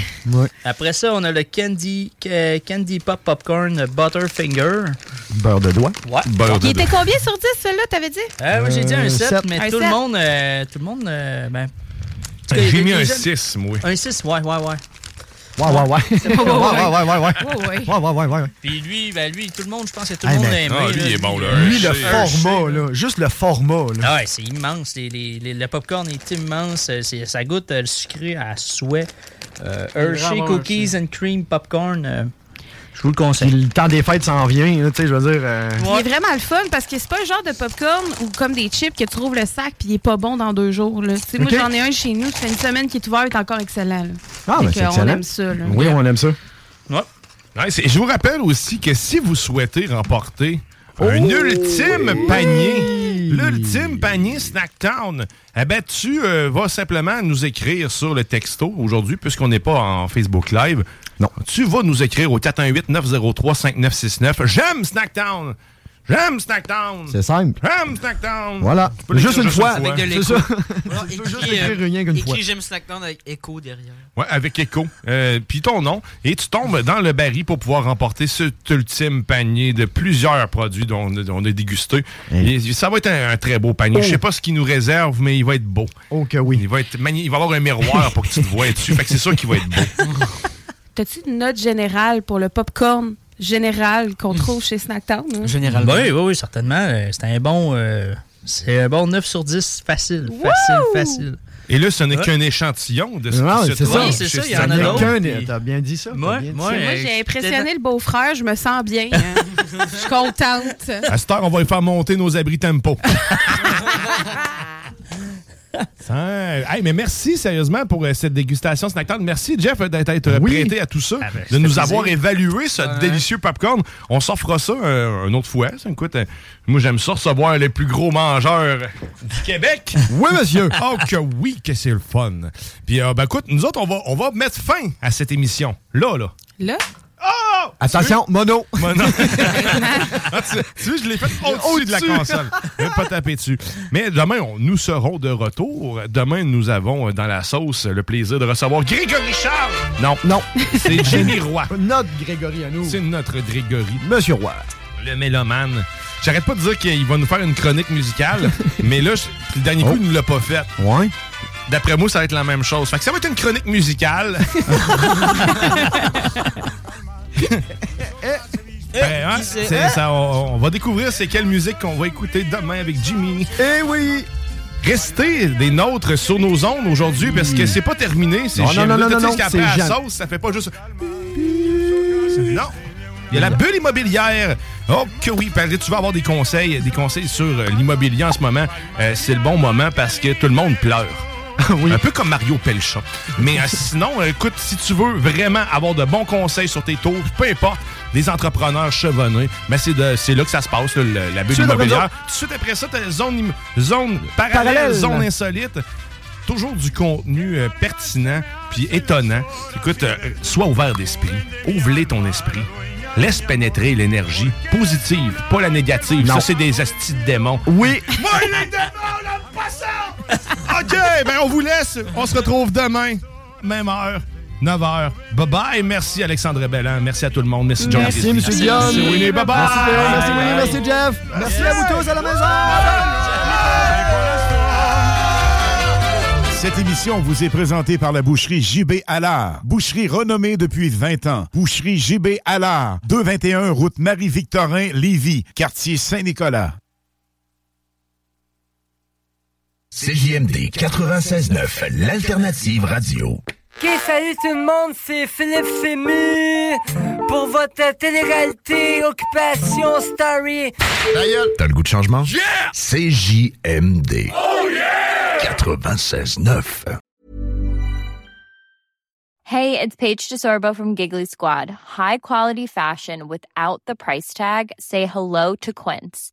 S14: Après ça, on a le Candy, ca- candy Pop Popcorn Butterfinger.
S8: Beurre de doigt.
S14: Ouais.
S12: Il était combien sur 10, celui-là, t'avais dit?
S14: Euh, moi, j'ai dit un 7, mais
S12: Un
S14: tout, Le
S12: sept.
S14: monde, euh, tout le monde. euh, ben, en tout cas,
S5: J'ai
S14: les
S5: mis un
S14: jeunes-
S5: 6, moi.
S14: Un 6, ouais, ouais, ouais.
S8: Ouais,
S14: Ah,
S8: ouais, ouais.
S14: C'est pas
S8: Ouais,
S14: bon,
S8: ouais, ouais, ouais, ouais.
S14: Ouais, ouais.
S8: Ouais, ouais, ouais, ouais, ouais.
S14: Puis lui, ben, lui, tout le monde, je pense que tout
S8: Hey,
S14: le monde
S8: man.
S14: a aimé.
S8: Ah, lui,
S14: là.
S8: il est bon,
S5: là.
S8: Lui,
S5: Un
S8: le
S5: chien,
S8: format, là. Juste le format, là.
S14: Ah ouais, c'est immense. Les- les- les- le popcorn est immense. Euh, c'est- ça goûte euh, le sucré à souhait. Euh, Hershey
S8: Vraiment
S14: Cookies and Cream Popcorn. euh, Je vous le conseille.
S8: le temps des fêtes s'en vient, là, tu sais, je veux dire. euh,
S12: Il est vraiment le fun parce que c'est pas le genre de popcorn ou comme des chips que tu trouves le sac puis il est pas bon dans deux jours. Là. Tu sais, Moi,
S8: Ok.
S12: j'en ai un chez nous. Ça fait une semaine qu'il est ouvert. Il est encore excellent. là.
S8: Ah,
S12: Fait
S8: ben,
S12: que,
S8: c'est
S12: euh,
S8: excellent.
S12: On aime ça. là.
S8: Oui, on aime ça.
S5: Ouais, c'est- je vous rappelle aussi que si vous souhaitez remporter un
S8: Oh!
S5: ultime panier, l'ultime panier Snacktown, eh ben, tu euh, vas simplement nous écrire sur le texto aujourd'hui, puisqu'on n'est pas en Facebook Live. Non. Tu vas nous écrire au 418-903-5969. J'aime Snacktown! J'aime Snacktown!
S8: C'est simple.
S5: J'aime Snacktown!
S8: Voilà.
S5: Tu peux l'écrire
S8: Juste une fois.
S13: Avec de
S8: C'est
S13: l'écho.
S8: ça.
S13: Voilà,
S8: Tu peux
S13: écris,
S8: juste
S13: euh,
S8: écrire rien qu'une
S13: écris
S8: fois.
S13: J'aime Snackdown avec écho derrière.
S5: Ouais, avec écho. Euh, Puis ton nom. Et tu tombes dans le baril pour pouvoir remporter cet ultime panier de plusieurs produits dont on a- dont on a dégusté. Et ça va être un, un très beau panier.
S8: Hein. Oh.
S5: Je sais pas ce qu'il nous réserve, mais il va être beau.
S8: Oh que oui.
S5: Il va, être magni- il va avoir un miroir pour que tu te vois dessus. Fait que c'est sûr qu'il va être beau.
S12: T'as-tu une note générale pour le popcorn général qu'on trouve chez Snacktown? hein?
S14: Généralement. Oui, oui, oui, certainement. Euh, C'est un bon. euh, c'est un bon 9 sur 10. Facile. Facile, facile.
S5: Et là, ce n'est
S14: Ouais.
S5: qu'un échantillon de ce
S14: Ouais,
S5: qui se
S14: c'est
S5: trouve
S14: ça. Oui, c'est
S5: chez
S14: ça, il y en a
S5: Stan.
S14: d'autres.
S8: Qu'un-
S14: Puis-
S8: T'as bien dit ça. t'as
S14: Moi-
S8: bien dit
S14: moi, euh,
S8: ça.
S12: Moi, j'ai impressionné le beau-frère. Je me sens bien. hein. Je suis
S5: À
S12: contente.
S5: cette heure, on va lui faire monter nos abris tempo. Hein? Hey, mais merci sérieusement pour euh, cette dégustation snackante. Merci Jeff euh, d'être d'être, euh, prêté à tout
S8: Ah,
S5: ça,
S8: ben,
S5: de
S14: ça
S5: nous
S14: fait
S5: avoir
S14: plaisir.
S5: évalué ce délicieux popcorn. On s'offre ça euh, une autre fois. Ça me coûte. euh, moi j'aime ça recevoir les plus gros mangeurs euh, du Québec.
S8: Oui monsieur.
S5: oh que oui que c'est le fun. Puis euh, ben, écoute, nous autres on va on va mettre fin à cette émission là là.
S12: Là?
S8: Ah!
S5: Oh!
S8: Attention, mono.
S5: Mono. Ah, tu, tu vois, je l'ai fait au-dessus de la
S8: Au-dessus.
S5: console. Je vais pas taper dessus. Mais demain, on- nous serons de retour. Demain, nous avons euh, dans la sauce le plaisir de recevoir Grégory Charles. Non.
S8: Non.
S5: C'est Jimmy Roy.
S8: Notre Grégory à nous.
S5: C'est notre Grégory.
S8: Monsieur Roy.
S5: Le mélomane. J'arrête pas de dire qu'il va nous faire une chronique musicale, mais là, je- le dernier coup, il nous l'a pas fait.
S8: Oh. Ouais.
S5: D'après moi, ça va être la même chose. Fait que ça va être une chronique musicale. Ben, hein,
S8: sait?
S5: c'est
S8: Eh?
S5: ça, on, on va découvrir c'est quelle musique qu'on va écouter demain avec Jimmy.
S8: Eh oui!
S5: Restez des nôtres sur nos ondes aujourd'hui parce que c'est pas terminé. C'est
S8: Non, non,
S5: GMD.
S8: non, non,
S5: Tu sais,
S8: non,
S5: ce qu'après
S8: c'est
S5: la
S8: Jeanne.
S5: sauce, ça fait pas juste. Mmh. Non! Il y a la bulle immobilière. Oh que oui, Paris, tu vas avoir des conseils, des conseils sur euh, l'immobilier en ce moment. Euh, c'est le bon moment parce que tout le monde pleure. Un peu comme Mario Pelchat. Mais euh, sinon, euh, écoute, si tu veux vraiment avoir de bons conseils sur tes taux, peu importe, des entrepreneurs chevonnés, mais c'est de- c'est là que ça se passe, là, le- la bulle
S8: C'est là,
S5: immobilière.
S8: Lorenzo.
S5: Tout de suite après ça, t'as zone, im- zone parallèle,
S8: Parallèle.
S5: zone insolite. Toujours du contenu euh, pertinent puis étonnant. Écoute, euh, sois ouvert d'esprit. Ouvre-les ton esprit. Laisse pénétrer l'énergie positive, pas la négative.
S8: Non.
S5: Ça, c'est des astis de démons.
S8: Oui.
S5: Moi, les démons, n'aime pas ça! OK, ben on vous laisse. On se retrouve demain, même heure, 9 h. Bye bye. Merci Alexandre Bellan. Merci à tout le monde. Merci John.
S8: Merci,
S5: Disney.
S8: M. Dion.
S5: Merci Winnie. Bye bye.
S8: Merci, Théo. Merci, Winnie. Merci, Jeff. Merci à vous tous à la
S15: Cette émission vous est présentée par la boucherie JB Allard. Boucherie renommée depuis 20 ans. Boucherie JB Allard. 221 route Marie-Victorin, Lévis, quartier Saint-Nicolas.
S18: CJMD 96.9, l'alternative radio.
S16: Ok, salut tout le monde, c'est Philippe Fému pour votre télé-réalité Occupation Story.
S18: T'as le goût de changement? Yeah! CJMD.
S16: Oh,
S18: 96.9.
S24: Hey, it's Paige DeSorbo from Giggly Squad. High quality fashion without the price tag. Say hello to Quince.